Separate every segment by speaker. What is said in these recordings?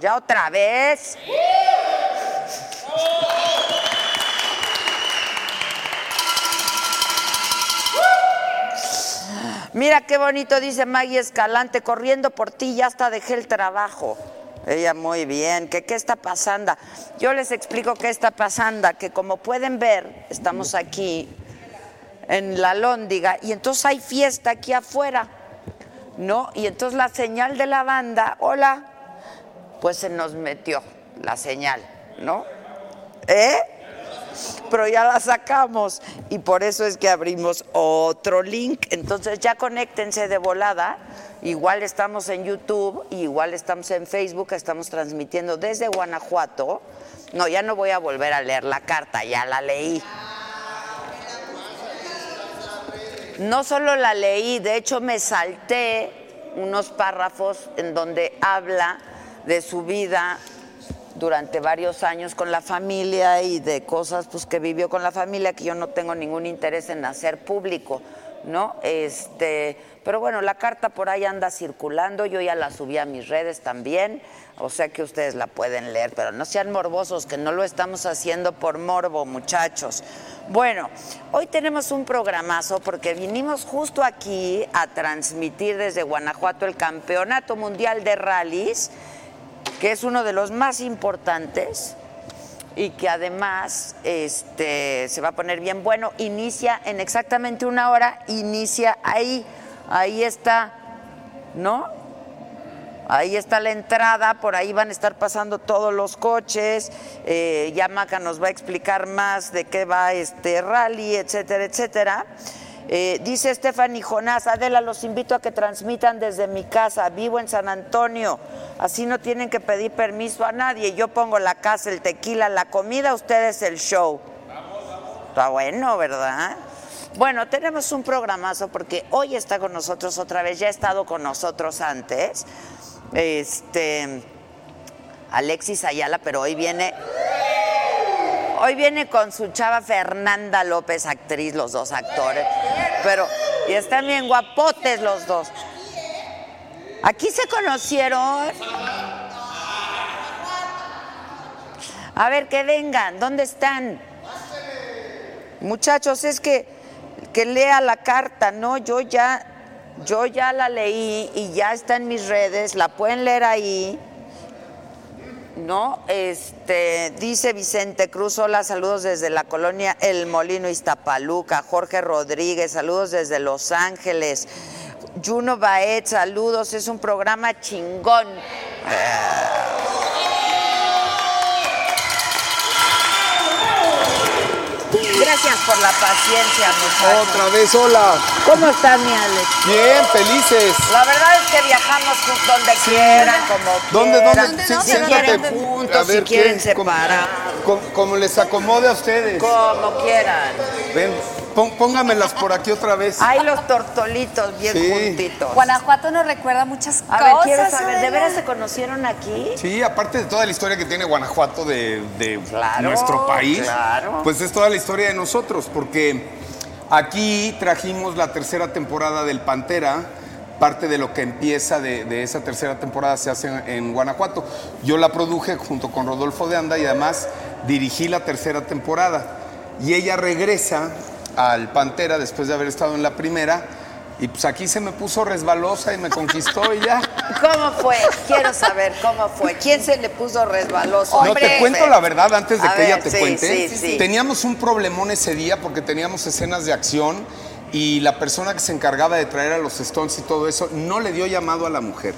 Speaker 1: ¿Ya otra vez? Mira qué bonito, dice Maggie Escalante, corriendo por ti, ya hasta dejé el trabajo. Ella muy bien, que qué está pasando. Yo les explico qué está pasando, que como pueden ver, estamos aquí en la Lóndiga y entonces hay fiesta aquí afuera, ¿no? Y entonces la señal de la banda, hola, pues se nos metió la señal, ¿no? ¿Eh? Pero ya la sacamos y por eso es que abrimos otro link. Entonces ya conéctense de volada. Igual estamos en YouTube, igual estamos en Facebook, estamos transmitiendo desde Guanajuato. No, ya no voy a volver a leer la carta, ya la leí. No solo la leí, de hecho me salté unos párrafos en donde habla de su vida durante varios años con la familia y de cosas pues, que vivió con la familia que yo no tengo ningún interés en hacer público, ¿no? Este, pero bueno, la carta por ahí anda circulando, yo ya la subí a mis redes también, o sea que ustedes la pueden leer, pero no sean morbosos, que no lo estamos haciendo por morbo, muchachos. Bueno, hoy tenemos un programazo porque vinimos justo aquí a transmitir desde Guanajuato el Campeonato Mundial de Rallys que es uno de los más importantes y que además este, se va a poner bien bueno. Inicia en exactamente una hora, inicia ahí, ahí está, ¿no? Ahí está la entrada, por ahí van a estar pasando todos los coches, eh, ya Maca nos va a explicar más de qué va este rally, etcétera, etcétera. Eh, dice Stephanie Jonás, Adela, los invito a que transmitan desde mi casa, vivo en San Antonio, así no tienen que pedir permiso a nadie, yo pongo la casa, el tequila, la comida, ustedes el show. Está bueno, ¿verdad? Bueno, tenemos un programazo porque hoy está con nosotros otra vez, ya ha estado con nosotros antes, este, Alexis Ayala, pero hoy viene Hoy viene con su chava Fernanda López, actriz, los dos actores. Pero, y están bien guapotes los dos. Aquí se conocieron. A ver, que vengan, ¿dónde están? Muchachos, es que, que lea la carta, ¿no? Yo ya, yo ya la leí y ya está en mis redes, la pueden leer ahí. ¿no? Este, dice Vicente Cruz, hola, saludos desde la colonia El Molino Iztapaluca, Jorge Rodríguez, saludos desde Los Ángeles, Juno Baet, saludos, es un programa chingón. Gracias por la paciencia, muchachos.
Speaker 2: Otra vez, hola.
Speaker 1: ¿Cómo estás, mi Alex?
Speaker 2: Bien, felices.
Speaker 1: La verdad es que viajamos ju- donde quieran, como
Speaker 2: ¿Dónde,
Speaker 1: quieran.
Speaker 2: dónde?
Speaker 1: Si,
Speaker 2: Sí, siéntate.
Speaker 1: quieren
Speaker 2: Ju-
Speaker 1: juntos,
Speaker 2: A ver,
Speaker 1: si quieren
Speaker 2: ¿qué? Como-
Speaker 1: separados,
Speaker 2: Como, como les acomode a ustedes.
Speaker 1: como quieran.
Speaker 2: Ven, Pon- póngamelas por aquí otra vez.
Speaker 1: Hay los tortolitos bien
Speaker 2: Sí.
Speaker 1: juntitos.
Speaker 3: Guanajuato nos recuerda muchas
Speaker 1: A ver,
Speaker 3: cosas. ¿eh?
Speaker 1: quiero saber, ¿de
Speaker 3: Adela.
Speaker 1: veras se conocieron aquí?
Speaker 2: Sí, aparte de toda la historia que tiene Guanajuato de, de
Speaker 1: Claro,
Speaker 2: nuestro país,
Speaker 1: claro.
Speaker 2: pues es toda la historia de nosotros, porque aquí trajimos la tercera temporada del Pantera. Parte de lo que empieza de, de esa tercera temporada se hace en, en Guanajuato. Yo la produje junto con Rodolfo de Anda y además dirigí la tercera temporada. Y ella regresa al Pantera después de haber estado en la primera. Y pues aquí se me puso resbalosa y me conquistó y ya.
Speaker 1: ¿Cómo fue? Quiero saber cómo fue. ¿Quién se le puso resbaloso?
Speaker 2: No, te cuento la verdad antes de
Speaker 1: A
Speaker 2: que ella
Speaker 1: ver,
Speaker 2: te
Speaker 1: sí,
Speaker 2: cuente.
Speaker 1: sí, sí.
Speaker 2: Teníamos un problemón ese día porque teníamos escenas de acción y la persona que se encargaba de traer a los Stones y todo eso no le dio llamado a la mujer.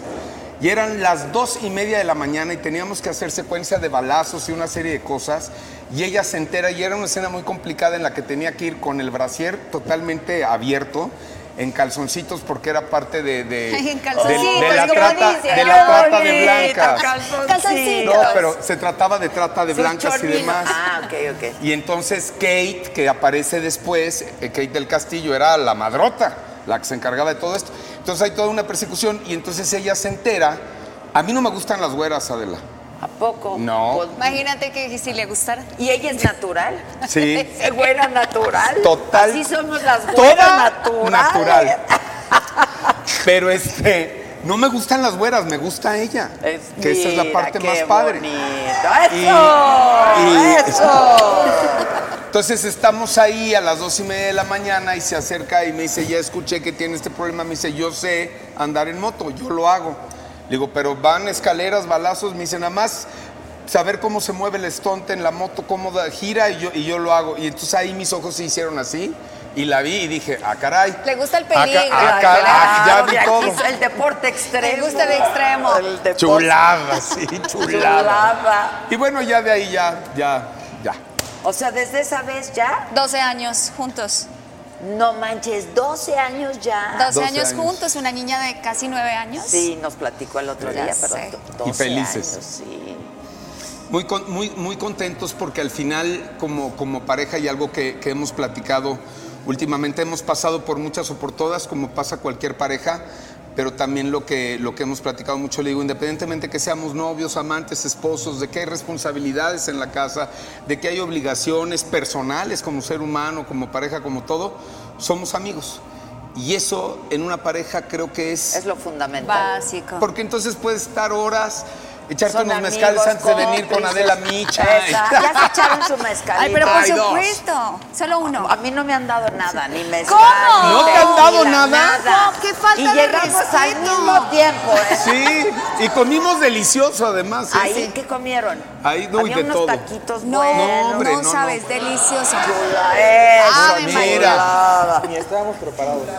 Speaker 2: Y eran las dos y media de la mañana y teníamos que hacer secuencia de balazos y una serie de cosas. Y ella se entera y era una escena muy complicada en la que tenía que ir con el brasier totalmente abierto, en calzoncitos porque era parte de, de-
Speaker 3: En
Speaker 2: del-
Speaker 3: calzoncitos,
Speaker 2: de la
Speaker 3: como
Speaker 2: trata,
Speaker 3: dice.
Speaker 2: de, la
Speaker 3: Qué
Speaker 2: trata de blancas.
Speaker 3: Calzoncitos.
Speaker 2: No, pero se trataba de trata de
Speaker 1: Sus
Speaker 2: blancas y
Speaker 1: chorninos.
Speaker 2: demás.
Speaker 1: Ah, ok, ok.
Speaker 2: Y entonces Kate, que aparece después, eh, Kate del Castillo, era la madrota, la que se encargaba de todo esto. Entonces hay toda una persecución y entonces ella se entera. A mí no me gustan las güeras, Adela.
Speaker 1: ¿A poco?
Speaker 2: No.
Speaker 1: Pues,
Speaker 3: Imagínate que si le gustara.
Speaker 1: ¿Y ella es natural?
Speaker 2: Sí.
Speaker 1: ¿Es güera natural?
Speaker 2: Total.
Speaker 1: Así somos las güeras
Speaker 2: Toda
Speaker 1: naturales.
Speaker 2: natural. Pero este, no me gustan las güeras, me gusta ella.
Speaker 1: Es-
Speaker 2: que esa es la
Speaker 1: mira,
Speaker 2: parte
Speaker 1: qué
Speaker 2: más padre.
Speaker 1: bonito.
Speaker 2: Y-
Speaker 1: ¡Eso!
Speaker 2: y-
Speaker 1: ¡Eso!
Speaker 2: Entonces estamos ahí a las dos y media de la mañana y se acerca y me dice, ya escuché que tiene este problema. Me dice, yo sé andar en moto, yo lo hago. Le digo, pero van escaleras, balazos. Me dice, nada más saber cómo se mueve el estonte en la moto, cómo da- gira y yo, y yo lo hago. Y entonces ahí mis ojos se hicieron así y la vi y dije, ah, caray.
Speaker 3: Le gusta el
Speaker 2: Ah, ca-
Speaker 3: peligro,
Speaker 2: ah, ca-
Speaker 3: Adela.
Speaker 2: ah, ya vi
Speaker 1: de aquí
Speaker 2: todo.
Speaker 1: es El deporte extremo.
Speaker 3: Me gusta el extremo.
Speaker 1: El deporte
Speaker 2: Chulada, sí, chulada.
Speaker 1: chulada.
Speaker 2: Y bueno, ya de ahí ya, ya, ya.
Speaker 1: O sea, desde esa vez ya,
Speaker 3: 12 años juntos.
Speaker 1: no manches, 12 años ya.
Speaker 3: 12,
Speaker 2: 12
Speaker 3: años,
Speaker 2: años.
Speaker 3: juntos, una niña de casi 9 años.
Speaker 1: Sí, nos platicó el otro
Speaker 3: Ya
Speaker 1: día,
Speaker 3: sé.
Speaker 1: pero do- 12
Speaker 2: Y felices.
Speaker 1: años, sí.
Speaker 2: Muy, con- muy, muy contentos porque al final, como, como pareja y algo que, que hemos platicado últimamente, hemos pasado por muchas o por todas, como pasa cualquier pareja, pero también lo que, lo que hemos platicado mucho, le digo, independientemente que seamos novios, amantes, esposos, de que hay responsabilidades en la casa, de que hay obligaciones personales como ser humano, como pareja, como todo, somos amigos. Y eso en una pareja creo que es...
Speaker 1: Es lo fundamental.
Speaker 3: Básico.
Speaker 2: Porque entonces puedes estar horas, echarte
Speaker 1: Son
Speaker 2: unos
Speaker 1: amigos,
Speaker 2: mezcales antes de venir con
Speaker 1: cómplices.
Speaker 2: Adela Micha.
Speaker 1: Exacto. Ya se echaron su mezcalito.
Speaker 3: Ay, pero por
Speaker 2: Ay, dos.
Speaker 3: supuesto. Solo uno.
Speaker 1: A mí no me han dado nada, ni me
Speaker 3: ¿Cómo?
Speaker 2: ¿No te han dado nada?
Speaker 3: No, qué falta
Speaker 1: Y
Speaker 3: de
Speaker 1: llegamos al
Speaker 3: respeto.
Speaker 1: mismo tiempo. ¿eh?
Speaker 2: Sí, y comimos delicioso además. ¿eh?
Speaker 1: Ahí, ¿qué comieron?
Speaker 2: Ahí, no, y
Speaker 1: Había
Speaker 2: de
Speaker 1: unos
Speaker 2: todo.
Speaker 1: taquitos
Speaker 3: No,
Speaker 1: buenos.
Speaker 2: No, hombre,
Speaker 3: no,
Speaker 2: no, no.
Speaker 3: sabes, delicioso. Ah,
Speaker 1: Chulada, eso,
Speaker 3: Ave María.
Speaker 1: chulada.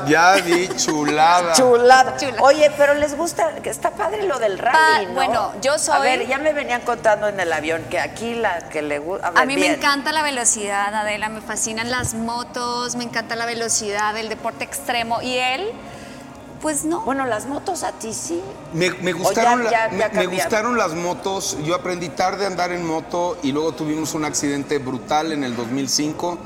Speaker 2: Ya vi, chulada.
Speaker 1: Chulada.
Speaker 3: Chula.
Speaker 1: Oye, pero les gusta, que está padre lo del rally,
Speaker 3: Pa-
Speaker 1: ¿no?
Speaker 3: bueno, yo soy-
Speaker 1: A ver, ya me venían contando en el avión que aquí la que le gusta.
Speaker 3: A mí me encanta la velocidad, Adela, me fascinan las motos, me encanta la velocidad, el deporte extremo. Y él, pues no.
Speaker 1: Bueno, las motos a ti sí.
Speaker 2: Me, me
Speaker 1: ya-
Speaker 2: gustaron la-
Speaker 1: ya-
Speaker 2: me-
Speaker 1: ya
Speaker 2: me
Speaker 1: cambiaron.
Speaker 2: gustaron las motos. Yo aprendí tarde a andar en moto y luego tuvimos un accidente brutal en el 2005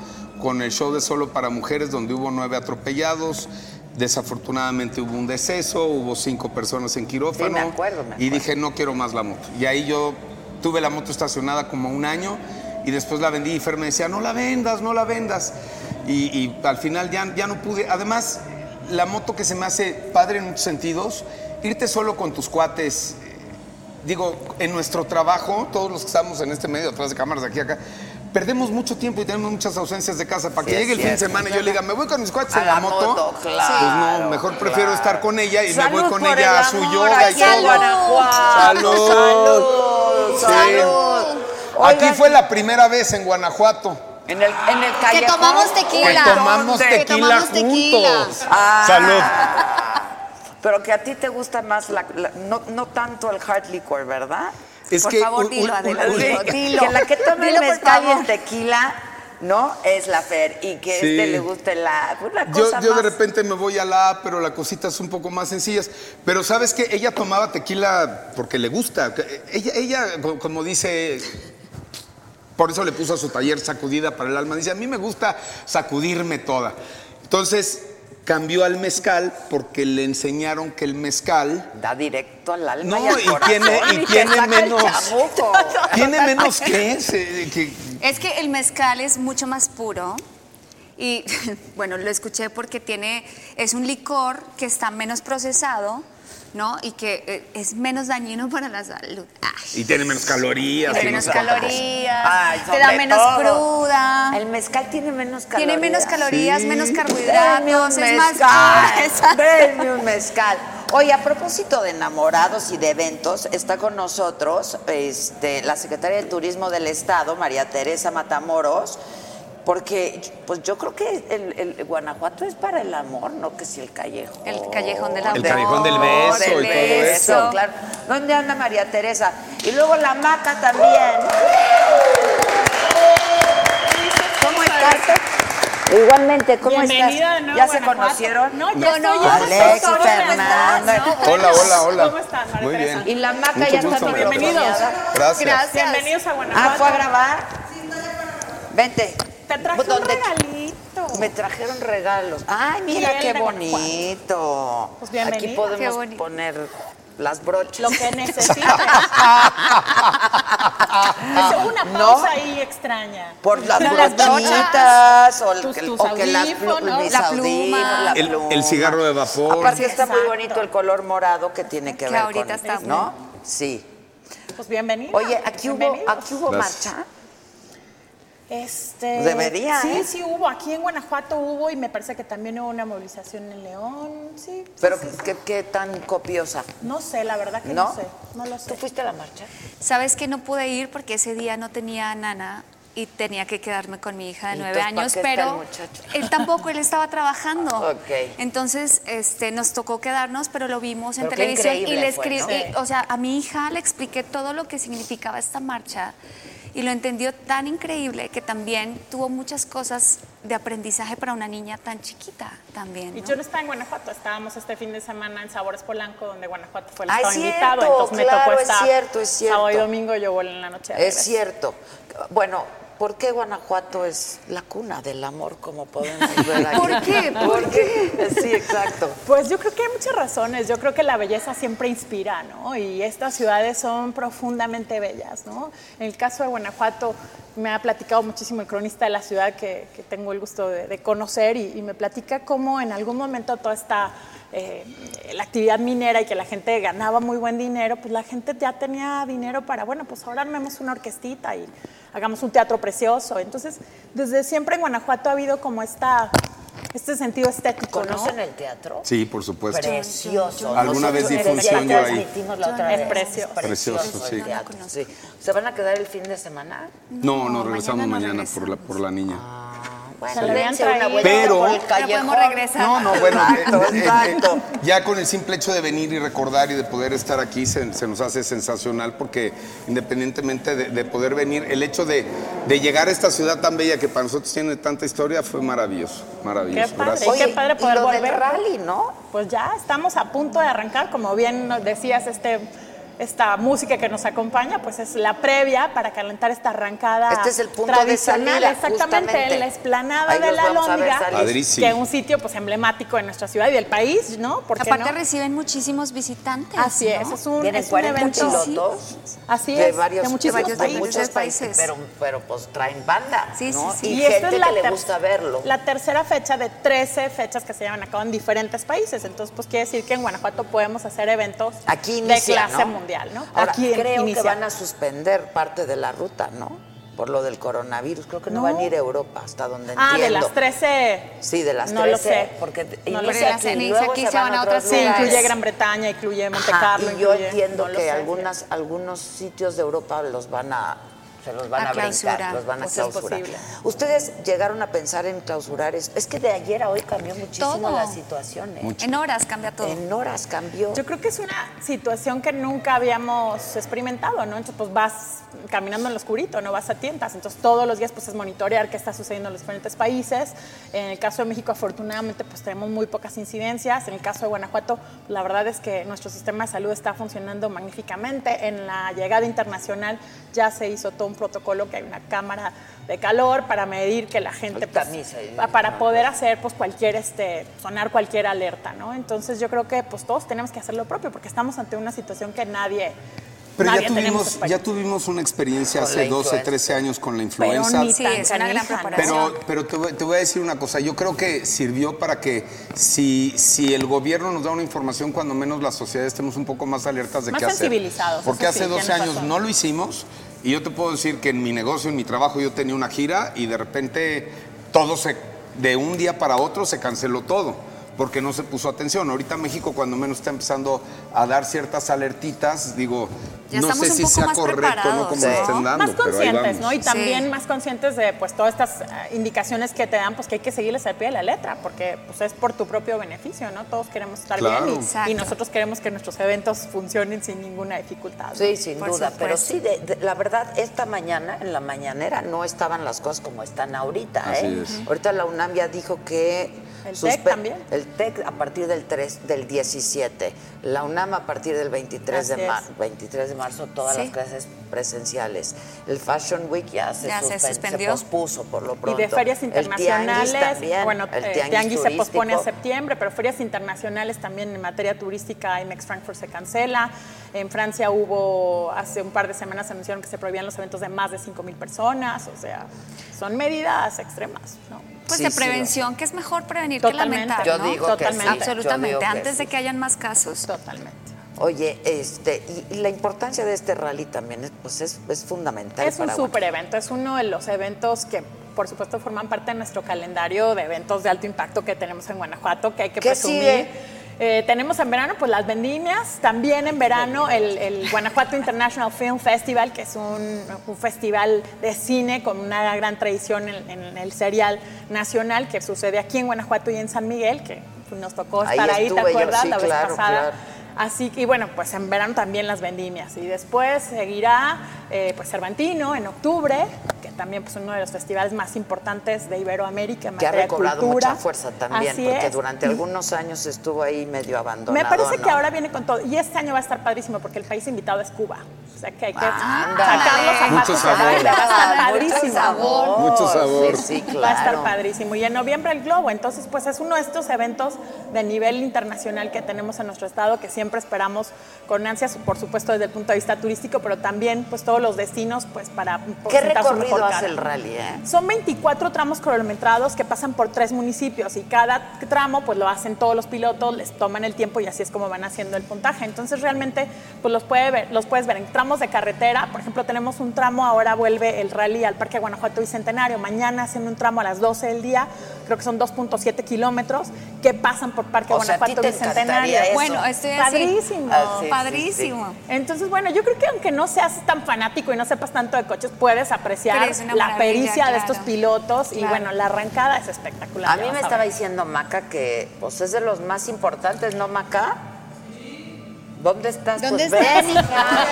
Speaker 2: con el show de Solo para Mujeres donde hubo nueve atropellados. Desafortunadamente hubo un deceso, hubo cinco personas en quirófano.
Speaker 1: Sí, me acuerdo, me
Speaker 2: Y
Speaker 1: acuerdo.
Speaker 2: dije, no quiero más la moto. Y ahí yo tuve la moto estacionada como un año y después la vendí y Fer me decía, no la vendas, no la vendas. Y, y al final ya, ya no pude. Además, la moto que se me hace padre en muchos sentidos, irte solo con tus cuates. eh, Digo, en nuestro trabajo, todos los que estamos en este medio, atrás de cámaras, de aquí a acá, perdemos mucho tiempo y tenemos muchas ausencias de casa. Para
Speaker 1: Sí,
Speaker 2: que
Speaker 1: es
Speaker 2: llegue el fin de
Speaker 1: cierto.
Speaker 2: semana y yo le diga, me voy con mis cuates
Speaker 1: A
Speaker 2: en la,
Speaker 1: la
Speaker 2: moto.
Speaker 1: moto,
Speaker 2: Pues
Speaker 1: claro,
Speaker 2: no, mejor prefiero
Speaker 1: claro.
Speaker 2: estar con ella y me voy
Speaker 1: Salud
Speaker 2: con
Speaker 1: por
Speaker 2: ella
Speaker 1: el
Speaker 2: a su
Speaker 1: amor,
Speaker 2: yoga y
Speaker 1: aquí en
Speaker 2: todo.
Speaker 1: Guanajuato. Salud.
Speaker 2: Salud. Sí.
Speaker 1: Oigan,
Speaker 2: Aquí fue la primera vez en Guanajuato
Speaker 1: En el, en el
Speaker 3: que
Speaker 1: callejón.
Speaker 3: tomamos tequila.
Speaker 2: que tomamos
Speaker 1: ¿Dónde?
Speaker 2: tequila
Speaker 3: tomamos tequila.
Speaker 2: juntos.
Speaker 1: Ah.
Speaker 2: Salud.
Speaker 1: Pero que a ti te gusta más, la, la- no, no tanto el hard liquor, ¿verdad?
Speaker 2: Es
Speaker 3: Por
Speaker 2: que
Speaker 3: favor,
Speaker 2: un-
Speaker 3: dilo,
Speaker 2: un-
Speaker 3: Adela,
Speaker 2: un-
Speaker 3: dilo,
Speaker 2: un-
Speaker 3: dilo.
Speaker 1: Que la que toma
Speaker 3: Dilo,
Speaker 1: el
Speaker 3: por
Speaker 1: mezcal y
Speaker 3: favor.
Speaker 1: el tequila, ¿no? Es la Fer. Y que
Speaker 2: Sí.
Speaker 1: este le guste la... Una
Speaker 2: Yo,
Speaker 1: cosa
Speaker 2: yo
Speaker 1: más-
Speaker 2: de repente me voy a la A, pero las cositas son un poco más sencillas. Pero sabes que ella eh, tomaba tequila porque le gusta. Ella, ella co- como dice, Por eso le puso a su taller Sacudida para el Alma. Dice, a mí me gusta sacudirme toda. Entonces cambió al mezcal porque le enseñaron que el mezcal
Speaker 1: Da directo al alma.
Speaker 2: No,
Speaker 1: y, al
Speaker 2: y
Speaker 1: corazón,
Speaker 2: tiene- y
Speaker 1: te
Speaker 2: tiene
Speaker 1: saca el
Speaker 2: menos-
Speaker 1: chamuco.
Speaker 2: tiene menos que, ese, que-
Speaker 3: Es que el mezcal es mucho más puro y bueno, lo escuché porque tiene es un licor que está menos procesado, ¿no? Y que eh, es menos dañino para la salud. Ay,
Speaker 2: y tiene menos calorías.
Speaker 3: tiene
Speaker 2: y no
Speaker 3: menos
Speaker 2: pues. sé cuánta cosa.
Speaker 3: calorías,
Speaker 1: Ay,
Speaker 3: te
Speaker 1: sobre
Speaker 3: da menos
Speaker 1: todo.
Speaker 3: cruda.
Speaker 1: El mezcal tiene menos calorías.
Speaker 3: Tiene menos calorías,
Speaker 2: Sí.
Speaker 3: menos
Speaker 1: Denme un
Speaker 3: carbohidratos, es más Ah, puro,
Speaker 1: mezcal.
Speaker 3: exacto.
Speaker 1: Denme un mezcal. Oye, a propósito de enamorados y de eventos, está con nosotros este, la secretaria de Turismo del Estado, María Teresa Matamoros, porque pues yo creo que el, el Guanajuato es para el amor, no que si el callejón.
Speaker 3: El callejón del amor,
Speaker 2: callejón del beso y todo
Speaker 3: beso.
Speaker 1: Claro. ¿Dónde anda María Teresa? Y luego la maca también. ¿Cómo estás? Igualmente, ¿cómo
Speaker 4: Bienvenida
Speaker 1: estás?
Speaker 4: de nuevo,
Speaker 1: ¿Ya se
Speaker 4: Guanajuato.
Speaker 1: conocieron?
Speaker 4: No, ya
Speaker 3: No,
Speaker 4: no,
Speaker 3: no,
Speaker 1: Alexis,
Speaker 3: ¿cómo estás?
Speaker 1: Fernanda.
Speaker 3: No,
Speaker 2: Hola, hola, hola.
Speaker 4: ¿Cómo están, María
Speaker 2: Muy
Speaker 1: Y
Speaker 4: Teresa?
Speaker 2: bien.
Speaker 1: la maca
Speaker 2: Mucho
Speaker 1: ya está
Speaker 2: gusto,
Speaker 1: con
Speaker 2: María
Speaker 1: la
Speaker 2: Teresa.
Speaker 1: cuñada.
Speaker 2: Gracias.
Speaker 4: Bienvenidos a Guanajuato.
Speaker 1: Ah, ¿fue a grabar? Vente.
Speaker 4: Te traje un
Speaker 1: ¿Dónde?
Speaker 4: regalito.
Speaker 1: Me trajeron regalos. Ay,
Speaker 4: Y
Speaker 1: mira
Speaker 4: el
Speaker 1: qué
Speaker 4: de Guanajuato.
Speaker 1: bonito.
Speaker 4: Pues bienvenida.
Speaker 1: Aquí
Speaker 3: Qué
Speaker 1: podemos
Speaker 3: bonito.
Speaker 1: poner las brochas.
Speaker 4: Lo que necesites. Hice una
Speaker 1: Ah, ¿No?
Speaker 4: pausa ahí extraña.
Speaker 1: Por las
Speaker 4: Las
Speaker 1: brochitas o, el-
Speaker 4: tus-
Speaker 1: que-
Speaker 4: tus
Speaker 1: o que las
Speaker 4: audífonos.
Speaker 1: plumas,
Speaker 4: La
Speaker 3: pluma.
Speaker 1: la
Speaker 2: El-
Speaker 1: pluma.
Speaker 2: el cigarro de vapor.
Speaker 1: Aparte está muy
Speaker 4: Exacto.
Speaker 1: bonito el color morado que tiene que,
Speaker 3: Que
Speaker 1: ver
Speaker 3: ahorita
Speaker 1: con
Speaker 3: está muy-
Speaker 1: ¿no? Sí.
Speaker 4: Pues bienvenida.
Speaker 1: Oye, aquí hubo,
Speaker 4: Bienvenidos.
Speaker 1: aquí hubo
Speaker 2: Gracias.
Speaker 1: marcha.
Speaker 4: Este,
Speaker 1: Debería,
Speaker 4: Sí,
Speaker 1: ¿eh?
Speaker 4: sí hubo. Aquí en Guanajuato hubo y me parece que también hubo una movilización en León. Sí. sí,
Speaker 1: Pero
Speaker 4: sí, sí.
Speaker 1: qué, qué tan copiosa.
Speaker 4: No sé, la verdad que no,
Speaker 1: ¿No?
Speaker 4: sé. No lo sé.
Speaker 1: ¿Tú fuiste a la marcha?
Speaker 3: Sabes que no pude ir porque ese día no tenía a Nana y tenía que quedarme con mi hija de
Speaker 1: ¿Y
Speaker 3: nueve años,
Speaker 1: entonces, ¿para qué está el
Speaker 3: pero
Speaker 1: muchacho?
Speaker 3: él tampoco, él estaba trabajando.
Speaker 1: Ok.
Speaker 3: Entonces, este, nos tocó quedarnos, pero lo vimos en
Speaker 1: Pero qué
Speaker 3: televisión y
Speaker 1: increíble
Speaker 3: le
Speaker 1: fue,
Speaker 3: escribí,
Speaker 1: ¿no?
Speaker 3: y, o sea, a mi hija le expliqué todo lo que significaba esta marcha y lo entendió tan increíble que también tuvo muchas cosas de aprendizaje para una niña tan chiquita también.
Speaker 4: Y
Speaker 3: ¿no?
Speaker 4: yo no estaba en Guanajuato, estábamos este fin de semana en Sabores Polanco, donde Guanajuato fue el
Speaker 1: Ah, es
Speaker 4: estado invitado,
Speaker 1: cierto,
Speaker 4: entonces me
Speaker 1: claro,
Speaker 4: tocó
Speaker 1: es
Speaker 4: estar
Speaker 1: cierto, es cierto.
Speaker 4: sábado y domingo yo volé en la noche. de
Speaker 1: Es
Speaker 4: regreso.
Speaker 1: cierto. Bueno, ¿por qué Guanajuato es la cuna del amor, como podemos ver aquí?
Speaker 3: ¿Por qué? ¿Por
Speaker 1: Porque- Sí, exacto.
Speaker 4: Pues yo creo que hay muchas razones. Yo creo que la belleza siempre inspira, ¿no? Y estas ciudades son profundamente bellas, ¿no? En el caso de Guanajuato, me ha platicado muchísimo el cronista de la ciudad que, que tengo el gusto de, de conocer y, y me platica cómo en algún momento toda esta eh, la actividad minera y que la gente ganaba muy buen dinero, pues la gente ya tenía dinero para, bueno, pues ahora armemos una orquestita y hagamos un teatro precioso. Entonces, desde siempre en Guanajuato ha habido como esta, este sentido estético, ¿no?
Speaker 1: ¿Conocen el teatro?
Speaker 2: Sí, por supuesto.
Speaker 1: Precioso.
Speaker 2: Pues, Alguna vez di función yo ahí.
Speaker 1: transmitimos la otra
Speaker 4: Es
Speaker 1: vez.
Speaker 4: precioso.
Speaker 2: Precioso, sí.
Speaker 1: el teatro, sí. ¿Se van a quedar el fin de semana?
Speaker 2: No, no, regresamos
Speaker 3: mañana
Speaker 2: mañana,
Speaker 3: no
Speaker 2: por, la, por la niña.
Speaker 1: Ah, Bueno,
Speaker 4: le habían
Speaker 1: dense una
Speaker 4: traído.
Speaker 1: vuelta
Speaker 2: Pero-
Speaker 1: por el
Speaker 3: Pero
Speaker 1: callejón.
Speaker 3: podemos regresar.
Speaker 2: No, no, bueno,
Speaker 1: Exacto,
Speaker 2: eh, eh, eh,
Speaker 1: exacto.
Speaker 2: ya con el simple hecho de venir y recordar y de poder estar aquí se, se nos hace sensacional porque independientemente de, de poder venir, el hecho de, de llegar a esta ciudad tan bella que para nosotros tiene tanta historia fue maravilloso, maravilloso.
Speaker 4: Qué padre.
Speaker 2: Gracias.
Speaker 4: Oye, qué padre
Speaker 1: y
Speaker 4: poder
Speaker 1: lo del
Speaker 4: volver.
Speaker 1: rally, ¿no?
Speaker 4: Pues ya estamos a punto de arrancar, como bien nos decías, este, esta música que nos acompaña, pues es la previa para calentar esta arrancada.
Speaker 1: Este es el punto de
Speaker 4: tradicional,
Speaker 1: salida,
Speaker 4: Exactamente,
Speaker 1: justamente.
Speaker 4: la esplanada
Speaker 1: Ahí
Speaker 4: de
Speaker 1: los
Speaker 4: la
Speaker 1: vamos a ver
Speaker 4: Lóndiga,
Speaker 1: salir.
Speaker 4: que es
Speaker 2: Padrísimo.
Speaker 4: un sitio pues emblemático de nuestra ciudad y del país, ¿no? ¿Por qué
Speaker 3: Aparte
Speaker 4: no?
Speaker 3: reciben muchísimos visitantes.
Speaker 4: Así es,
Speaker 3: ¿no?
Speaker 4: es un,
Speaker 1: Tienen
Speaker 4: es un
Speaker 1: 40
Speaker 4: evento.
Speaker 3: pilotos.
Speaker 1: pilotos
Speaker 4: Así
Speaker 1: de
Speaker 4: es,
Speaker 1: varios,
Speaker 4: de muchísimos
Speaker 1: de
Speaker 4: países.
Speaker 1: muchos países.
Speaker 3: países.
Speaker 1: Pero, pero pues traen banda,
Speaker 3: Sí, sí,
Speaker 1: ¿no?
Speaker 3: sí.
Speaker 1: Y,
Speaker 4: Y esta
Speaker 1: gente
Speaker 4: es la
Speaker 1: que le
Speaker 4: ter-
Speaker 1: gusta verlo.
Speaker 4: La tercera fecha de 13 fechas que se llevan a cabo en diferentes países. Entonces, pues quiere decir que en Guanajuato podemos hacer eventos
Speaker 1: Aquí
Speaker 4: de
Speaker 1: inicia,
Speaker 4: clase
Speaker 1: ¿no?
Speaker 4: mundial, ¿no?
Speaker 1: Ahora,
Speaker 4: Aquí en-
Speaker 1: creo
Speaker 4: inicia.
Speaker 1: que van a suspender parte de la ruta, ¿no? Por lo del coronavirus. Creo que no,
Speaker 4: No.
Speaker 1: van a ir a Europa, hasta donde
Speaker 4: Ah, de
Speaker 1: entiendo.
Speaker 4: las 13.
Speaker 1: Sí, de las
Speaker 4: No
Speaker 1: 13.
Speaker 4: lo sé.
Speaker 1: Porque
Speaker 4: No lo
Speaker 1: inicia aquí,
Speaker 4: sé.
Speaker 3: Inicia
Speaker 1: y luego
Speaker 3: aquí,
Speaker 1: se van a otras
Speaker 4: Sí,
Speaker 3: lugares.
Speaker 4: incluye Gran Bretaña, incluye Monte
Speaker 1: Ajá,
Speaker 4: Carlo.
Speaker 1: y yo
Speaker 4: incluye-
Speaker 1: entiendo
Speaker 4: no lo
Speaker 1: que
Speaker 4: sé.
Speaker 1: algunas, algunos sitios de Europa los van a se los van
Speaker 3: A
Speaker 1: a,
Speaker 3: clausurar,
Speaker 1: brincar, los van a
Speaker 4: pues es
Speaker 1: clausurar.
Speaker 4: posible.
Speaker 1: Ustedes llegaron a pensar en clausurar esto. Es que de ayer a hoy cambió muchísimo
Speaker 3: Todo.
Speaker 1: la situación. ¿eh?
Speaker 3: En horas cambia todo.
Speaker 1: En horas cambió.
Speaker 4: Yo creo que es una situación que nunca habíamos experimentado, ¿no? Entonces, pues vas caminando en lo oscurito, no vas a tientas. Entonces, todos los días, pues es monitorear qué está sucediendo en los diferentes países. En el caso de México, afortunadamente, pues tenemos muy pocas incidencias. En el caso de Guanajuato, la verdad es que nuestro sistema de salud está funcionando magníficamente. En la llegada internacional ya se hizo todo un protocolo que hay una cámara de calor para medir que la gente
Speaker 1: Ay,
Speaker 4: pues,
Speaker 1: camisa y-
Speaker 4: pa- para poder hacer pues cualquier este sonar cualquier alerta, ¿no? Entonces yo creo que pues todos tenemos que hacer lo propio porque estamos ante una situación que nadie
Speaker 2: Pero
Speaker 4: nadie
Speaker 2: ya
Speaker 4: tenemos
Speaker 2: tuvimos,
Speaker 4: experiencia.
Speaker 2: ya tuvimos una experiencia
Speaker 1: Con la
Speaker 2: hace 12,
Speaker 1: influenza.
Speaker 2: 13 años con la
Speaker 4: pero
Speaker 2: influenza.
Speaker 4: ni
Speaker 3: Sí,
Speaker 4: tan
Speaker 3: es una gran
Speaker 4: canija, ¿no?
Speaker 3: preparación.
Speaker 2: Pero, pero te, voy- te voy a decir una cosa, yo creo que sirvió para que si, si el gobierno nos da una información, cuando menos la sociedad estemos un poco más alertas de
Speaker 4: Más
Speaker 2: qué hacer.
Speaker 4: sensibilizados,
Speaker 2: Porque
Speaker 4: eso sí,
Speaker 2: hace 12
Speaker 4: tienes
Speaker 2: años
Speaker 4: razón.
Speaker 2: no lo hicimos y yo te puedo decir que en mi negocio, en mi trabajo, yo tenía una gira y de repente todo se, de un día para otro se canceló todo porque no se puso atención. Ahorita México cuando menos está empezando a dar ciertas alertitas, digo,
Speaker 3: Ya
Speaker 2: no
Speaker 3: estamos
Speaker 2: sé
Speaker 3: un
Speaker 2: si
Speaker 3: poco
Speaker 2: sea
Speaker 3: más
Speaker 2: correcto no
Speaker 3: preparados,
Speaker 2: como
Speaker 3: ¿no?
Speaker 2: lo estén dando, pero
Speaker 4: más
Speaker 2: ahí
Speaker 4: conscientes,
Speaker 2: vamos.
Speaker 4: ¿no? Y
Speaker 3: Sí.
Speaker 4: también más conscientes de pues todas estas ah, indicaciones que te dan, pues que hay que seguirles al pie de la letra, porque pues es por tu propio beneficio, ¿no? Todos queremos estar
Speaker 2: Claro.
Speaker 4: bien y- y,
Speaker 3: Exacto.
Speaker 4: nosotros queremos que nuestros eventos funcionen sin ninguna dificultad. ¿no?
Speaker 1: Sí, sin
Speaker 3: Por
Speaker 1: duda, pero
Speaker 3: supuesto.
Speaker 1: sí, de- de- la verdad, esta mañana, en la mañanera, no estaban las cosas como están ahorita.
Speaker 2: Así
Speaker 1: ¿eh?
Speaker 2: es.
Speaker 1: Ahorita la UNAM ya dijo que...
Speaker 4: El
Speaker 1: suspe-
Speaker 4: TEC también.
Speaker 1: El TEC a partir del 3, del 17. La UNAM a partir del 23, de,
Speaker 4: Así es.
Speaker 1: mar- 23 de marzo, todas
Speaker 3: Sí.
Speaker 1: las clases presenciales. El Fashion Week ya se,
Speaker 3: Ya se
Speaker 1: suspen-
Speaker 3: suspendió.
Speaker 1: pospuso por lo
Speaker 4: Y
Speaker 1: pronto.
Speaker 4: de ferias
Speaker 1: El tianguis
Speaker 4: internacionales,
Speaker 1: también,
Speaker 4: bueno,
Speaker 1: el
Speaker 4: eh,
Speaker 1: tianguis
Speaker 4: se pospone a
Speaker 1: turístico.
Speaker 4: septiembre, pero ferias internacionales también en materia turística, IMEX Frankfurt se cancela. En Francia hubo, hace un par de semanas anunciaron que se prohibían los eventos de más de 5.000 personas, o sea, son medidas extremas, ¿no?
Speaker 3: Pues
Speaker 1: Sí,
Speaker 3: de
Speaker 1: sí, lo-
Speaker 3: prevención, que es mejor prevenir
Speaker 4: Totalmente.
Speaker 3: que lamentar,
Speaker 1: Yo
Speaker 3: ¿no?
Speaker 1: digo que
Speaker 4: Totalmente.
Speaker 1: sí, yo
Speaker 3: Absolutamente,
Speaker 1: digo que
Speaker 3: antes
Speaker 1: sí.
Speaker 3: de que hayan más casos.
Speaker 4: Totalmente.
Speaker 1: Oye, este, y, y la importancia de este rally también es, pues es, es fundamental.
Speaker 4: Es un
Speaker 1: para-
Speaker 4: super evento, es uno de los eventos que por supuesto forman parte de nuestro calendario de eventos de alto impacto que tenemos en Guanajuato, que hay que
Speaker 1: ¿Qué
Speaker 4: presumir.
Speaker 1: sigue?
Speaker 4: Eh, tenemos en verano pues las vendimias, también en verano el, el Guanajuato International Film Festival, que es un, un festival de cine con una gran tradición en, en el serial nacional que sucede aquí en Guanajuato y en San Miguel, que nos tocó
Speaker 1: Ahí
Speaker 4: estar ahí,
Speaker 1: estuve yo,
Speaker 4: ¿te acuerdas?
Speaker 1: sí,
Speaker 4: la vez
Speaker 1: claro,
Speaker 4: pasada.
Speaker 1: claro.
Speaker 4: Así que, y bueno, pues en verano también las vendimias. Y después seguirá eh, pues Cervantino en octubre, que también pues uno de los festivales más importantes de Iberoamérica. en
Speaker 1: que ha
Speaker 4: materia de
Speaker 1: recobrado
Speaker 4: cultura.
Speaker 1: mucha fuerza también,
Speaker 4: Así
Speaker 1: porque
Speaker 4: es.
Speaker 1: durante algunos años estuvo ahí medio abandonado.
Speaker 4: Me parece
Speaker 1: ¿no?
Speaker 4: que ahora viene con todo. Y este año va a estar padrísimo porque el país invitado es Cuba. O sea que hay que
Speaker 1: Ándale.
Speaker 4: sacar los zapatos.
Speaker 2: Mucho
Speaker 4: para
Speaker 2: sabor.
Speaker 4: bailar, Va
Speaker 1: Ah,
Speaker 4: a
Speaker 1: mucho
Speaker 4: estar padrísimo.
Speaker 1: sabor.
Speaker 2: Mucho sabor.
Speaker 1: Sí, sí, claro.
Speaker 4: Va a estar padrísimo. Y en noviembre el Globo. Entonces, pues es uno de estos eventos de nivel internacional que tenemos en nuestro estado que siempre esperamos con ansias, por supuesto desde el punto de vista turístico, pero también pues todos los destinos pues para
Speaker 1: ¿Qué
Speaker 4: presentar su mejor
Speaker 1: recorrido hace
Speaker 4: cara.
Speaker 1: el rally, eh?
Speaker 4: Son 24 tramos cronometrados que pasan por tres municipios y cada tramo pues lo hacen todos los pilotos, les toman el tiempo y así es como van haciendo el puntaje. Entonces realmente pues los, puede ver- los puedes ver en tramos de carretera, por ejemplo tenemos un tramo, ahora vuelve el rally al Parque Guanajuato Bicentenario, mañana hacen un tramo a las 12 del día, creo que son 2.7 kilómetros que pasan por Parque
Speaker 1: O sea, a ti
Speaker 4: Guanajuato
Speaker 1: te
Speaker 4: Bicentenario.
Speaker 1: encantaría eso.
Speaker 3: Bueno, estoy así.
Speaker 4: Padrísimo.
Speaker 1: Ah, sí.
Speaker 3: Padrísimo.
Speaker 4: Entonces, bueno, yo creo que aunque no seas tan fanático y no sepas tanto de coches, puedes apreciar
Speaker 3: Pero es una
Speaker 4: la
Speaker 3: maravilla,
Speaker 4: pericia de
Speaker 3: claro.
Speaker 4: estos pilotos y
Speaker 3: Claro.
Speaker 4: bueno, la arrancada es espectacular.
Speaker 1: A
Speaker 4: ya
Speaker 1: mí
Speaker 4: vas
Speaker 1: me
Speaker 4: a
Speaker 1: estaba
Speaker 4: ver.
Speaker 1: diciendo Maca que pues es de los más importantes, ¿no, Maca? ¿Dónde estás?
Speaker 5: ¿Dónde
Speaker 1: Pues,
Speaker 5: estás,
Speaker 1: ven.
Speaker 5: hija?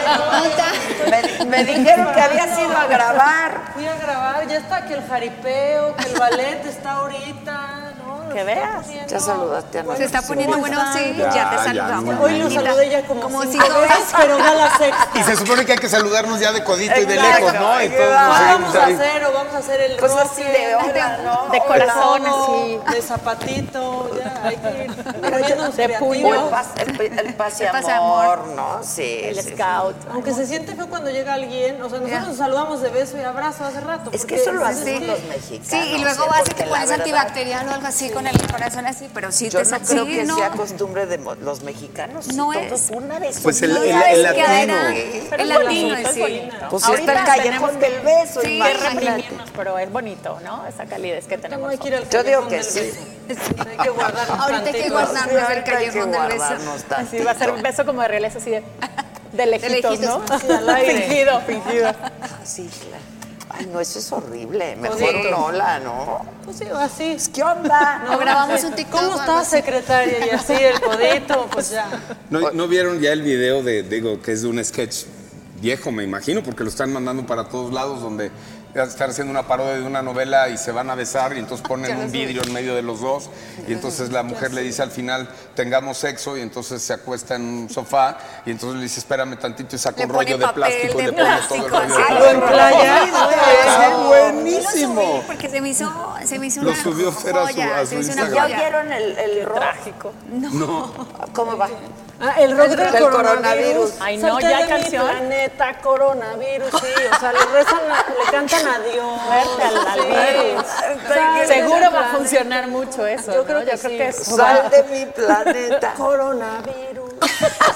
Speaker 1: Me, me dijeron que habías ido a grabar.
Speaker 6: Fui a grabar, ya está que el jaripeo, que el ballet está ahorita, ¿no?
Speaker 4: Que veas.
Speaker 1: Ya saludaste a
Speaker 6: Bueno,
Speaker 3: Se está poniendo bueno, sí, ya,
Speaker 2: Ya,
Speaker 3: te
Speaker 2: ya,
Speaker 3: saludamos.
Speaker 2: no.
Speaker 6: Hoy lo saludé ya como,
Speaker 3: Como
Speaker 6: cinco
Speaker 3: si no-
Speaker 6: veces, pero ya la sexta.
Speaker 2: Y se supone que hay que saludarnos ya de codito y de
Speaker 1: Exacto,
Speaker 2: lejos, ¿no?
Speaker 1: ahí
Speaker 2: Entonces,
Speaker 1: va.
Speaker 2: nos
Speaker 6: ¿Qué
Speaker 2: seguimos
Speaker 6: vamos a
Speaker 2: ahí.
Speaker 6: hacer? ¿O vamos a hacer el
Speaker 1: Pues
Speaker 6: rock
Speaker 1: así de hola, ¿no?
Speaker 4: De
Speaker 1: Hola.
Speaker 4: corazón, así.
Speaker 6: De zapatito, ya, hay que ir poniéndonos
Speaker 4: De
Speaker 6: creativos.
Speaker 1: O
Speaker 4: puño.
Speaker 1: el, pas- el, pe- el pase
Speaker 3: El pase
Speaker 1: amor,
Speaker 3: amor.
Speaker 1: ¿no? Sí.
Speaker 4: El
Speaker 1: sí, sí.
Speaker 4: scout.
Speaker 6: Aunque se siente feo cuando llega alguien, o sea, nosotros
Speaker 3: Ya.
Speaker 6: nos saludamos de beso y abrazo hace rato.
Speaker 1: Es que
Speaker 6: porque
Speaker 1: eso lo
Speaker 6: dices,
Speaker 1: hacen
Speaker 6: "Sí".
Speaker 1: los mexicanos.
Speaker 3: Sí, y luego
Speaker 1: ¿eh?
Speaker 3: vas y
Speaker 1: Porque
Speaker 3: te
Speaker 1: la
Speaker 3: pones
Speaker 1: verdad,
Speaker 3: antibacterial o algo así con el corazón así, pero sí
Speaker 1: Yo
Speaker 3: te
Speaker 1: no
Speaker 3: sal-
Speaker 1: creo
Speaker 3: sí,
Speaker 1: que
Speaker 3: no.
Speaker 1: sea costumbre de mo- los mexicanos.
Speaker 3: No
Speaker 1: y todo
Speaker 3: es.
Speaker 1: Una vez.
Speaker 2: Pues el-
Speaker 3: No,
Speaker 2: el-
Speaker 3: ¿sabes
Speaker 2: el
Speaker 3: qué
Speaker 2: latino.
Speaker 3: hará?
Speaker 4: Pero
Speaker 3: El
Speaker 4: es
Speaker 3: latino,
Speaker 4: bonito,
Speaker 3: y
Speaker 4: es
Speaker 3: sí.
Speaker 4: bonito.
Speaker 1: Pues está el callejón del beso,
Speaker 3: Sí,
Speaker 4: Que
Speaker 1: imagínate.
Speaker 4: reprimirnos, pero es bonito, ¿no? Esa calidez que tenemos.
Speaker 6: Hay que ir al
Speaker 1: Yo digo
Speaker 6: callejón
Speaker 1: que
Speaker 6: del
Speaker 1: sí.
Speaker 6: beso. Hay que guardar
Speaker 3: Ahorita hay que guardar.
Speaker 1: Sí,
Speaker 3: a ver,
Speaker 1: hay que
Speaker 3: callejón del beso.
Speaker 1: guardarnos
Speaker 4: Así va a ser un
Speaker 1: tantito.
Speaker 4: beso como de reales, así de, de
Speaker 3: lejitos,
Speaker 4: lejitos, ¿no?
Speaker 3: así
Speaker 6: al aire.
Speaker 4: fingido, fingido.
Speaker 1: Sí, claro. Ay, no, eso es horrible. Mejor
Speaker 6: Sí.
Speaker 1: un hola, ¿no?
Speaker 6: Pues sí, así.
Speaker 1: ¿Qué onda?
Speaker 3: O grabamos un TikTok o
Speaker 6: ¿Cómo
Speaker 3: algo
Speaker 6: estás,
Speaker 3: así.
Speaker 6: secretaria? Y así, el codito, pues ya.
Speaker 2: ¿No, no vieron ya el video de, digo, que es de un sketch viejo, me imagino, porque lo están mandando para todos lados, donde estar haciendo una parodia de una novela y se van a besar y entonces ponen un vidrio en medio de los dos y entonces la mujer le dice al final tengamos sexo y entonces se acuesta en un sofá y entonces le dice espérame tantito y saca
Speaker 3: Le
Speaker 2: un
Speaker 3: pone
Speaker 2: rollo de
Speaker 3: papel
Speaker 2: plástico y
Speaker 3: de
Speaker 2: le pone todo el
Speaker 3: plástico, Ah,
Speaker 2: rollo de
Speaker 3: así.
Speaker 2: plástico.
Speaker 3: en
Speaker 6: playa.
Speaker 2: Ah,
Speaker 3: Lo subí porque se me hizo, se me hizo
Speaker 2: Lo
Speaker 3: una
Speaker 2: subió Fer a su-
Speaker 3: joya,
Speaker 2: a su
Speaker 3: se me hizo una
Speaker 1: ¿Ya
Speaker 2: Instagram.
Speaker 3: joya.
Speaker 1: vieron el, el rock?
Speaker 4: Trágico.
Speaker 1: ¿Cómo va?
Speaker 6: Ah, el rock del,
Speaker 1: del
Speaker 6: coronavirus.
Speaker 1: coronavirus.
Speaker 4: Ay, no,
Speaker 6: Salte
Speaker 4: ¿ya
Speaker 6: de mi
Speaker 4: canción?
Speaker 6: planeta, coronavirus, sí. O sea, le rezan, a- le cantan a Dios.
Speaker 4: Muerte al- al
Speaker 6: Sí.
Speaker 4: virus.
Speaker 6: Sal de
Speaker 4: Seguro
Speaker 6: mi
Speaker 4: va a
Speaker 6: planeta.
Speaker 4: funcionar mucho eso.
Speaker 6: Yo creo
Speaker 4: ¿no?
Speaker 6: que
Speaker 4: Yo creo
Speaker 6: sí.
Speaker 4: que eso va-
Speaker 1: Sal de mi planeta.
Speaker 6: Coronavirus.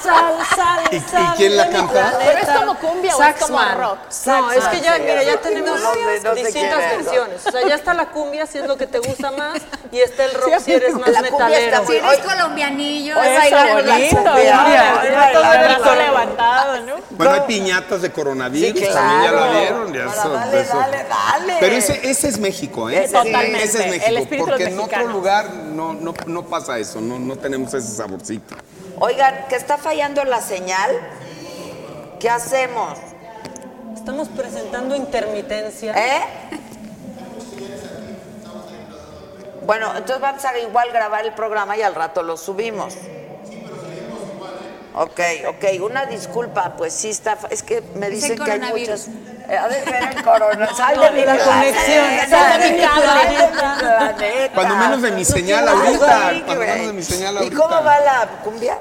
Speaker 6: Sal, sal,
Speaker 2: ¿Y- y
Speaker 6: sal.
Speaker 2: quién la
Speaker 6: de mi
Speaker 2: canta?
Speaker 6: planeta.
Speaker 4: Pero es como cumbia o es como
Speaker 6: Saxman.
Speaker 4: rock.
Speaker 6: No, es que ya,
Speaker 1: sí,
Speaker 6: mira,
Speaker 1: ya
Speaker 6: ya
Speaker 1: no-
Speaker 6: tenemos
Speaker 1: no sé, no sé quién
Speaker 6: distintas
Speaker 1: es.
Speaker 6: versiones. O sea, ya está la cumbia si es lo que te gusta más y está el rock si eres más
Speaker 1: La cumbia está
Speaker 6: metalero.
Speaker 3: Si
Speaker 1: muy-
Speaker 3: eres colombianillo,
Speaker 1: Hoy
Speaker 3: es
Speaker 4: Está
Speaker 1: bailaron la
Speaker 4: bonito, ¿no?
Speaker 1: cumbia.
Speaker 4: Ya,
Speaker 1: Ay,
Speaker 4: ya Todo el
Speaker 1: bailaron
Speaker 4: brazo
Speaker 1: la-
Speaker 4: levantado, ¿no?
Speaker 2: Bueno, hay piñatas de coronavirus, también ya la vieron. ya
Speaker 1: Ahora,
Speaker 2: eso-
Speaker 1: dale,
Speaker 2: eso.
Speaker 1: dale, dale.
Speaker 2: Pero ese, ese es México, ¿eh?
Speaker 1: Ese es Totalmente,
Speaker 2: Ese es
Speaker 4: el
Speaker 2: México,
Speaker 4: espíritu de
Speaker 2: porque
Speaker 4: los
Speaker 2: en otro
Speaker 4: mexicanos.
Speaker 2: lugar no, no, no pasa eso, no, no tenemos ese saborcito.
Speaker 1: Oigan, que está fallando la señal. ¿Qué hacemos?
Speaker 6: Estamos presentando intermitencia.
Speaker 1: ¿Eh? Bueno, entonces vamos a igual grabar el programa y al rato lo subimos. Ok, ok, una disculpa, pues sí está, fa- es que me
Speaker 3: Es
Speaker 1: dicen
Speaker 3: el
Speaker 1: que hay
Speaker 3: coronavirus.
Speaker 1: muchos. Eh, Ha de ser el coronavirus. Sal de mi
Speaker 6: la
Speaker 1: planeta,
Speaker 6: conexión.
Speaker 1: Sal de mi
Speaker 6: planeta.
Speaker 1: planeta.
Speaker 2: Cuando menos de mi señal
Speaker 1: Ay,
Speaker 2: ahorita.
Speaker 1: güey.
Speaker 2: Cuando menos de mi señal
Speaker 1: ¿Y
Speaker 2: ahorita.
Speaker 1: cómo va la cumbia?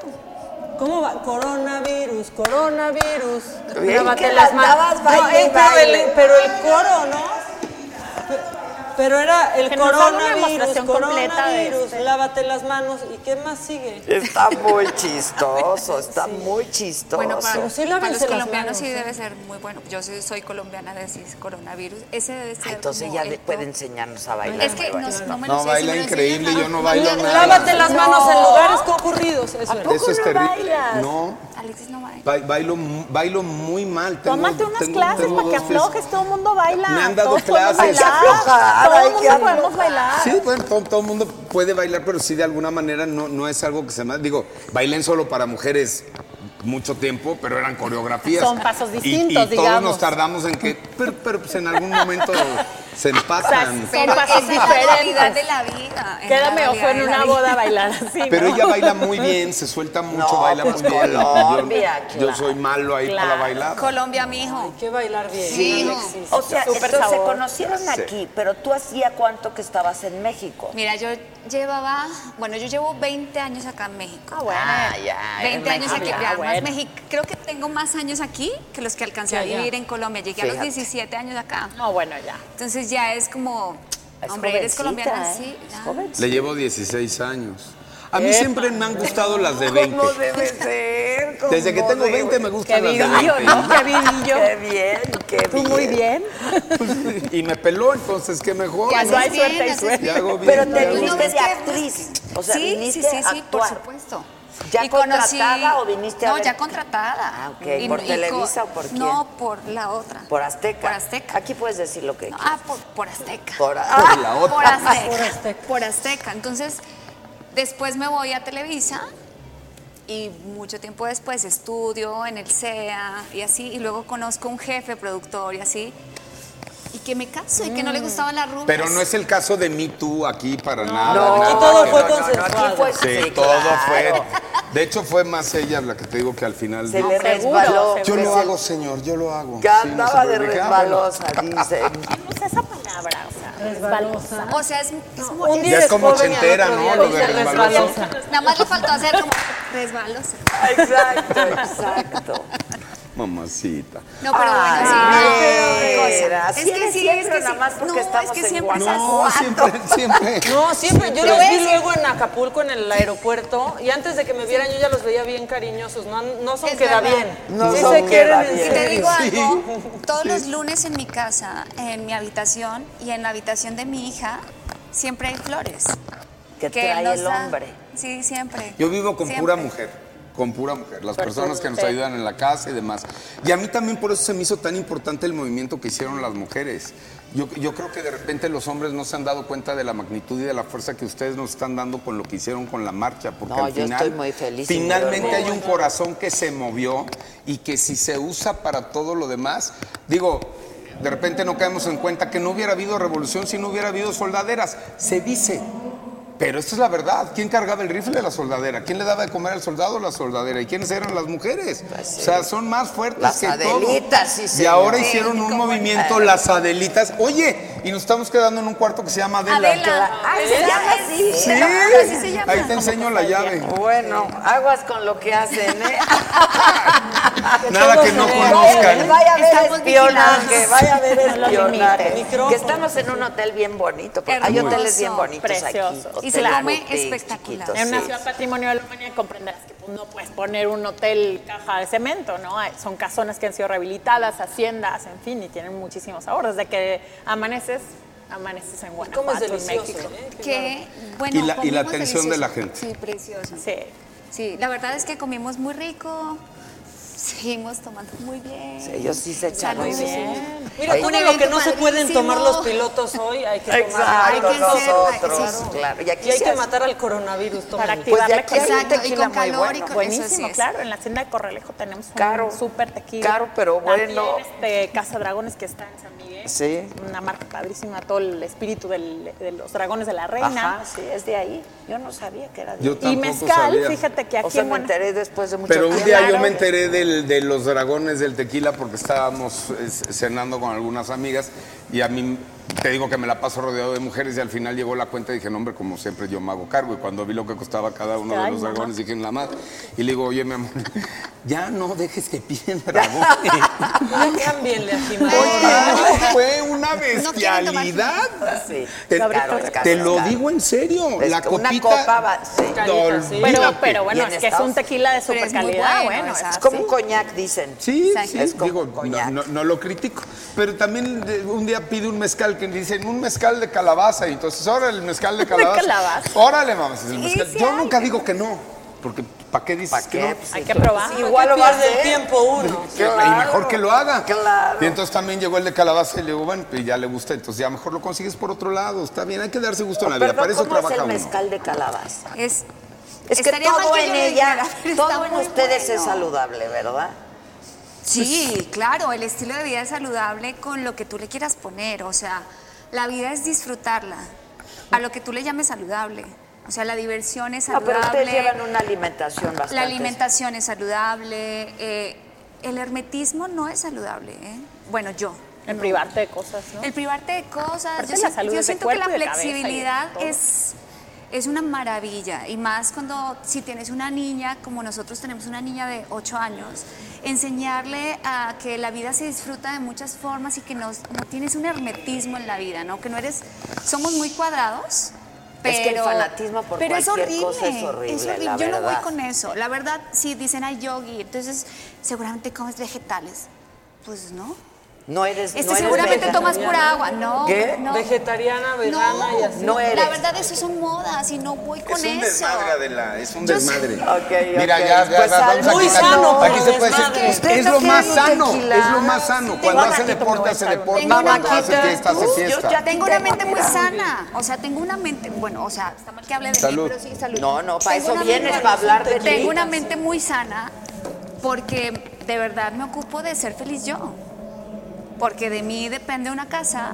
Speaker 6: ¿Cómo va? Coronavirus, coronavirus.
Speaker 1: Bien, que
Speaker 6: Lávate
Speaker 1: las
Speaker 6: las manos.
Speaker 1: dabas, baile,
Speaker 6: eh, pero,
Speaker 1: baile.
Speaker 6: el, pero el coro, ¿no? Pero era el
Speaker 4: Que nos haga una
Speaker 6: coronavirus,
Speaker 4: demostración completa de
Speaker 6: coronavirus,
Speaker 4: este.
Speaker 6: lávate las manos. ¿Y qué más sigue?
Speaker 1: Está muy chistoso, está muy chistoso.
Speaker 3: Bueno, para,
Speaker 6: Pero sí
Speaker 3: para
Speaker 6: lávense
Speaker 3: los
Speaker 6: las
Speaker 3: colombianos
Speaker 6: manos,
Speaker 3: sí
Speaker 6: ¿eh?
Speaker 3: debe ser muy bueno. Yo sí soy colombiana, decís coronavirus. Ese debe ser.
Speaker 1: Ah, entonces
Speaker 3: como
Speaker 1: ya
Speaker 3: el
Speaker 1: le- puede
Speaker 3: top.
Speaker 1: enseñarnos a bailar.
Speaker 3: Es que
Speaker 1: pero
Speaker 3: no, no me lo
Speaker 2: No,
Speaker 3: sé, si
Speaker 2: baila
Speaker 3: me lo
Speaker 2: increíble,
Speaker 3: enseñan,
Speaker 2: yo no
Speaker 3: ah,
Speaker 2: bailo nada.
Speaker 6: Lávate las manos en lugares concurridos. Eso era.
Speaker 2: Eso es terrible. No,
Speaker 3: Alexis no baila.
Speaker 2: ba- bailo, mu- bailo muy mal. Tengo-
Speaker 4: Tómate unas
Speaker 2: tengo-
Speaker 4: clases
Speaker 2: tengo
Speaker 4: para que
Speaker 2: dos veces-
Speaker 4: aflojes, todo el mundo baila.
Speaker 2: Me han dado
Speaker 4: todos podemos
Speaker 2: clases.
Speaker 4: bailar,
Speaker 1: Hay que aflojar,
Speaker 4: Todo
Speaker 1: hay
Speaker 4: el
Speaker 1: que
Speaker 4: mundo
Speaker 1: aflojar.
Speaker 4: podemos bailar.
Speaker 2: Sí, bueno, todo, todo el mundo puede bailar, pero sí de alguna manera no, no es algo que se me... Digo, bailen solo para mujeres mucho tiempo, pero eran coreografías.
Speaker 4: Son pasos
Speaker 2: Y-
Speaker 4: distintos,
Speaker 2: y, todos
Speaker 4: digamos.
Speaker 2: nos tardamos en que... Pero, pero, pues en algún momento se empatan.
Speaker 4: Son
Speaker 3: Pero
Speaker 4: pasos
Speaker 3: esa es la realidad de la vida. es la
Speaker 4: Quédame
Speaker 3: realidad
Speaker 4: ojo en
Speaker 3: de la
Speaker 4: una
Speaker 3: vida.
Speaker 4: boda a bailar así.
Speaker 2: pero
Speaker 4: ¿no?
Speaker 2: ella baila muy bien, se suelta mucho,
Speaker 1: No,
Speaker 2: baila
Speaker 1: pues
Speaker 2: muy bien. Yo-
Speaker 1: Colombia,
Speaker 2: yo,
Speaker 1: claro.
Speaker 2: soy malo ahí para
Speaker 4: Claro.
Speaker 2: bailar.
Speaker 3: Colombia, mijo.
Speaker 6: Hay que bailar bien.
Speaker 1: Sí,
Speaker 6: Alexis.
Speaker 1: o sea,
Speaker 4: Súper
Speaker 1: entonces se
Speaker 4: sabor.
Speaker 1: conocieron aquí, pero tú hacía cuánto que estabas en México.
Speaker 3: Mira, yo llevaba, bueno, yo llevo 20 años acá en México.
Speaker 4: Ah, bueno.
Speaker 1: Ah, ya.
Speaker 3: 20 años aquí,
Speaker 4: Ah,
Speaker 3: ya, más
Speaker 4: bueno.
Speaker 3: México. Creo que tengo más años aquí que los que alcancé a
Speaker 6: Ya, ya.
Speaker 3: vivir en Colombia. Llegué a los
Speaker 1: Fíjate.
Speaker 3: 17 años acá.
Speaker 4: No, bueno, ya.
Speaker 3: Entonces ya es como,
Speaker 1: Es
Speaker 3: hombre, eres
Speaker 1: jovencita,
Speaker 3: colombiana,
Speaker 1: ¿eh?
Speaker 3: sí.
Speaker 1: Es
Speaker 3: ya.
Speaker 1: jovencita.
Speaker 2: Le llevo 16 años. A mí siempre me han gustado las de 20.
Speaker 1: ¿Cómo debe ser? ¿Cómo
Speaker 2: Desde que tengo
Speaker 1: debe-
Speaker 2: 20 me gustan las
Speaker 4: Qué
Speaker 2: de
Speaker 4: vivillo,
Speaker 2: 20.
Speaker 4: ¿no? Qué vivillo.
Speaker 1: Qué bien, qué
Speaker 4: Tú
Speaker 1: bien.
Speaker 4: muy bien.
Speaker 2: Y me peló, entonces qué mejor.
Speaker 3: Ya
Speaker 4: Cuando
Speaker 3: haces
Speaker 4: hay suerte,
Speaker 3: bien,
Speaker 4: hay
Speaker 3: haces
Speaker 4: suerte.
Speaker 3: bien.
Speaker 2: Ya hago bien.
Speaker 1: Pero
Speaker 2: ya
Speaker 1: te
Speaker 2: hago bien.
Speaker 3: No,
Speaker 1: viniste
Speaker 3: es
Speaker 1: de
Speaker 3: que-
Speaker 1: actriz. O sea,
Speaker 3: Pues, sí, sí,
Speaker 1: viniste
Speaker 3: sí,
Speaker 1: a
Speaker 3: sí, por
Speaker 1: actuar.
Speaker 3: supuesto.
Speaker 1: ¿Ya
Speaker 3: Y conocí-
Speaker 1: contratada o viniste a
Speaker 3: No,
Speaker 1: ver-
Speaker 3: ya contratada.
Speaker 1: Ah, ok. ¿Por
Speaker 3: co-
Speaker 1: Televisa o por quién?
Speaker 3: No, por la otra.
Speaker 1: Por Azteca.
Speaker 3: Por Azteca.
Speaker 1: Aquí puedes decir lo que
Speaker 3: No, ah,
Speaker 1: quieras.
Speaker 3: por, por Azteca.
Speaker 1: Por-
Speaker 3: Ah,
Speaker 2: por la otra.
Speaker 3: Por Azteca.
Speaker 6: Por Azteca.
Speaker 3: Por Azteca. Entonces, después me voy a Televisa y mucho tiempo después estudio en el CEA y así. Y luego conozco un jefe productor y así. Y que me caso y que no le gustaban las rubias.
Speaker 2: Pero no es el caso de Me Too aquí para nada.
Speaker 1: No,
Speaker 2: nada
Speaker 6: aquí todo
Speaker 2: que
Speaker 6: fue
Speaker 2: ver.
Speaker 6: consensuado.
Speaker 1: aquí fue
Speaker 2: Sí,
Speaker 1: sí,
Speaker 2: todo
Speaker 1: claro.
Speaker 2: fue. De hecho, fue más ella la que te digo que al final.
Speaker 1: Se
Speaker 2: dijo,
Speaker 1: le
Speaker 4: Seguro,
Speaker 1: resbaló.
Speaker 4: seguro.
Speaker 2: yo
Speaker 1: que
Speaker 2: lo
Speaker 1: se-
Speaker 2: hago, señor, yo lo hago.
Speaker 1: Que
Speaker 2: Sí, no
Speaker 1: andaba
Speaker 2: se
Speaker 1: de
Speaker 2: preocupe. Ah,
Speaker 1: resbalosa, dice.
Speaker 4: Usa esa palabra, o sea, resbalosa.
Speaker 3: O sea, es, es muy-
Speaker 6: Un día
Speaker 2: Ya es
Speaker 6: eres
Speaker 2: como
Speaker 6: joven y al
Speaker 2: ochentera,
Speaker 6: otro
Speaker 2: ¿no?
Speaker 6: día
Speaker 2: Lo
Speaker 6: eres
Speaker 2: de resbaloso.
Speaker 6: resbalosa.
Speaker 3: nada más le faltó hacer como resbalos.
Speaker 1: Exacto, exacto.
Speaker 2: Mamacita.
Speaker 3: No, pero
Speaker 1: Ay,
Speaker 3: bueno, sí.
Speaker 1: no,
Speaker 3: cosa.
Speaker 1: era. Así eres siempre, nada más porque
Speaker 3: no,
Speaker 1: estamos
Speaker 3: es que
Speaker 1: en
Speaker 3: siempre
Speaker 1: Guanajuato.
Speaker 2: No,
Speaker 3: es así.
Speaker 2: siempre, siempre.
Speaker 6: No, siempre. Yo
Speaker 3: Pero
Speaker 6: los vi
Speaker 3: es-
Speaker 6: luego en Acapulco, en el aeropuerto, y antes de que me vieran yo ya los veía bien cariñosos. No, no son
Speaker 3: Es
Speaker 6: queda
Speaker 3: verdad.
Speaker 6: bien.
Speaker 1: No
Speaker 6: sí
Speaker 1: son
Speaker 6: se
Speaker 1: queda
Speaker 6: quieren
Speaker 1: bien.
Speaker 3: Y te
Speaker 6: en
Speaker 3: digo
Speaker 6: serio.
Speaker 3: algo, todos los lunes en mi casa, en mi habitación y en la habitación de mi hija, siempre hay flores.
Speaker 1: Que
Speaker 3: él
Speaker 1: trae
Speaker 3: nos
Speaker 1: el
Speaker 3: da.
Speaker 1: hombre.
Speaker 3: Sí, siempre.
Speaker 2: Yo vivo con
Speaker 3: Siempre.
Speaker 2: pura mujer, con pura mujer, las personas que nos ayudan en la casa y demás. Y a mí también por eso se me hizo tan importante el movimiento que hicieron las mujeres. Yo, yo creo que de repente los hombres no se han dado cuenta de la magnitud y de la fuerza que ustedes nos están dando con lo que hicieron con la marcha, porque
Speaker 1: No,
Speaker 2: al
Speaker 1: yo
Speaker 2: final
Speaker 1: estoy muy feliz y muy
Speaker 2: finalmente hay
Speaker 1: orgullosa.
Speaker 2: un corazón que se movió y que si se usa para todo lo demás, digo, De repente no caemos en cuenta que no hubiera habido revolución si no hubiera habido soldaderas. Se dice. Pero esta es la verdad. ¿Quién cargaba el rifle? La soldadera. ¿Quién le daba de comer al soldado? La soldadera. ¿Y quiénes eran las mujeres? O sea, son más fuertes
Speaker 1: Pues Las
Speaker 2: que
Speaker 1: Adelitas, sí,
Speaker 2: todo. y
Speaker 1: señor.
Speaker 2: ahora
Speaker 1: Sí,
Speaker 2: hicieron un
Speaker 1: ¿cómo
Speaker 2: movimiento,
Speaker 1: era?
Speaker 2: las Adelitas. Oye, y nos estamos quedando en un cuarto que se llama Adela.
Speaker 3: Adela.
Speaker 1: Ah, ¿se llama así?
Speaker 2: Sí,
Speaker 3: Así se llama.
Speaker 2: ahí te enseño la llave.
Speaker 1: Bueno, aguas con lo que hacen, ¿eh?
Speaker 2: Nada que no conozcan.
Speaker 1: Vaya a haber
Speaker 3: Estamos
Speaker 1: espionaje,
Speaker 3: vigilados.
Speaker 1: vaya a haber
Speaker 4: lo
Speaker 1: espionaje.
Speaker 4: limiten.
Speaker 1: Que estamos en un hotel bien bonito, porque hay
Speaker 3: Hermoso.
Speaker 1: hoteles bien bonitos aquí.
Speaker 4: Precioso.
Speaker 3: Y se
Speaker 1: hoteles
Speaker 3: come
Speaker 1: boutique,
Speaker 3: espectacular.
Speaker 1: chiquitos,
Speaker 4: En una
Speaker 1: sí.
Speaker 4: ciudad patrimonio de la humanidad comprenderás que pues, no puedes poner un hotel caja de cemento, ¿no? Hay- Son casonas que han sido rehabilitadas, haciendas, en fin, y tienen muchísimos sabores. De que amaneces, amaneces en Guanajuato,
Speaker 6: ¿Cómo es
Speaker 4: en
Speaker 6: delicioso?
Speaker 4: México.
Speaker 6: ¿eh?
Speaker 3: Que, bueno,
Speaker 2: Y la- y la
Speaker 3: comimos
Speaker 2: atención de la gente.
Speaker 3: Sí, precioso. Sí.
Speaker 4: Sí.
Speaker 3: la verdad es que comimos muy rico, seguimos tomando muy bien.
Speaker 1: Ellos sí se echaron.
Speaker 3: Salud.
Speaker 1: su-
Speaker 6: Mira,
Speaker 3: Oye,
Speaker 6: todo
Speaker 3: un
Speaker 6: lo que
Speaker 3: evento
Speaker 6: no se pueden
Speaker 3: padrísimo.
Speaker 6: tomar los pilotos hoy, hay que
Speaker 3: Hay
Speaker 1: Exacto,
Speaker 3: que
Speaker 6: tomarlo.
Speaker 3: ser-
Speaker 1: nosotros,
Speaker 3: sí.
Speaker 1: claro. Y aquí
Speaker 6: Y hay
Speaker 1: se
Speaker 6: que
Speaker 1: hace-
Speaker 6: matar al coronavirus,
Speaker 4: Para
Speaker 6: tómalo.
Speaker 1: Pues
Speaker 4: activar
Speaker 1: de
Speaker 4: la
Speaker 1: aquí hay un
Speaker 3: Exacto, y
Speaker 1: tequila
Speaker 3: con
Speaker 1: muy
Speaker 3: calor y con-
Speaker 1: bueno.
Speaker 3: Eso sí
Speaker 4: Buenísimo,
Speaker 3: es.
Speaker 4: claro. En la hacienda de Corralejo tenemos
Speaker 1: Caro,
Speaker 4: un súper tequila.
Speaker 1: caro, pero
Speaker 4: También,
Speaker 1: bueno.
Speaker 4: este, Casa Dragones que está en San Miguel.
Speaker 1: Sí.
Speaker 4: Una marca padrísima, todo el espíritu del- de los dragones de la reina.
Speaker 1: Ajá, sí, es de ahí. Yo no sabía que era de
Speaker 2: Yo
Speaker 1: ahí.
Speaker 2: tampoco
Speaker 4: Y mezcal,
Speaker 2: sabía.
Speaker 4: fíjate que aquí
Speaker 1: O sea,
Speaker 4: en
Speaker 1: me
Speaker 4: Guana-
Speaker 1: enteré después de mucho
Speaker 2: Pero un
Speaker 1: tiempo.
Speaker 2: día yo
Speaker 1: Claro.
Speaker 2: me enteré del- de los dragones del tequila porque estábamos eh, cenando con algunas amigas y a mí te digo que me la paso rodeado de mujeres y al final llegó la cuenta y dije, no, hombre, como siempre yo me hago cargo. Y cuando vi lo que costaba cada uno de
Speaker 4: Ay,
Speaker 2: los
Speaker 4: mamá.
Speaker 2: dragones dije, en la madre. Y le digo, oye, mi amor, ya no dejes que piden dragones.
Speaker 6: Ya cámbienle a
Speaker 2: Oye,
Speaker 6: Jiménez.
Speaker 2: no, fue una
Speaker 3: No quieren tomar
Speaker 2: bestialidad.
Speaker 1: Sí,
Speaker 2: Te,
Speaker 1: claro,
Speaker 2: te-
Speaker 1: es caro,
Speaker 2: te lo
Speaker 1: claro.
Speaker 2: digo en serio,
Speaker 1: Es
Speaker 2: la
Speaker 1: que una
Speaker 2: copita.
Speaker 1: copa va- sí.
Speaker 6: Carita, sí.
Speaker 4: Pero,
Speaker 2: olvídate.
Speaker 4: pero bueno,
Speaker 1: Y en
Speaker 4: es que es
Speaker 1: Estados-
Speaker 4: un tequila de
Speaker 3: Pero
Speaker 4: super
Speaker 3: es muy
Speaker 4: calidad,
Speaker 3: bueno,
Speaker 4: bueno.
Speaker 3: exacto.
Speaker 4: es-
Speaker 1: Es como un coñac, dicen.
Speaker 2: Sí,
Speaker 3: Exacto.
Speaker 2: sí,
Speaker 1: Es como
Speaker 2: digo,
Speaker 1: un coñac.
Speaker 2: No, no- no lo critico. Pero también de- un día pide un mezcal que dicen un mezcal de calabaza. Y entonces, ahora el mezcal de calabaza.
Speaker 4: calabaza.
Speaker 2: Órale, mames, es el mezcal.
Speaker 3: sí
Speaker 2: Yo
Speaker 3: hay.
Speaker 2: nunca digo que no. Porque ¿para qué dices
Speaker 1: ¿Para
Speaker 2: que
Speaker 1: qué?
Speaker 2: no?
Speaker 1: Pues
Speaker 4: Hay
Speaker 1: sí,
Speaker 4: que
Speaker 1: claro.
Speaker 4: probar.
Speaker 1: Igual lo va a
Speaker 6: pierde
Speaker 1: hacer.
Speaker 6: el tiempo uno.
Speaker 2: Que- Y mejor que lo haga.
Speaker 1: claro.
Speaker 2: Y entonces también llegó el de calabaza y le digo, bueno, pues ya le gusta, entonces ya mejor lo consigues por otro lado. Está bien, hay que darse gusto en la vida.
Speaker 1: Perdón,
Speaker 2: Para eso
Speaker 1: ¿cómo es
Speaker 2: trabaja
Speaker 1: el
Speaker 2: uno.
Speaker 1: mezcal de calabaza?
Speaker 3: Es,
Speaker 1: Es que
Speaker 3: estaría mal
Speaker 1: todo
Speaker 3: yo
Speaker 1: en
Speaker 3: lo
Speaker 1: ella,
Speaker 3: dijera, pero
Speaker 1: todo
Speaker 3: está
Speaker 1: en
Speaker 3: muy
Speaker 1: ustedes es
Speaker 3: bueno.
Speaker 1: saludable, ¿verdad?
Speaker 3: Sí, claro, el estilo de vida es saludable con lo que tú le quieras poner, o sea, la vida es disfrutarla, a lo que tú le llames saludable, o sea, la diversión es
Speaker 1: No,
Speaker 3: saludable,
Speaker 1: Ah, pero ustedes llevan una alimentación bastante.
Speaker 3: la alimentación es saludable, eh, el hermetismo no es saludable, ¿eh? bueno, yo.
Speaker 4: El privarte de cosas, ¿no?
Speaker 3: El privarte de cosas,
Speaker 4: Aparte
Speaker 3: yo,
Speaker 4: la
Speaker 3: sien-
Speaker 4: salud
Speaker 3: yo
Speaker 4: es de
Speaker 3: siento que la
Speaker 4: cuerpo y de cabeza y de
Speaker 3: flexibilidad
Speaker 4: todo.
Speaker 3: es, es una maravilla. Y más cuando, si tienes una niña, como nosotros tenemos una niña de 8 años, enseñarle a que la vida se disfruta de muchas formas y que no, no tienes un hermetismo en la vida, ¿no? Que no eres, somos muy cuadrados. Pero,
Speaker 1: Es que el fanatismo por
Speaker 3: pero es
Speaker 1: cualquier
Speaker 3: horrible,
Speaker 1: cosa es horrible, la
Speaker 3: Yo no voy
Speaker 1: verdad.
Speaker 3: con eso. La verdad, si dicen ay yogi, entonces seguramente comes vegetales. Pues no.
Speaker 1: No eres
Speaker 3: Este
Speaker 1: no eres
Speaker 3: seguramente
Speaker 1: vegana.
Speaker 3: tomas pura agua. No,
Speaker 1: ¿Qué?
Speaker 3: no.
Speaker 6: Vegetariana, vegana y así.
Speaker 1: No eres.
Speaker 3: La verdad, eso son modas y no voy con
Speaker 2: Es un
Speaker 3: eso.
Speaker 2: desmadre, Adela, es un
Speaker 3: Yo
Speaker 2: desmadre.
Speaker 1: Ok,
Speaker 2: Mira,
Speaker 1: ok.
Speaker 2: ya, ya,
Speaker 1: Pues
Speaker 2: ya, vamos
Speaker 1: algo
Speaker 2: a
Speaker 6: muy
Speaker 2: quitar-
Speaker 6: sano,
Speaker 2: Aquí se
Speaker 6: pero
Speaker 2: puede
Speaker 6: desmadre.
Speaker 2: decir,
Speaker 1: Ustedes
Speaker 2: es
Speaker 1: no
Speaker 2: lo más
Speaker 1: quieren un
Speaker 2: sano,
Speaker 1: tequila.
Speaker 2: es lo más sano. Cuando hace
Speaker 4: un banquito, me voy
Speaker 2: deporte,
Speaker 4: a
Speaker 2: hace
Speaker 4: echar
Speaker 2: deporte,
Speaker 3: uno. Tengo
Speaker 2: cuando hace
Speaker 3: banquita.
Speaker 2: fiesta, hace
Speaker 1: Uf, yo
Speaker 2: fiesta.
Speaker 1: ya-
Speaker 3: Tengo una mente muy
Speaker 1: Mira.
Speaker 3: sana, o sea, tengo una mente, bueno, o sea, está mal que hable de
Speaker 2: Salud.
Speaker 3: mí, pero sí, salud.
Speaker 1: No, no, para
Speaker 3: Tengo
Speaker 1: eso
Speaker 3: una
Speaker 1: vienes,
Speaker 3: mente-
Speaker 1: para hablar de ti.
Speaker 3: Tengo una mente muy sana porque de verdad me ocupo de ser feliz yo, porque de mí depende una casa.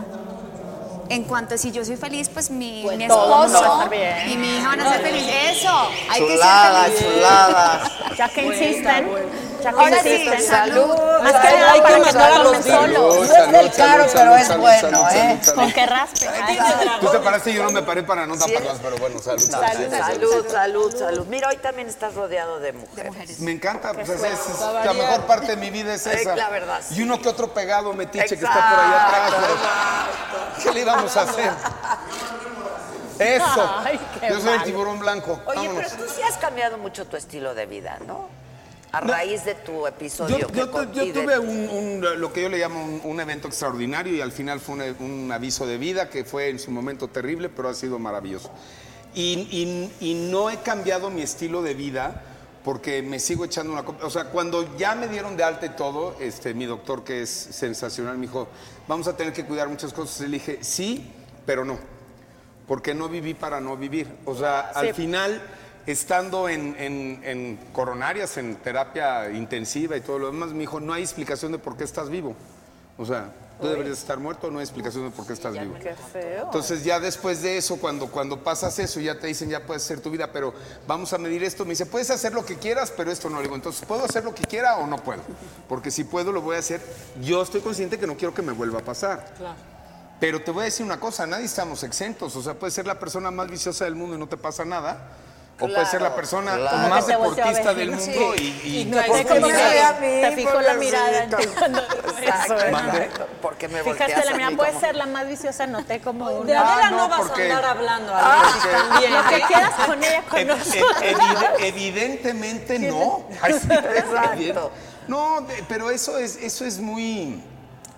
Speaker 3: En cuanto a si yo soy feliz, pues mi, mi
Speaker 4: todo
Speaker 3: esposo
Speaker 4: va a estar bien.
Speaker 3: y mi hija van a ser felices. Eso, hay
Speaker 1: Chulada,
Speaker 3: que ser feliz.
Speaker 1: chulada.
Speaker 4: Ya que insisten, ya que
Speaker 3: Ahora sí,
Speaker 4: insisten.
Speaker 3: salud.
Speaker 4: Más que nada
Speaker 6: Hay que
Speaker 4: para que
Speaker 6: mandar a
Speaker 4: no
Speaker 6: los
Speaker 4: tomen solos.
Speaker 2: Salud,
Speaker 1: No es
Speaker 2: salud,
Speaker 1: del caro,
Speaker 2: salud,
Speaker 1: pero
Speaker 2: salud,
Speaker 1: es
Speaker 2: salud,
Speaker 1: bueno,
Speaker 2: salud,
Speaker 1: ¿eh?
Speaker 2: salud,
Speaker 4: Con
Speaker 2: salud.
Speaker 4: que raspe.
Speaker 2: Tú te paraste y yo no me paré para no taparlas, pero bueno, salud. salud,
Speaker 1: Salud, salud, salud, salud. Mira, hoy también estás rodeado de mujeres.
Speaker 2: Me encanta, pues es, es- es-
Speaker 6: Bavaria.
Speaker 2: la mejor parte de mi vida es
Speaker 1: Eh,
Speaker 2: esa.
Speaker 1: la verdad, sí.
Speaker 2: Y uno que otro pegado metiche que está por allá atrás. pero ¿Qué le íbamos a hacer? Eso.
Speaker 4: Ay, qué
Speaker 2: Yo soy el
Speaker 4: mal.
Speaker 2: tiburón blanco.
Speaker 1: Oye,
Speaker 2: Vámonos.
Speaker 1: pero tú sí has cambiado mucho tu estilo de vida, ¿no? A raíz de tu episodio.
Speaker 2: Yo,
Speaker 1: que
Speaker 2: yo tu-
Speaker 1: con-
Speaker 2: yo
Speaker 1: y de-
Speaker 2: tuve un, un, lo que yo le llamo un, un evento extraordinario y al final fue un, un aviso de vida que fue en su momento terrible, pero ha sido maravilloso. Y, y- y no he cambiado mi estilo de vida porque me sigo echando una... copa. O sea, cuando ya me dieron de alta y todo, este, mi doctor, que es sensacional, me dijo, vamos a tener que cuidar muchas cosas. Le dije, sí, pero no porque no viví para no vivir. O sea, al final, estando en, en- en coronarias, en terapia intensiva y todo lo demás, me dijo, no hay explicación de por qué estás vivo. O sea, Tú deberías estar muerto, no hay explicación de por qué estás vivo.
Speaker 4: Qué feo.
Speaker 2: Entonces ya después de eso, cuando, cuando pasas eso, ya te dicen, ya puedes hacer tu vida, pero vamos a medir esto. Me dice, puedes hacer lo que quieras, pero esto no. Le digo, entonces, ¿puedo hacer lo que quiera o no puedo? Porque si puedo, lo voy a hacer. Yo estoy consciente que no quiero que me vuelva a pasar. Pero te voy a decir una cosa, nadie estamos exentos. O sea, puedes ser la persona más viciosa del mundo y no te pasa nada. O puedes ser la persona
Speaker 1: claro.
Speaker 2: más
Speaker 4: Que te volteo a ver.
Speaker 2: deportista del mundo y, y-
Speaker 4: Y
Speaker 2: ¿por
Speaker 4: caes
Speaker 2: qué
Speaker 4: como
Speaker 2: no?
Speaker 4: que
Speaker 1: me- a mí,
Speaker 4: te fijó la mirada.
Speaker 1: pobrecito.
Speaker 4: en ti cuando-
Speaker 1: Exacto,
Speaker 4: Eso,
Speaker 2: Mande.
Speaker 1: exacto. Porque me
Speaker 4: Fijaste
Speaker 1: volteas
Speaker 4: la
Speaker 1: a
Speaker 4: mirada,
Speaker 1: mí
Speaker 4: puedes
Speaker 1: como-
Speaker 4: ser la más viciosa, no te como
Speaker 6: De
Speaker 4: una.
Speaker 2: Ah,
Speaker 6: Adela no,
Speaker 2: no,
Speaker 6: vas
Speaker 2: porque-
Speaker 6: a andar hablando.
Speaker 2: Ah,
Speaker 6: Adela,
Speaker 2: porque-
Speaker 6: también.
Speaker 4: Lo que
Speaker 6: ¿eh?
Speaker 4: quieras con ella, con
Speaker 2: Ev-
Speaker 4: nosotros.
Speaker 2: ev- evi- e-, evidentemente no. Ay, sí, evidente. No, de- pero eso es, eso es muy.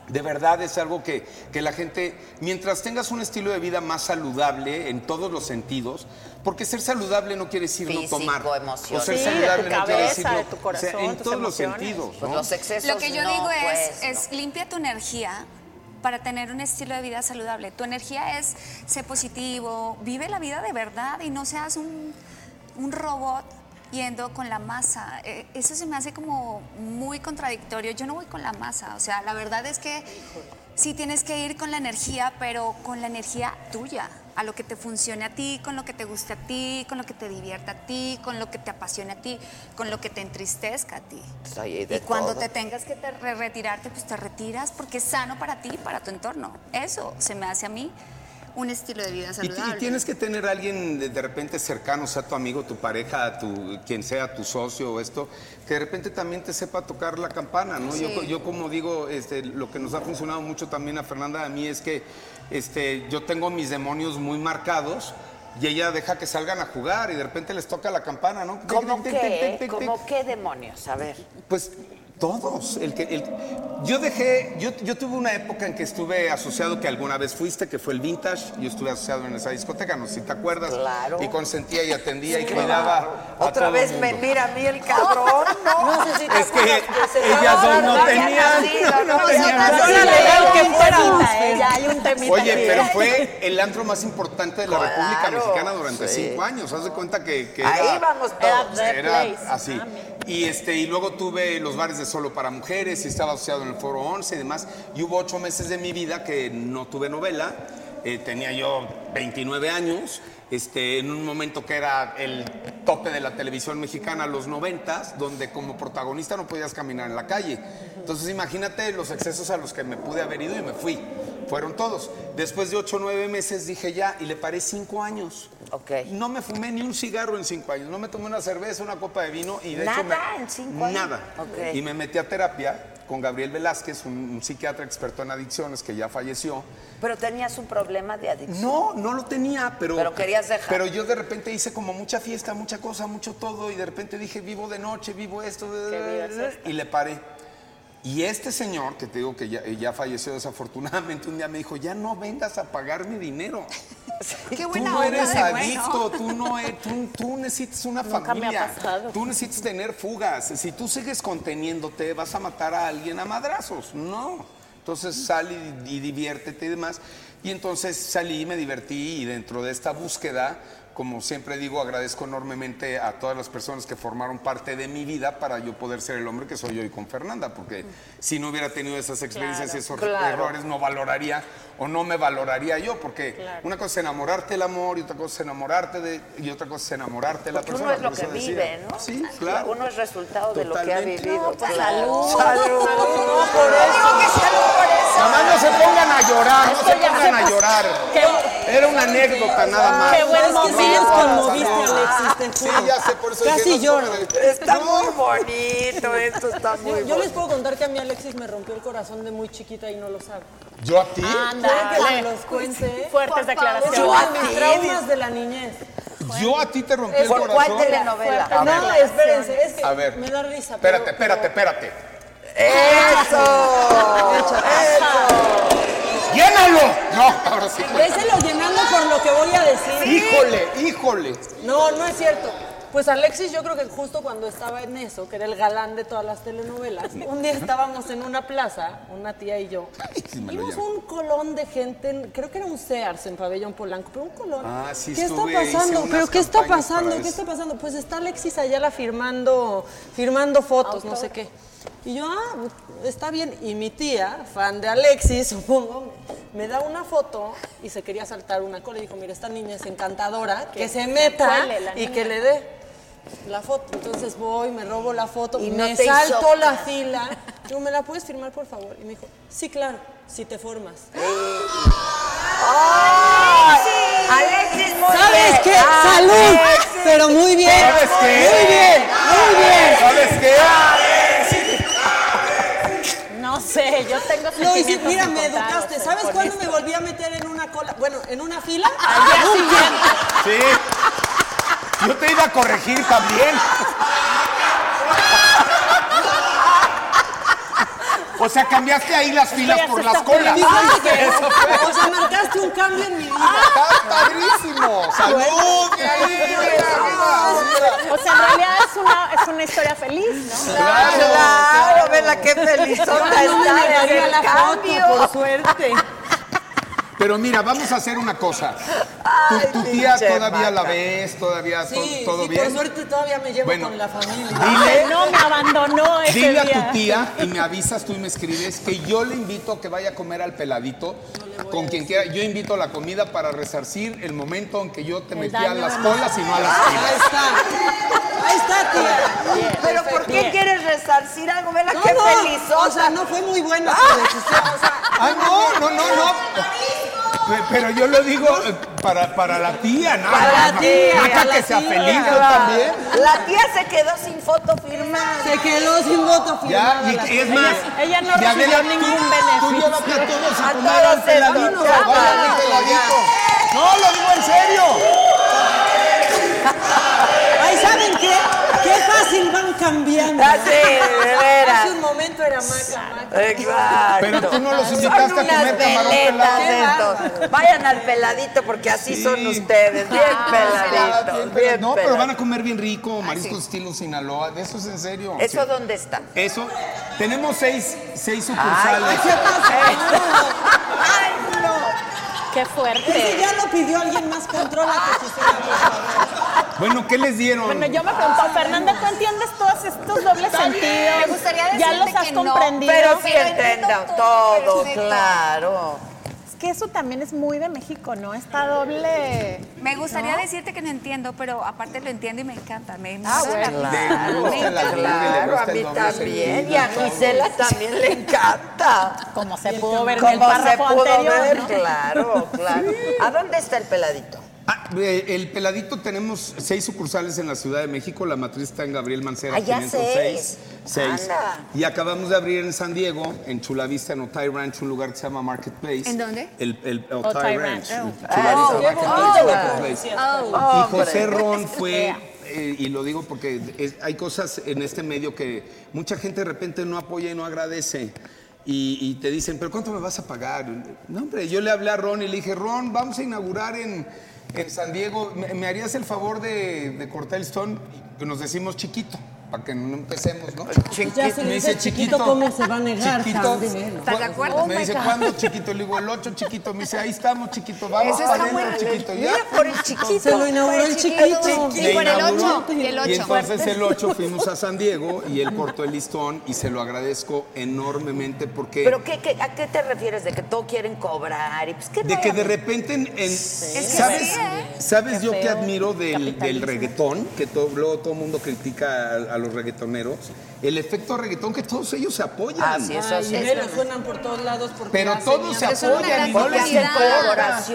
Speaker 2: De verdad es algo que, que la gente, mientras tengas un estilo de vida más saludable en todos los sentidos, porque ser saludable no quiere decir
Speaker 1: Físico,
Speaker 2: no tomar.
Speaker 1: emocional.
Speaker 2: O ser
Speaker 4: Sí, de tu
Speaker 2: saludable no quiere
Speaker 4: cabeza,
Speaker 2: decir no-
Speaker 4: de tu corazón,
Speaker 2: o sea, en
Speaker 4: tus
Speaker 2: todos los
Speaker 4: emociones.
Speaker 2: sentidos.
Speaker 1: Pues
Speaker 2: ¿no?
Speaker 1: los excesos
Speaker 3: Lo que yo
Speaker 1: no,
Speaker 3: digo es,
Speaker 1: pues,
Speaker 3: es limpia tu energía para tener un estilo de vida saludable. Tu energía es sé positivo, vive la vida de verdad y no seas un, un robot yendo con la masa. Eh, Eso se me hace como muy contradictorio. Yo no voy con la masa. O sea, la verdad es que sí tienes que ir con la energía, pero con la energía tuya, a lo que te funcione a ti, con lo que te guste a ti, con lo que te divierta a ti, con lo que te apasiona a ti, con lo que te entristezca a ti.
Speaker 1: Pues ahí hay de
Speaker 3: Y cuando
Speaker 1: todo.
Speaker 3: te tengas que te- re- retirarte, pues te retiras porque es sano para ti y para tu entorno. Eso se me hace a mí un estilo de vida
Speaker 2: Y, ti- y
Speaker 3: saludable.
Speaker 2: tienes que tener a alguien de, de repente cercano, sea tu amigo, tu pareja, tu, quien sea, tu socio o esto, que de repente también te sepa tocar la campana, ¿no? Yo, co- yo como digo, este, lo que nos ha funcionado mucho también a Fernanda, a mí es que este, yo tengo mis demonios muy marcados. Y ella deja que salgan a jugar y de repente les toca la campana, ¿no? Tic,
Speaker 1: ¿Cómo
Speaker 2: tic, tic, tic,
Speaker 1: qué?
Speaker 2: tic, tic, tic.
Speaker 1: ¿Cómo qué demonios? A ver.
Speaker 2: Pues todos. El que, el- yo dejé, yo, yo tuve una época en que estuve asociado, que alguna vez fuiste, que fue el vintage. Yo estuve asociado en esa discoteca, no sé si te acuerdas.
Speaker 1: Claro.
Speaker 2: Y consentía y atendía y cuidaba. a
Speaker 1: Otra
Speaker 2: todo
Speaker 1: vez
Speaker 2: mundo.
Speaker 1: me mira a mí el cabrón, ¿no?
Speaker 6: No sé si te
Speaker 2: Es que
Speaker 6: acuerdas se
Speaker 2: ellas
Speaker 6: trababa
Speaker 2: dos no
Speaker 6: la
Speaker 2: tenían-
Speaker 6: garganta,
Speaker 2: no
Speaker 6: Como
Speaker 2: tenían-
Speaker 6: si
Speaker 2: Yo
Speaker 6: fuera
Speaker 2: la
Speaker 6: legal
Speaker 4: legal
Speaker 6: que
Speaker 4: que
Speaker 6: fuera.
Speaker 2: ¿eh?
Speaker 4: fuera. Ya hay un temita
Speaker 2: Oye,
Speaker 4: aquí.
Speaker 2: pero fue el antro más importante de la
Speaker 1: Claro,
Speaker 2: República Mexicana durante
Speaker 1: sí.
Speaker 2: cinco años. Haz de cuenta que, que
Speaker 1: Ahí
Speaker 2: era-
Speaker 1: vamos todos.
Speaker 4: Era- The
Speaker 2: Era
Speaker 4: place.
Speaker 2: así. Y, este, y luego tuve los bares de solo para mujeres y estaba asociado en el Foro 11 y demás. Y hubo ocho meses de mi vida que no tuve novela. Eh, tenía yo 29 años. Este, en un momento que era el tope de la televisión mexicana, los noventas, donde como protagonista no podías caminar en la calle. Entonces imagínate los excesos a los que me pude haber ido y me fui. Fueron todos. Después de ocho o nueve meses dije ya y le paré cinco años.
Speaker 1: Ok.
Speaker 2: No me fumé ni un cigarro en cinco años. No me tomé una cerveza, una copa de vino y de hecho.
Speaker 1: Nada
Speaker 2: me-
Speaker 1: en cinco años.
Speaker 2: Nada.
Speaker 1: Ok.
Speaker 2: Y me metí a terapia con Gabriel Velázquez, un, un psiquiatra experto en adicciones que ya falleció.
Speaker 1: Pero tenías un problema de adicción.
Speaker 2: No, no lo tenía, pero.
Speaker 1: Pero querías dejar.
Speaker 2: Pero yo de repente hice como mucha fiesta, mucha cosa, mucho todo, y de repente dije, vivo de noche, vivo esto, y le paré. Y este señor, que te digo que ya, ya falleció desafortunadamente, un día me dijo, ya no vengas a pagar mi dinero.
Speaker 3: Qué
Speaker 2: Tú
Speaker 3: buena
Speaker 2: no
Speaker 3: onda
Speaker 2: eres
Speaker 3: de
Speaker 2: adicto,
Speaker 3: bueno.
Speaker 2: tú no e- tú, tú necesitas una
Speaker 4: Nunca me ha
Speaker 2: familia.
Speaker 4: pasado.
Speaker 2: Tú necesitas tener fugas. Si tú sigues conteniéndote, vas a matar a alguien a madrazos. No. Entonces sal y, y diviértete y demás. Y entonces salí y me divertí y dentro de esta búsqueda, como siempre digo, agradezco enormemente a todas las personas que formaron parte de mi vida para yo poder ser el hombre que soy hoy con Fernanda, porque si no hubiera tenido esas experiencias y esos
Speaker 1: claro.
Speaker 2: errores, no valoraría o no me valoraría yo, porque una cosa es enamorarte del amor y otra cosa es enamorarte de y otra cosa es enamorarte de la
Speaker 1: Porque uno
Speaker 2: persona.
Speaker 1: es lo
Speaker 2: por
Speaker 1: que
Speaker 2: eso decía.
Speaker 1: vive, ¿no?
Speaker 2: Sí, claro.
Speaker 1: Uno es resultado de lo que ha
Speaker 2: Totalmente.
Speaker 1: vivido.
Speaker 4: No, pues,
Speaker 1: claro.
Speaker 4: salud.
Speaker 1: Salud.
Speaker 2: Nada más no se pongan a llorar, no
Speaker 4: Esto
Speaker 2: se
Speaker 4: ya
Speaker 2: pongan
Speaker 4: se
Speaker 2: a
Speaker 4: pasó.
Speaker 2: llorar.
Speaker 4: Qué-
Speaker 2: Era una anécdota nada más.
Speaker 4: Qué
Speaker 6: Pero
Speaker 4: buen
Speaker 6: es que sí
Speaker 4: momento.
Speaker 6: nos conmoviste, Alexis, te
Speaker 2: Sí,
Speaker 6: juro.
Speaker 2: ya sé, por eso
Speaker 6: Casi
Speaker 2: dije, no,
Speaker 6: lloro.
Speaker 2: no,
Speaker 1: Ah. Está muy bonito, esto está muy
Speaker 6: Yo,
Speaker 1: bonito.
Speaker 6: yo les puedo contar que a mí Alexis me rompió el corazón de muy chiquita y no lo sabe.
Speaker 2: Yo a ti.
Speaker 6: ¿Quieren que se
Speaker 4: Ándale.
Speaker 6: los cuente?
Speaker 4: Fuertes
Speaker 6: Es
Speaker 4: declaraciones.
Speaker 1: Yo
Speaker 6: uno de
Speaker 1: a
Speaker 6: mis
Speaker 1: ti,
Speaker 6: traumas de la niñez.
Speaker 2: Yo a ti te rompí el
Speaker 1: ¿Por cuál
Speaker 2: corazón.
Speaker 1: telenovela?
Speaker 4: Fuerte.
Speaker 6: No, espérense, es que
Speaker 2: A ver.
Speaker 6: me da risa.
Speaker 2: Espérate,
Speaker 6: pero-
Speaker 2: espérate, espérate.
Speaker 1: ¡Eso!
Speaker 2: ¡Llénalo! No, ahora sí.
Speaker 6: Véselo llenando con lo que voy a decir.
Speaker 2: Híjole, híjole.
Speaker 6: No, no es cierto. Pues Alexis, yo creo que justo cuando estaba en eso, que era el galán de todas las telenovelas, un día estábamos en una plaza, una tía y yo,
Speaker 2: sí me lo
Speaker 6: vimos
Speaker 2: llevo.
Speaker 6: un colón de gente, en- creo que era un Sears en Pabellón Polanco, pero un colón.
Speaker 2: Ah, sí
Speaker 6: ¿Qué
Speaker 2: estuve,
Speaker 6: está
Speaker 2: hice
Speaker 6: pasando?
Speaker 2: unas
Speaker 6: ¿Pero qué está
Speaker 2: campañas
Speaker 6: pasando?
Speaker 2: para
Speaker 6: ¿Qué
Speaker 2: eso.
Speaker 6: está pasando? Pues está Alexis Ayala firmando, firmando fotos, no sé qué. Y yo, ah, está bien. Y mi tía, fan de Alexis, supongo, me, me da una foto y se quería saltar una cola. Y dijo, mira, esta niña es encantadora, que, se meta
Speaker 4: cuele la
Speaker 6: y que le dé la foto. Entonces voy, me robo la foto,
Speaker 1: Y
Speaker 6: y
Speaker 1: no
Speaker 6: me
Speaker 1: te hizo
Speaker 6: salto la
Speaker 1: caso.
Speaker 6: fila. Digo, ¿me la puedes firmar, por favor? Y me dijo, sí, claro, si te formas.
Speaker 1: Alexis, muy
Speaker 6: ¿Sabes
Speaker 1: bien.
Speaker 6: qué?
Speaker 1: Ah,
Speaker 6: ¡Salud! Pero muy bien.
Speaker 2: ¿Sabes qué?
Speaker 6: Muy bien, muy bien.
Speaker 2: ¿Sabes qué?
Speaker 4: No sé, yo tengo
Speaker 6: No, y si-
Speaker 4: sentimientos
Speaker 6: mira, me
Speaker 4: encontrados,
Speaker 6: educaste.
Speaker 4: soy
Speaker 6: ¿Sabes
Speaker 4: por
Speaker 6: cuándo
Speaker 4: eso.
Speaker 6: me volví a meter en una cola? Bueno, en una fila. Ah,
Speaker 2: Sí. Yo te iba a corregir también. O sea, cambiaste ahí las filas por las colas. Ah,
Speaker 6: Fíjate que-
Speaker 2: Eso fue. Ah,
Speaker 6: O sea, marcaste un cambio en mi vida.
Speaker 2: Está padrísimo. Salud. mi alegría, arriba.
Speaker 4: O sea, en realidad es una, es una historia feliz, ¿no?
Speaker 1: Claro, vela qué felizota
Speaker 6: No me
Speaker 1: está de
Speaker 6: negaría
Speaker 1: ver
Speaker 6: la
Speaker 1: el cambio.
Speaker 6: foto, por suerte.
Speaker 2: Pero mira, vamos a hacer una cosa. Tu, tu tía
Speaker 1: pinche
Speaker 2: todavía la
Speaker 1: maca.
Speaker 2: ves, todavía to-
Speaker 6: Sí,
Speaker 2: todo
Speaker 6: sí,
Speaker 2: bien.
Speaker 6: por suerte todavía me llevo
Speaker 2: Bueno.
Speaker 6: con la familia.
Speaker 2: Dile,
Speaker 4: No me abandonó ese
Speaker 2: dile a
Speaker 4: día.
Speaker 2: tu tía y me avisas tú y me escribes que yo le invito a que vaya a comer al peladito con quien quiera. Yo invito a la comida para resarcir el momento en que yo te metí a
Speaker 4: daño
Speaker 2: las
Speaker 4: de-
Speaker 2: colas y no a las filas.
Speaker 6: Ah, Ahí está. Ahí está, tía.
Speaker 1: Pero ¿por qué quieres resarcir algo? Vela
Speaker 6: No,
Speaker 1: qué
Speaker 6: no,
Speaker 1: felizota.
Speaker 6: O sea, no fue muy buena su decisión. O sea,
Speaker 2: Ah, no, no, no, no. Pe- Pero yo lo digo eh, para, para la tía, ¿no?
Speaker 6: Para
Speaker 2: no,
Speaker 6: la tía,
Speaker 2: Maca,
Speaker 6: para la
Speaker 2: que sea
Speaker 6: tía.
Speaker 2: feliz yo
Speaker 6: Claro.
Speaker 2: también.
Speaker 1: La tía se quedó sin foto firmada.
Speaker 6: se quedó sin voto
Speaker 2: Ya,
Speaker 6: firmada. la
Speaker 2: y es
Speaker 6: tía.
Speaker 2: más,
Speaker 4: ella no
Speaker 2: y
Speaker 4: recibió
Speaker 2: Adela, tú-
Speaker 4: ningún
Speaker 2: Tú
Speaker 4: beneficio.
Speaker 2: llévate a todos a
Speaker 1: A
Speaker 2: comer
Speaker 1: todos
Speaker 2: al peladito.
Speaker 1: estos, ya,
Speaker 2: vaya al
Speaker 1: ya.
Speaker 2: peladito. No, lo digo en serio.
Speaker 6: Ay, ¿saben qué? Qué fácil van cambiando.
Speaker 1: Ah, sí, de veras.
Speaker 6: Hace un momento era maca, maca.
Speaker 1: Exacto.
Speaker 2: Pero tú no los invitaste
Speaker 1: Son
Speaker 2: a comer
Speaker 1: unas
Speaker 2: camarón
Speaker 1: veletas
Speaker 2: pelado.
Speaker 1: estos. Vayan al peladito porque así
Speaker 2: Sí. Ah,
Speaker 1: son ustedes. Bien peladitos.
Speaker 2: Bien,
Speaker 1: bien
Speaker 2: no, pero van
Speaker 1: peladitos. Ah,
Speaker 2: a comer bien rico, mariscos estilo Sinaloa, de eso es en serio.
Speaker 1: ¿Eso
Speaker 2: Sí.
Speaker 1: dónde está?
Speaker 2: Eso, tenemos seis, seis
Speaker 1: Ay,
Speaker 2: sucursales.
Speaker 1: ¿qué pasa? Ay, no.
Speaker 4: Qué fuerte.
Speaker 6: Ese ya lo pidió alguien más, controla tu sistema.
Speaker 2: Bueno, ¿qué les dieron?
Speaker 4: Bueno, yo me pregunto, Fernanda, ¿tú entiendes todos estos dobles sentidos?
Speaker 3: Me gustaría
Speaker 4: ya
Speaker 3: decirte
Speaker 4: los has
Speaker 3: que no,
Speaker 4: comprendido.
Speaker 1: Pero sí
Speaker 3: Pero entiendo
Speaker 1: entiendo
Speaker 3: todo,
Speaker 1: todo,
Speaker 3: perfecto.
Speaker 1: claro.
Speaker 4: Es que eso también es muy de México, ¿no? Esta doble.
Speaker 3: Me gustaría decirte que no entiendo, pero aparte lo entiendo y me encanta. Me
Speaker 1: Ah,
Speaker 3: emociona.
Speaker 1: bueno,
Speaker 2: Le gusta la doble, le
Speaker 1: claro,
Speaker 2: gusta
Speaker 1: a
Speaker 2: el
Speaker 1: mí
Speaker 2: doble
Speaker 1: también.
Speaker 2: sentido,
Speaker 1: Y a
Speaker 2: todo.
Speaker 1: Gisela también le encanta.
Speaker 4: Como se pudo ver en el
Speaker 1: Como se
Speaker 4: párrafo
Speaker 1: pudo
Speaker 4: anterior.
Speaker 1: ver,
Speaker 4: ¿no?
Speaker 1: claro, claro. ¿A dónde está el peladito?
Speaker 2: Ah, eh, el peladito tenemos seis sucursales en la Ciudad de México. La matriz está en Gabriel Mancera,
Speaker 1: Ah, ya
Speaker 2: 506. Seis.
Speaker 1: Anda.
Speaker 2: Y acabamos de abrir en San Diego, en Chula Vista, en Otay Ranch, un lugar que se llama Marketplace.
Speaker 3: ¿En dónde?
Speaker 2: El, el Otay,
Speaker 4: Otay
Speaker 2: Ranch.
Speaker 4: Ranch.
Speaker 2: Chula Vista
Speaker 1: Oh,
Speaker 2: Marketplace, Marketplace. Y José Ron fue, eh, y lo digo porque es- hay cosas en este medio que mucha gente de repente no apoya y no agradece. Y, y te dicen, ¿pero cuánto me vas a pagar? No, hombre, yo le hablé a Ron y le dije, Ron, vamos a inaugurar en, en San Diego. ¿Me, me harías el favor de, de cortar el stone? Que nos decimos chiquito, para que no empecemos, ¿no?
Speaker 6: Ya se
Speaker 2: Me dice chiquito.
Speaker 6: ¿Cómo se va a negar?
Speaker 2: Chiquito.
Speaker 6: también?
Speaker 3: ¿Estás de acuerdo?
Speaker 2: Me
Speaker 3: Oh, my
Speaker 2: dice,
Speaker 3: God.
Speaker 2: ¿cuándo chiquito? Le digo, el 8 chiquito. Me dice, ahí estamos chiquito, vamos
Speaker 3: Eso
Speaker 2: para
Speaker 3: está muy
Speaker 2: adentro chiquito. Ya.
Speaker 1: Mira por el chiquito.
Speaker 6: Se lo inauguró el chiquito.
Speaker 2: Le
Speaker 3: Y por el
Speaker 2: inauguró,
Speaker 3: 8, el
Speaker 2: Y
Speaker 3: 8.
Speaker 2: entonces el 8 fuimos a San Diego y él cortó el listón y se lo agradezco enormemente porque
Speaker 1: ¿Pero qué, qué- a qué te refieres? ¿De que todo quieren cobrar? Y pues, ¿qué
Speaker 2: de
Speaker 1: no
Speaker 2: que
Speaker 1: hay?
Speaker 2: de repente en, en-
Speaker 3: que
Speaker 2: sabes
Speaker 3: sí, ¿eh?
Speaker 2: sabes yo que
Speaker 4: feo
Speaker 2: admiro
Speaker 4: el
Speaker 2: del, del
Speaker 4: capitalismo.
Speaker 2: reggaetón que todo, luego todo el mundo critica a, a los reggaetoneros el efecto reggaetón que todos ellos se apoyan
Speaker 1: Ah, sí, eso sí.
Speaker 6: Y ve, lo suenan por todos lados porque
Speaker 2: pero
Speaker 6: hacen y
Speaker 2: todos se
Speaker 6: hacen.
Speaker 3: son una
Speaker 2: apoyan y
Speaker 3: gran
Speaker 2: no les
Speaker 3: comunidad.
Speaker 2: importa y se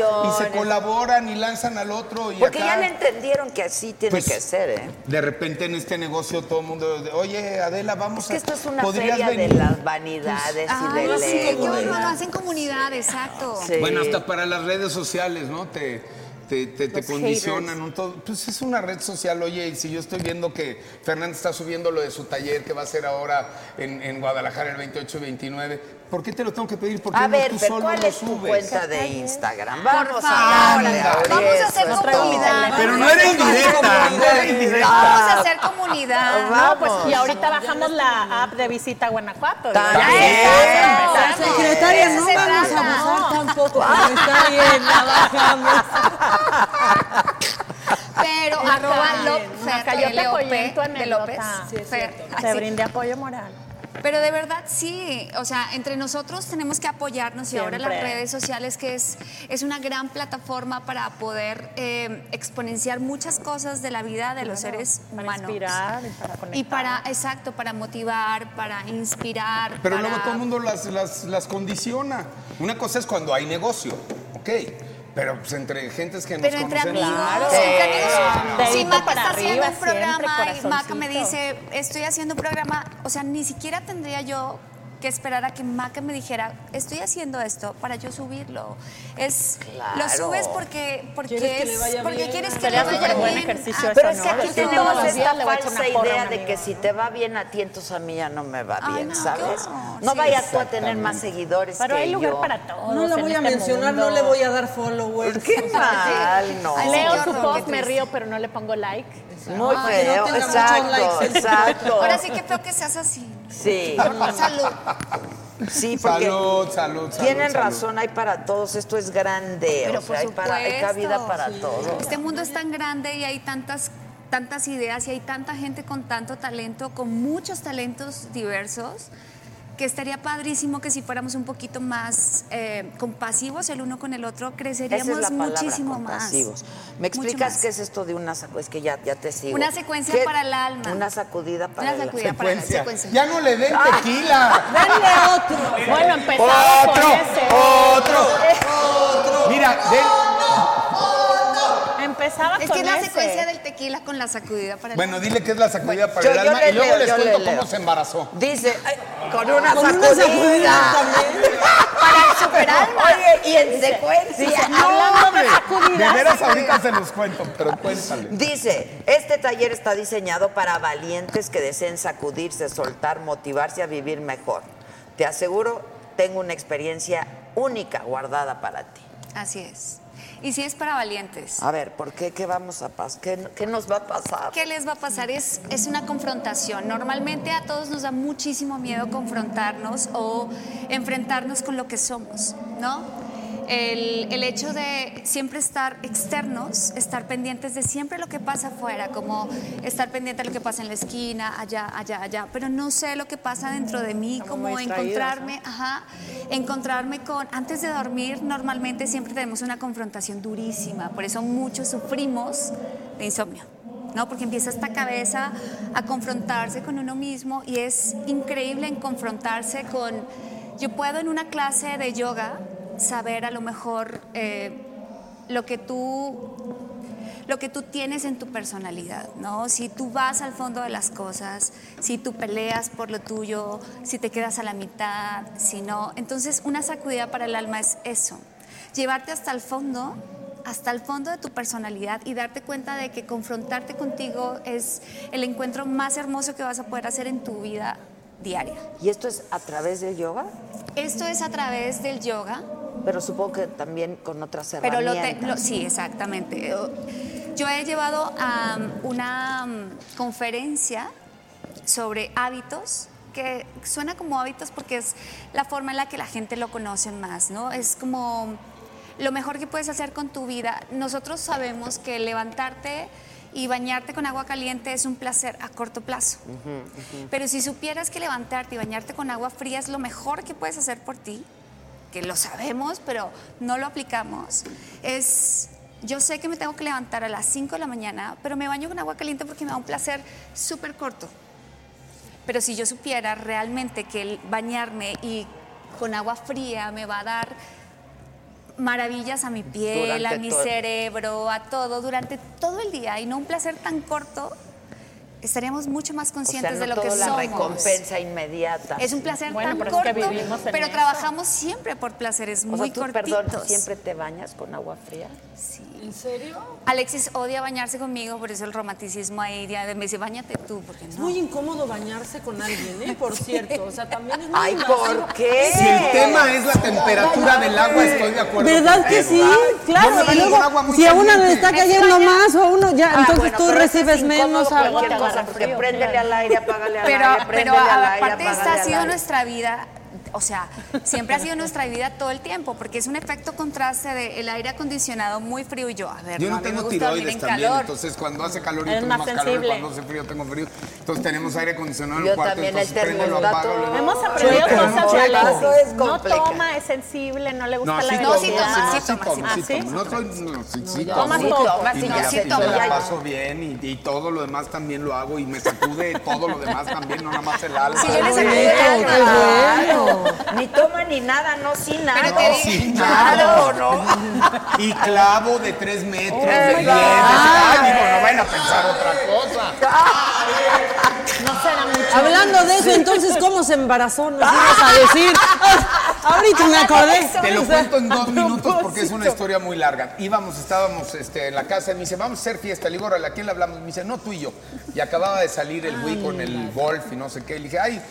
Speaker 1: Colaboraciones.
Speaker 2: colaboran y lanzan al otro y
Speaker 1: Porque
Speaker 2: acá.
Speaker 1: ya le entendieron que así tiene
Speaker 2: Pues,
Speaker 1: que ser, ¿eh?
Speaker 2: De repente en este negocio todo el mundo, oye Adela, vamos
Speaker 1: Es que
Speaker 2: a...
Speaker 1: esto es una
Speaker 2: ¿podrías
Speaker 1: feria de
Speaker 2: venir?"
Speaker 1: las vanidades y
Speaker 3: Ay,
Speaker 1: del
Speaker 3: Ah, sí, qué
Speaker 1: ego.
Speaker 3: bueno, lo hacen comunidad, exacto.
Speaker 1: Sí.
Speaker 2: Bueno, hasta para las redes sociales, ¿no? Te, te, te- te condicionan un todo. Pues es una red social, oye, y si yo estoy viendo que Fernández está subiendo lo de su taller que va a hacer ahora en, en Guadalajara el 28 y 29, ¿por qué te lo tengo que pedir? ¿Por qué
Speaker 1: A
Speaker 2: no
Speaker 1: ver,
Speaker 2: tú
Speaker 1: pero
Speaker 2: solo
Speaker 1: ¿cuál
Speaker 2: lo
Speaker 1: es tu
Speaker 2: subes?
Speaker 3: Pues,
Speaker 1: cuenta de Instagram? Vamos a
Speaker 3: favor,
Speaker 1: darle,
Speaker 2: vamos a
Speaker 1: Gabriel,
Speaker 3: hacer
Speaker 1: eso es
Speaker 3: comunidad.
Speaker 1: todo.
Speaker 2: Pero no era indirecta, no era indirecta.
Speaker 3: Vamos a hacer comunidad.
Speaker 1: Vamos.
Speaker 4: No, pues y ahorita bajamos la app de visita a Guanajuato.
Speaker 1: Tan-
Speaker 4: Ya
Speaker 1: Eso,
Speaker 4: empezamos.
Speaker 6: Secretaria, no
Speaker 3: se
Speaker 6: vamos a
Speaker 3: trata.
Speaker 6: abusar tampoco, pero está bien, la
Speaker 4: Ah.
Speaker 6: bajamos.
Speaker 3: Pero arroba
Speaker 4: bien.
Speaker 3: Lop-
Speaker 4: Maca,
Speaker 3: Fer,
Speaker 4: yo te
Speaker 3: L-O-P
Speaker 4: apoyé en tu
Speaker 3: de López.
Speaker 4: anécdota.
Speaker 3: Fer,
Speaker 4: Te
Speaker 3: así.
Speaker 4: brindé apoyo moral.
Speaker 3: Pero de verdad sí, o sea, entre nosotros tenemos que apoyarnos y ahora las
Speaker 4: Siempre.
Speaker 3: redes sociales que es, es una gran plataforma para poder eh, exponenciar muchas cosas de la vida de los seres
Speaker 4: para
Speaker 3: humanos.
Speaker 4: inspirar y para conectar.
Speaker 3: Y para, exacto, para motivar, para inspirar.
Speaker 2: Pero
Speaker 3: para-
Speaker 2: luego todo el mundo las, las- las condiciona. Una cosa es cuando hay negocio, ok. Pero pues, entre gentes que
Speaker 3: Pero
Speaker 2: nos
Speaker 3: entre
Speaker 2: conocen.
Speaker 3: amigos,
Speaker 2: Claro.
Speaker 3: entre
Speaker 4: Claro.
Speaker 3: amigos. Si
Speaker 4: Dedito
Speaker 3: Maca
Speaker 4: para
Speaker 3: está haciendo
Speaker 4: arriba
Speaker 3: un programa
Speaker 4: siempre,
Speaker 3: y Maca me dice,
Speaker 4: corazoncito.
Speaker 3: estoy haciendo un programa, o sea, ni siquiera tendría yo que esperar a que Maca me dijera, estoy haciendo esto para yo subirlo. Es lo
Speaker 1: Claro.
Speaker 3: subes porque porque
Speaker 6: Quieres que
Speaker 3: es-
Speaker 6: le vaya
Speaker 3: porque
Speaker 6: bien.
Speaker 3: quieres que
Speaker 4: Sería
Speaker 3: le vaya
Speaker 4: súper
Speaker 3: bien.
Speaker 4: buen ejercicio
Speaker 3: Ah,
Speaker 4: eso,
Speaker 3: pero es que
Speaker 4: ¿no?
Speaker 3: aquí tenemos
Speaker 4: Decir,
Speaker 1: tenemos
Speaker 4: todos los
Speaker 1: esta
Speaker 4: días le voy a echar una
Speaker 1: falsa
Speaker 4: porra a un
Speaker 1: idea de
Speaker 4: amigo.
Speaker 1: que si te va bien a ti, entonces a mí ya no me va
Speaker 3: Ay,
Speaker 1: bien,
Speaker 3: no, qué
Speaker 1: ¿sabes?
Speaker 3: horror,
Speaker 1: No
Speaker 3: sí.
Speaker 1: vayas tú a tener más seguidores
Speaker 4: Pero
Speaker 1: que
Speaker 4: hay lugar
Speaker 1: yo.
Speaker 4: para todos.
Speaker 6: No la
Speaker 4: en
Speaker 6: voy a
Speaker 4: este
Speaker 6: mencionar, no
Speaker 4: mundo.
Speaker 6: le voy a dar followers.
Speaker 1: Qué mal, no.
Speaker 3: Ay, sí,
Speaker 4: Leo
Speaker 3: qué
Speaker 4: su
Speaker 3: horror,
Speaker 4: post,
Speaker 3: qué
Speaker 4: me
Speaker 3: triste.
Speaker 4: río, pero no le pongo like.
Speaker 1: Muy
Speaker 6: Ay, Ah, que no
Speaker 1: feo,
Speaker 6: tenga muchos
Speaker 1: exacto,
Speaker 6: likes.
Speaker 1: exacto.
Speaker 3: Ahora sí que feo que seas así.
Speaker 1: Sí,
Speaker 3: Salud.
Speaker 1: sí, porque
Speaker 2: Salud, salud, salud.
Speaker 1: tienen
Speaker 2: salud.
Speaker 1: razón, hay para todos, esto es grande,
Speaker 3: Pero
Speaker 1: o sea, hay,
Speaker 3: por
Speaker 1: para, hay
Speaker 3: supuesto,
Speaker 1: cabida para
Speaker 3: sí.
Speaker 1: todos.
Speaker 3: Este mundo es tan grande y hay tantas tantas ideas y hay tanta gente con tanto talento, con muchos talentos diversos, que estaría padrísimo que si fuéramos un poquito más eh, compasivos el uno con el otro, creceríamos
Speaker 1: Esa es la palabra,
Speaker 3: muchísimo más.
Speaker 1: compasivos. ¿Me
Speaker 3: Mucho
Speaker 1: explicas
Speaker 3: más.
Speaker 1: qué es esto de una sacudida? Es que ya, ya te sigo.
Speaker 3: Una secuencia
Speaker 1: ¿Qué-
Speaker 3: para el alma.
Speaker 1: Una sacudida para
Speaker 3: Una
Speaker 1: el alma.
Speaker 3: sacudida para la
Speaker 2: Secuencia.
Speaker 3: secuencia.
Speaker 2: Ya no le den tequila.
Speaker 6: Dale otro.
Speaker 4: Bueno, empezamos
Speaker 2: Otro,
Speaker 4: con ese.
Speaker 2: otro, Mira, den-
Speaker 4: Empezaba
Speaker 3: Es
Speaker 4: con
Speaker 3: que es la
Speaker 4: ese.
Speaker 3: secuencia del tequila con la sacudida para el
Speaker 2: bueno,
Speaker 3: alma.
Speaker 2: dile que es la sacudida para
Speaker 1: Yo-
Speaker 2: el
Speaker 1: yo
Speaker 2: alma
Speaker 1: le
Speaker 2: y luego
Speaker 1: leo,
Speaker 2: les
Speaker 1: yo le
Speaker 2: cuento
Speaker 1: leo.
Speaker 2: cómo se embarazó.
Speaker 1: Dice, ay, con una
Speaker 6: Con una
Speaker 1: sacudida.
Speaker 6: sacudida también.
Speaker 1: para el superalma. Oye, y en secuencia.
Speaker 2: Hablando de De veras, ahorita se los cuento, pero cuéntale.
Speaker 1: Dice, este taller está diseñado para valientes que deseen sacudirse, soltar, motivarse a vivir mejor. Te aseguro, tengo una experiencia única guardada para ti.
Speaker 3: Así es. Y si es para valientes.
Speaker 1: A ver, ¿por qué? ¿Qué vamos a pasar? ¿Qué, qué nos va a pasar?
Speaker 3: ¿Qué les va a pasar? Es, es una confrontación. Normalmente a todos nos da muchísimo miedo confrontarnos o enfrentarnos con lo que somos, ¿no? El, el hecho de siempre estar externos, estar pendientes de siempre lo que pasa afuera, como estar pendiente de lo que pasa en la esquina, allá, allá, allá, pero no sé lo que pasa dentro de mí, como encontrarme, ajá, encontrarme con, antes de dormir normalmente siempre tenemos una confrontación durísima, por eso muchos sufrimos de insomnio. ¿no? Porque empieza esta cabeza a confrontarse con uno mismo y es increíble en confrontarse con... Yo puedo en una clase de yoga saber a lo mejor eh, lo que tú lo que tú tienes en tu personalidad, ¿no? Si tú vas al fondo de las cosas, si tú peleas por lo tuyo, si te quedas a la mitad, si no. Entonces, una sacudida para el alma es eso, llevarte hasta el fondo, hasta el fondo de tu personalidad y darte cuenta de que confrontarte contigo es el encuentro más hermoso que vas a poder hacer en tu vida diaria.
Speaker 1: ¿Y esto es a través del yoga?
Speaker 3: Esto es a través del yoga,
Speaker 1: Pero supongo que también con otras
Speaker 3: Pero lo, te-
Speaker 1: herramientas.
Speaker 3: lo- sí, exactamente. Yo he llevado a una mm, conferencia sobre hábitos que suena como hábitos porque es la forma en la que la gente lo conoce más, ¿no? Es como lo mejor que puedes hacer con tu vida. Nosotros sabemos que levantarte y bañarte con agua caliente es un placer a corto plazo. Pero si supieras que levantarte y bañarte con agua fría es lo mejor que puedes hacer por ti, que lo sabemos, pero no lo aplicamos, es, yo sé que me tengo que levantar a las 5 de la mañana, pero me baño con agua caliente porque me da un placer súper corto. Pero si yo supiera realmente que el bañarme y con agua fría me va a dar maravillas a mi piel,
Speaker 1: Durante
Speaker 3: a mi
Speaker 1: todo-
Speaker 3: cerebro, a todo, durante todo el día y no un placer tan corto, estaríamos mucho más
Speaker 1: o sea,
Speaker 3: conscientes
Speaker 1: no
Speaker 3: de lo
Speaker 1: todo
Speaker 3: que
Speaker 1: la
Speaker 3: somos.
Speaker 1: recompensa inmediata.
Speaker 3: Es un placer
Speaker 4: Bueno,
Speaker 3: tan
Speaker 4: pero es
Speaker 3: corto,
Speaker 4: que vivimos en
Speaker 3: pero
Speaker 4: eso.
Speaker 3: trabajamos siempre por placeres
Speaker 1: o
Speaker 3: muy
Speaker 1: sea, tú,
Speaker 3: cortitos.
Speaker 1: perdón, ¿siempre te bañas con agua fría?
Speaker 6: ¿En serio?
Speaker 3: Alexis odia bañarse conmigo, por eso el romanticismo ahí ya de- me dice, bañate tú, porque
Speaker 6: Es
Speaker 3: no.
Speaker 6: muy incómodo bañarse con alguien, ¿eh? Por cierto. O sea, también es muy
Speaker 1: Ay,
Speaker 6: invasivo.
Speaker 1: ¿por qué?
Speaker 2: Si el tema es la temperatura del agua, estoy de acuerdo.
Speaker 5: ¿Verdad que sí?
Speaker 2: No
Speaker 5: Claro,
Speaker 2: me
Speaker 5: y
Speaker 2: baño
Speaker 5: luego,
Speaker 2: con agua muy
Speaker 5: si a uno
Speaker 2: caliente.
Speaker 5: le está cayendo más o a uno ya,
Speaker 1: Ah,
Speaker 5: entonces
Speaker 1: bueno,
Speaker 5: tú
Speaker 1: pero
Speaker 3: Pues
Speaker 1: eso es
Speaker 5: recibes
Speaker 1: incómodo,
Speaker 5: menos agua.
Speaker 1: cualquier cosa, porque préndele al aire, apágale al
Speaker 3: Pero,
Speaker 1: aire, préndele
Speaker 3: pero
Speaker 1: al aire,
Speaker 3: aparte,
Speaker 1: apágale
Speaker 3: esta ha
Speaker 1: al
Speaker 3: sido
Speaker 1: aire.
Speaker 3: nuestra vida o sea, siempre ha sido nuestra vida todo el tiempo, porque es un efecto contraste del aire acondicionado muy frío y yo, a ver,
Speaker 2: Yo
Speaker 3: no,
Speaker 2: no
Speaker 3: a mí me
Speaker 2: tengo
Speaker 3: gusta dormir
Speaker 2: tiroides
Speaker 3: en
Speaker 2: también,
Speaker 3: calor.
Speaker 2: entonces cuando hace calor yo
Speaker 4: Eres
Speaker 2: tengo
Speaker 4: más
Speaker 2: más, calor,
Speaker 4: sensible.
Speaker 2: cuando hace frío tengo frío. Entonces tenemos aire acondicionado en
Speaker 1: Yo
Speaker 2: el cuarto,
Speaker 1: también, el
Speaker 2: entonces prendo, lo
Speaker 1: termostato.
Speaker 2: apago, lo-
Speaker 4: Hemos aprendido
Speaker 2: Chueco,
Speaker 4: cosas de
Speaker 2: chueco.
Speaker 1: Alex.
Speaker 4: Alexis.
Speaker 1: Eso es
Speaker 4: no
Speaker 1: complica.
Speaker 4: toma, es sensible, no le gusta
Speaker 2: No, sí
Speaker 4: la ¿Ah,
Speaker 2: tomo,
Speaker 3: sí
Speaker 2: sí
Speaker 3: toma, sí
Speaker 4: bebida.
Speaker 2: tomo,
Speaker 3: toma, sí
Speaker 2: sí
Speaker 4: toma.
Speaker 2: tomo. No soy, no, sí, sí
Speaker 1: yo
Speaker 2: tomo.
Speaker 4: Tomas todo.
Speaker 1: tomas,
Speaker 2: Y
Speaker 1: sí,
Speaker 2: me
Speaker 1: yo
Speaker 2: la,
Speaker 1: sí
Speaker 2: y me
Speaker 1: tomo,
Speaker 2: la
Speaker 1: ya, ya.
Speaker 2: paso bien y, y todo lo demás también lo hago y me sacude todo lo demás también, no nada más el alma.
Speaker 3: Sí, yo les sacudo el
Speaker 1: Claro,
Speaker 3: alma.
Speaker 1: Ni toma ni nada, no sin nada.
Speaker 3: Pero te
Speaker 1: No,
Speaker 3: digo-
Speaker 1: sin nada, ¿no?
Speaker 2: Y clavo de tres metros, de diez. de-
Speaker 1: Ah.
Speaker 2: Ay, digo, no vayan a pensar otra cosa.
Speaker 5: Hablando de eso, entonces, ¿cómo se embarazó?
Speaker 1: Ah.
Speaker 5: Nos ibas a decir. Ahorita me acordé.
Speaker 2: Te lo
Speaker 5: O sea,
Speaker 2: cuento en dos
Speaker 5: a
Speaker 2: minutos porque es
Speaker 5: propósito.
Speaker 2: una historia muy larga. Íbamos, estábamos este, en la casa y me dice, vamos a hacer fiesta. Le digo, órale, ¿a quién le hablamos? Me dice, no, tú y yo. Y acababa de salir el güey con el golf y no sé qué. Le dije, ay,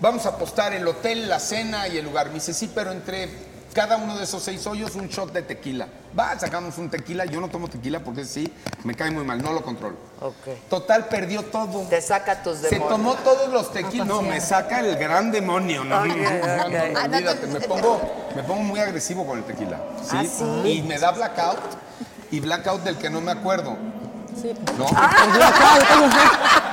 Speaker 2: vamos a apostar el hotel, la cena y el lugar. Me dice, sí, pero entre cada uno de esos seis hoyos un shot de tequila. Va, sacamos un tequila. Yo no tomo tequila porque sí, me cae muy mal, no lo controlo.
Speaker 1: Ok.
Speaker 2: Total, perdió todo.
Speaker 1: Te saca tus
Speaker 2: Se
Speaker 1: demonios.
Speaker 2: tomó todos los tequilas. No, me saca el gran demonio. No,
Speaker 1: Ok,
Speaker 2: No, no,
Speaker 1: ok.
Speaker 2: Ah, no, olvídate, me pongo, me pongo muy agresivo con el tequila. ¿sí? Y me da blackout y blackout del que no me acuerdo. ¿No?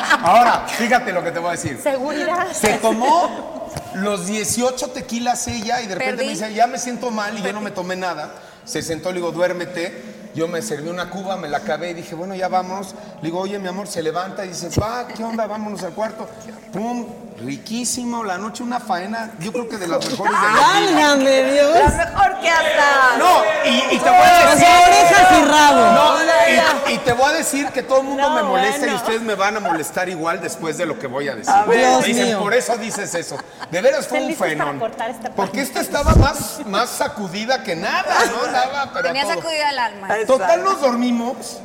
Speaker 5: Ah.
Speaker 2: Ahora, fíjate lo que te voy a decir.
Speaker 4: Seguridad.
Speaker 2: Se tomó los 18 tequilas ella y de repente
Speaker 3: Perdí.
Speaker 2: me dice, ya me siento mal y yo no me tomé nada. Se sentó, le digo, duérmete. Yo me serví una cuba, me la acabé y dije, bueno, ya vámonos. Le digo, oye, mi amor, se levanta y dice, va, ¿qué onda? Vámonos al cuarto. Pum, riquísimo. La noche una faena, yo creo que de las mejores de la vida.
Speaker 5: Válgame Dios.
Speaker 1: Lo mejor que hasta.
Speaker 2: No, y, y te voy a
Speaker 5: Las
Speaker 2: decir...
Speaker 5: orejas y rabo.
Speaker 2: No, y, y te voy a decir que todo el mundo
Speaker 4: No,
Speaker 2: me molesta y
Speaker 4: bueno.
Speaker 2: ustedes me van a molestar igual después de lo que voy a decir.
Speaker 5: Dios
Speaker 2: Dicen,
Speaker 5: mío.
Speaker 2: por eso dices eso. De veras fue
Speaker 4: Están
Speaker 2: un
Speaker 4: listos para
Speaker 2: fenómeno.
Speaker 4: cortar esta parte.
Speaker 2: Porque esta estaba más, más sacudida que nada, ¿no? Estaba, pero a
Speaker 3: Tenía
Speaker 2: todo.
Speaker 3: sacudida el alma.
Speaker 2: Total, nos dormimos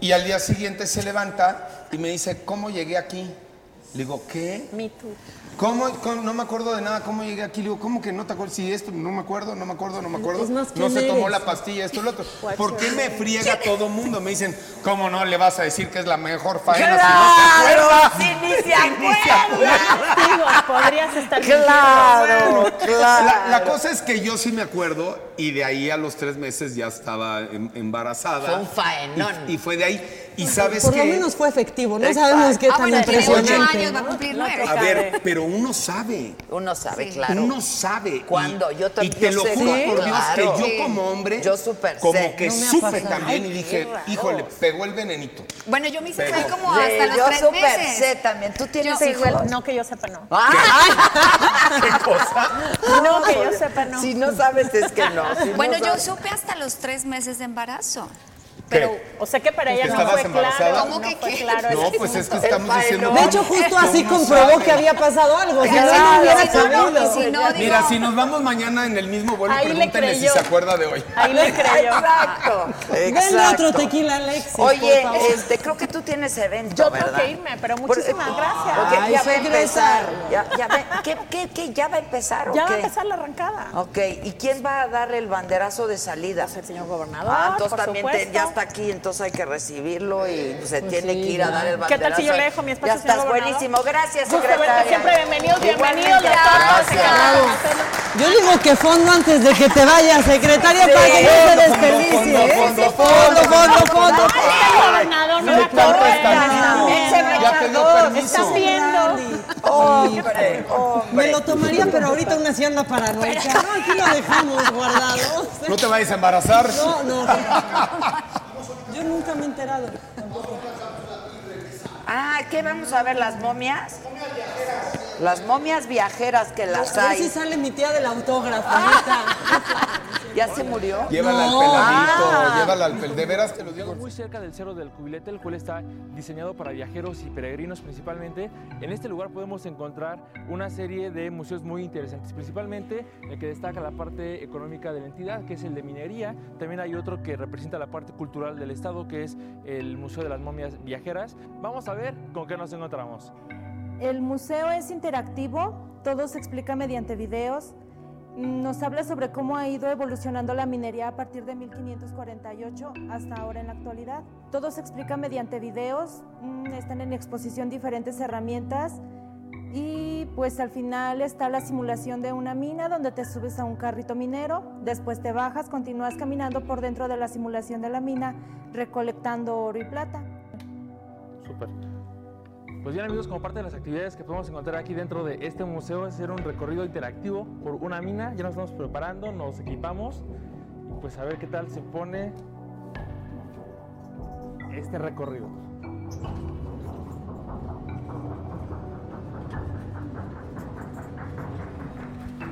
Speaker 2: y al día siguiente se levanta y me dice, ¿cómo llegué aquí? Le digo, ¿qué?
Speaker 4: Me too.
Speaker 2: ¿Cómo, cómo- no me acuerdo de nada, ¿cómo llegué aquí? Le digo, ¿cómo que no te acuerdas? Si esto, no me acuerdo, no me acuerdo, no me acuerdo.
Speaker 5: Entonces, más,
Speaker 2: no
Speaker 5: ¿quién
Speaker 2: se tomó
Speaker 5: eres?
Speaker 2: la pastilla, esto, lo otro. ¿Por qué me friega todo mundo? Me dicen, ¿cómo no le vas a decir que es la mejor faena si no
Speaker 1: ¡Claro!
Speaker 2: te acuerdas?
Speaker 1: ¡Sí, ni se
Speaker 2: ni se
Speaker 1: acuerda!
Speaker 4: Digo, podrías estar
Speaker 1: Claro, claro.
Speaker 2: La, la cosa es que yo sí me acuerdo y de ahí a los tres meses ya estaba em- embarazada.
Speaker 1: Fue un faenón.
Speaker 2: Y, y fue de ahí. Y sabes
Speaker 5: Por
Speaker 2: qué?
Speaker 5: lo menos fue efectivo. No sabemos qué
Speaker 3: Ah,
Speaker 5: tan
Speaker 3: bueno, tiene ocho
Speaker 5: impresionante.
Speaker 3: años, va a cumplir nueve.
Speaker 2: a ver, pero uno sabe.
Speaker 1: Uno sabe, claro.
Speaker 2: Uno sabe.
Speaker 1: Cuando
Speaker 2: Y,
Speaker 1: yo
Speaker 2: y
Speaker 1: también
Speaker 2: te lo
Speaker 1: sé,
Speaker 2: juro
Speaker 1: sí,
Speaker 2: por Dios
Speaker 1: claro.
Speaker 2: que
Speaker 1: Sí.
Speaker 2: yo como hombre.
Speaker 1: Yo súper
Speaker 2: Como
Speaker 1: sé.
Speaker 2: que
Speaker 1: No me ha
Speaker 2: supe
Speaker 1: pasado.
Speaker 2: también y
Speaker 1: Ay,
Speaker 2: dije,
Speaker 1: qué raro.
Speaker 2: híjole, pegó el venenito.
Speaker 3: Bueno, yo me hice
Speaker 2: Pero-
Speaker 3: fue como
Speaker 1: Sí,
Speaker 3: hasta
Speaker 1: yo
Speaker 3: los tres
Speaker 1: súper
Speaker 3: meses.
Speaker 1: sé también. ¿Tú tienes
Speaker 4: Yo
Speaker 1: hijos?
Speaker 4: igual, no que yo sepa, no.
Speaker 1: ¿Qué cosa?
Speaker 4: No, que yo sepa, no.
Speaker 1: Si no sabes, es que no. Si no
Speaker 3: Bueno, yo
Speaker 1: sabes-
Speaker 3: supe hasta los tres meses de embarazo.
Speaker 4: Pero,
Speaker 2: ¿Qué?
Speaker 4: o sea que para ella
Speaker 2: ¿Que
Speaker 4: no
Speaker 2: estabas
Speaker 4: fue
Speaker 2: embarazada?
Speaker 4: claro.
Speaker 3: ¿Cómo
Speaker 4: no
Speaker 3: que
Speaker 4: fue
Speaker 3: qué?
Speaker 4: claro el
Speaker 2: No, pues es que
Speaker 4: asunto.
Speaker 2: estamos
Speaker 1: Ay,
Speaker 2: diciendo.
Speaker 1: no.
Speaker 5: De hecho, justo así comprobó que había pasado algo. Si no,
Speaker 1: Claro,
Speaker 5: no hubiera
Speaker 3: si no, no,
Speaker 5: sabido.
Speaker 6: pues,
Speaker 3: y si no, digo,
Speaker 2: Mira, si nos vamos mañana en el mismo vuelo,
Speaker 4: Ahí le
Speaker 2: pregúntenle si
Speaker 4: creyó.
Speaker 2: se acuerda de hoy.
Speaker 4: Ahí le creyó.
Speaker 1: Exacto.
Speaker 5: Denle otro
Speaker 1: exacto.
Speaker 5: tequila, Alexis.
Speaker 1: Oye,
Speaker 5: por favor.
Speaker 1: este, creo que tú tienes evento,
Speaker 4: Yo tengo
Speaker 1: ¿verdad?
Speaker 4: que irme, pero
Speaker 1: Por-
Speaker 4: muchísimas
Speaker 1: eh,
Speaker 4: gracias.
Speaker 1: porque
Speaker 5: Ay,
Speaker 1: ya va a
Speaker 5: sí,
Speaker 1: empezar.
Speaker 5: gracias.
Speaker 1: Ya, ya va- ¿qué, qué, qué? ¿Ya va a empezar o
Speaker 4: Ya
Speaker 1: qué?
Speaker 4: va a empezar la arrancada.
Speaker 1: Ok, ¿y quién va a dar el banderazo de salida?
Speaker 4: Pues el señor gobernador.
Speaker 1: Ah, entonces
Speaker 4: por
Speaker 1: también te-
Speaker 4: supuesto.
Speaker 1: ya está aquí, entonces hay que recibirlo y pues, se tiene que ir a dar el
Speaker 4: ¿Qué
Speaker 1: banderazo.
Speaker 4: tal si yo le dejo mi espacio,
Speaker 1: Ya estás
Speaker 4: señor gobernador?
Speaker 1: buenísimo, gracias,
Speaker 4: Gusto verte
Speaker 1: secretaria.
Speaker 4: siempre, bienvenidos, bienvenidos.
Speaker 1: Igualmente.
Speaker 4: Los dos, se quedaron a hacerlo.
Speaker 5: Yo digo que fondo antes de que te vayas, secretaria, para que no te desperdicie. ¿eh?
Speaker 2: fondo,
Speaker 5: Sí,
Speaker 2: fondo,
Speaker 5: fondo, fondo, fondo.
Speaker 4: Ay, gobernador, no
Speaker 2: Ay,
Speaker 4: me
Speaker 2: mi perro está
Speaker 4: acuerdo.
Speaker 2: listo.
Speaker 1: Ese
Speaker 2: Ya te dio
Speaker 1: rechazó,
Speaker 2: permiso.
Speaker 4: Estás viendo.
Speaker 1: Hombre, hombre.
Speaker 5: Me lo tomaría, pero ahorita una hacienda paranoica. No, aquí lo dejamos guardado.
Speaker 2: No te vayas a embarazar.
Speaker 5: No, no. Yo nunca me he enterado.
Speaker 1: Ah, ¿qué vamos a ver? ¿Las momias? Las momias viajeras que las
Speaker 5: A ver si
Speaker 1: hay.
Speaker 5: sale mi tía del autógrafo. neta.
Speaker 1: ¿Ya se murió?
Speaker 2: Llévala
Speaker 5: No.
Speaker 2: al peladito, llévala al pel. De veras te lo digo.
Speaker 7: Muy cerca del Cerro del Cubilete, el cual está diseñado para viajeros y peregrinos principalmente. En este lugar podemos encontrar una serie de museos muy interesantes, principalmente el que destaca la parte económica de la entidad, que es el de minería. También hay otro que representa la parte cultural del estado, que es el Museo de las Momias Viajeras. Vamos a ver con qué nos encontramos.
Speaker 8: El museo es interactivo, todo se explica mediante videos. Mm, Nos habla sobre cómo ha ido evolucionando la minería a partir de 1548 hasta ahora en la actualidad. Todo se explica mediante videos, mm, están en exposición diferentes herramientas, Y pues al final está la simulación de una mina donde te subes a un carrito minero, después te bajas, continúas caminando por dentro de la simulación de la mina recolectando oro y plata.
Speaker 7: Súper. Pues bien amigos, como parte de las actividades que podemos encontrar aquí dentro de este museo es hacer un recorrido interactivo por una mina. Ya nos estamos preparando, nos equipamos y pues a ver qué tal se pone este recorrido.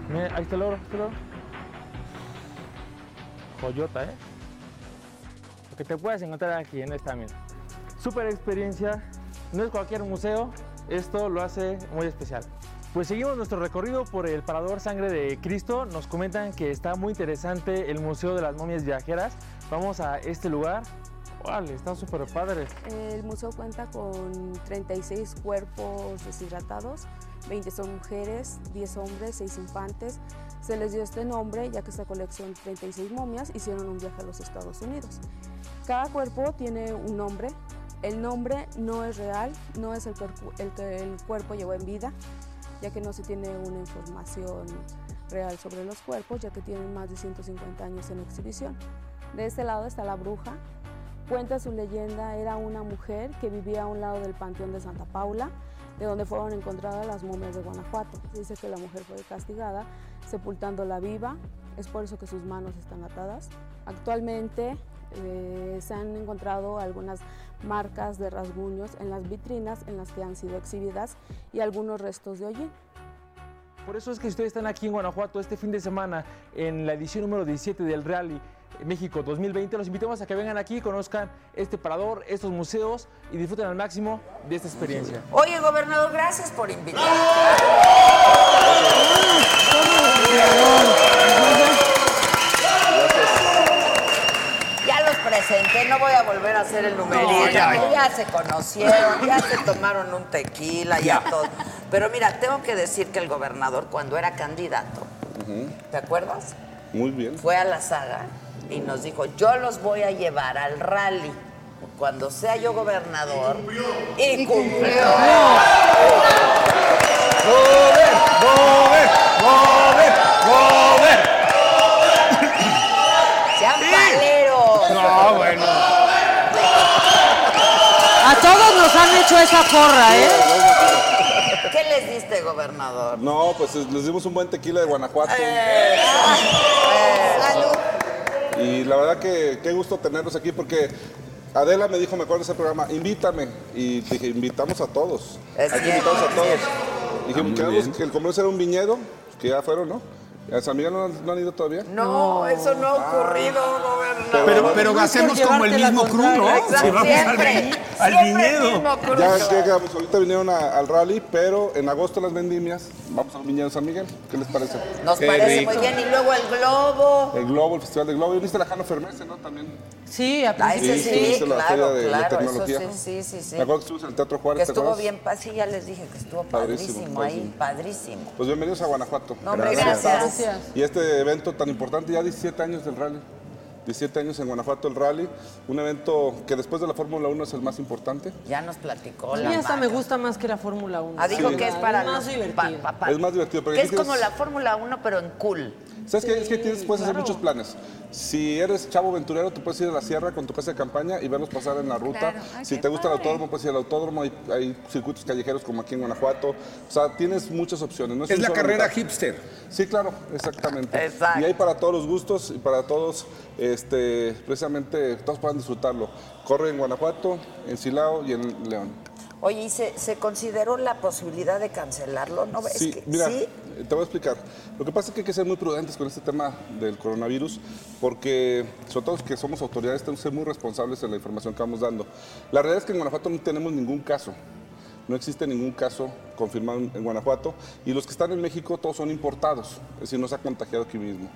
Speaker 7: Miren, ahí está el oro, ahí está el oro. Joyota, ¿eh? Lo que te puedes encontrar aquí en esta mina. Super experiencia, no es cualquier museo, esto lo hace muy especial. Pues seguimos nuestro recorrido por el Parador Sangre de Cristo. Nos comentan que está muy interesante el Museo de las Momias Viajeras. Vamos a este lugar. ¡Vale! Está súper padre.
Speaker 9: El museo cuenta con 36 cuerpos deshidratados, 20 son mujeres, 10 hombres, 6 infantes. Se les dio este nombre ya que esta colección 36 momias hicieron un viaje a los Estados Unidos. Cada cuerpo tiene un nombre. El nombre no es real, no es el, cuerpo- el que el cuerpo llevó en vida, ya que no se tiene una información real sobre los cuerpos, ya que tienen más de 150 años en exhibición. De este lado está la bruja, Cuenta su leyenda, era una mujer que vivía a un lado del Panteón de Santa Paula, de donde fueron encontradas las momias de Guanajuato. Se dice que la mujer fue castigada sepultándola viva, es por eso que sus manos están atadas. Actualmente eh, se han encontrado algunas marcas de rasguños en las vitrinas en las que han sido exhibidas y algunos restos de hollín.
Speaker 7: Por eso es que si ustedes están aquí en Guanajuato este fin de semana en la edición número 17 del Rally México 2020, los invitamos a que vengan aquí, conozcan este parador, estos museos y disfruten al máximo de esta experiencia.
Speaker 1: Oye, gobernador, gracias por invitarme. Ya los presenté, no voy a volver a hacer el numerito.
Speaker 10: No, ya,
Speaker 1: ya, se conocieron, ya se tomaron un tequila, ya
Speaker 10: Ya.
Speaker 1: todo. Pero mira, tengo que decir que el gobernador, cuando era candidato, ¿te acuerdas?
Speaker 11: Muy bien.
Speaker 1: Fue a la saga y nos dijo: Yo los voy a llevar al rally. Cuando sea yo gobernador. Y
Speaker 10: ¡Mover!
Speaker 1: cumplió.
Speaker 10: ¡Mover! ¡Mover! ¡Mover!
Speaker 1: ¡Sean paleros!
Speaker 10: No, bueno.
Speaker 5: A todos nos han hecho esa porra, ¿eh?
Speaker 1: ¿Qué les diste, gobernador?
Speaker 11: No, pues es- les dimos un buen tequila de Guanajuato.
Speaker 1: Eh.
Speaker 11: Y la verdad que qué gusto tenerlos aquí porque Adela me dijo, me acuerdo de ese programa, invítame. Y dije, invitamos a todos. Hay que invitarlos a todos. Dijimos, quedamos que el comercio era un viñedo, que ya fueron, ¿no? ¿Y ¿A San Miguel no, han- no han ido todavía?
Speaker 1: No, eso no ha
Speaker 11: Ah.
Speaker 1: ocurrido, gobernador.
Speaker 11: Pero- pero Nunca hacemos como el llevarte la mismo crew, ¿no? contraria. Si vamos al
Speaker 1: Siempre,
Speaker 11: vi-
Speaker 10: al
Speaker 1: siempre el
Speaker 10: viñedo.
Speaker 1: mismo crew.
Speaker 11: Ya llegamos, ahorita vinieron a- al rally, pero en agosto las vendimias, vamos al viñedo San Miguel. ¿Qué les parece?
Speaker 1: Nos parece muy bien. Y luego el globo.
Speaker 11: El Globo, el Festival del Globo. ¿Y viste la Jano Fermese, no? También.
Speaker 5: Sí, a
Speaker 1: Ah, ese
Speaker 11: Sí,
Speaker 1: sí,
Speaker 11: estuviste en la
Speaker 1: claro,
Speaker 11: feria de- de
Speaker 1: claro, eso
Speaker 11: tecnología.
Speaker 1: sí, sí, sí, sí.
Speaker 11: Me acuerdo que estuvimos en el Teatro
Speaker 1: Que
Speaker 11: Juárez, ¿te
Speaker 1: estuvo
Speaker 11: acuerdas?
Speaker 1: bien, pa- sí, ya les dije que estuvo padrísimo,
Speaker 11: Padrísimo,
Speaker 1: ahí, padrísimo.
Speaker 11: Pues bienvenidos a Guanajuato.
Speaker 1: No, hombre, Gracias. gracias. Gracias.
Speaker 11: Y este evento tan importante, ya 17 años del rally. 17 años en Guanajuato el rally, un evento que después de la Fórmula 1 es el más importante.
Speaker 1: Ya nos platicó
Speaker 11: la
Speaker 5: A mí hasta me gusta más que la Fórmula 1.
Speaker 1: Ah, dijo
Speaker 11: Sí.
Speaker 1: que es para
Speaker 5: Más
Speaker 1: los
Speaker 5: divertido.
Speaker 1: pa- pa- pa-
Speaker 11: Es más divertido, pero
Speaker 1: que
Speaker 11: yo
Speaker 1: es
Speaker 11: creo
Speaker 1: como
Speaker 11: que
Speaker 1: la Fórmula 1, pero en cool.
Speaker 11: ¿Sabes qué? Es que tienes, puedes hacer
Speaker 1: claro.
Speaker 11: muchos planes. Si eres chavo aventurero, te puedes ir a la sierra con tu casa de campaña y verlos pasar en la ruta.
Speaker 1: Claro. Ay,
Speaker 11: si
Speaker 1: qué
Speaker 11: te gusta el
Speaker 1: padre.
Speaker 11: autódromo, puedes ir al autódromo. Hay, hay circuitos callejeros como aquí en Guanajuato. O sea, tienes muchas opciones. No
Speaker 2: Es
Speaker 11: un
Speaker 2: la
Speaker 11: solo
Speaker 2: carrera
Speaker 11: lugar.
Speaker 2: hipster.
Speaker 11: Sí, claro, exactamente.
Speaker 2: Exacto.
Speaker 11: Y hay para todos los gustos y para todos, este, precisamente, todos puedan disfrutarlo. Corre en Guanajuato, en Silao y en León.
Speaker 1: Oye, ¿y se, se consideró la posibilidad de cancelarlo? ¿No ves
Speaker 11: Sí,
Speaker 1: que
Speaker 11: mira,
Speaker 1: sí?
Speaker 11: eh, te voy a explicar. Lo que pasa es que hay que ser muy prudentes con este tema del coronavirus, porque sobre todo los que somos autoridades tenemos que ser muy responsables en la información que vamos dando. La realidad es que en Guanajuato no tenemos ningún caso. No existe ningún caso confirmado en en Guanajuato y los que están en México todos son importados, es decir, no se ha contagiado aquí mismo.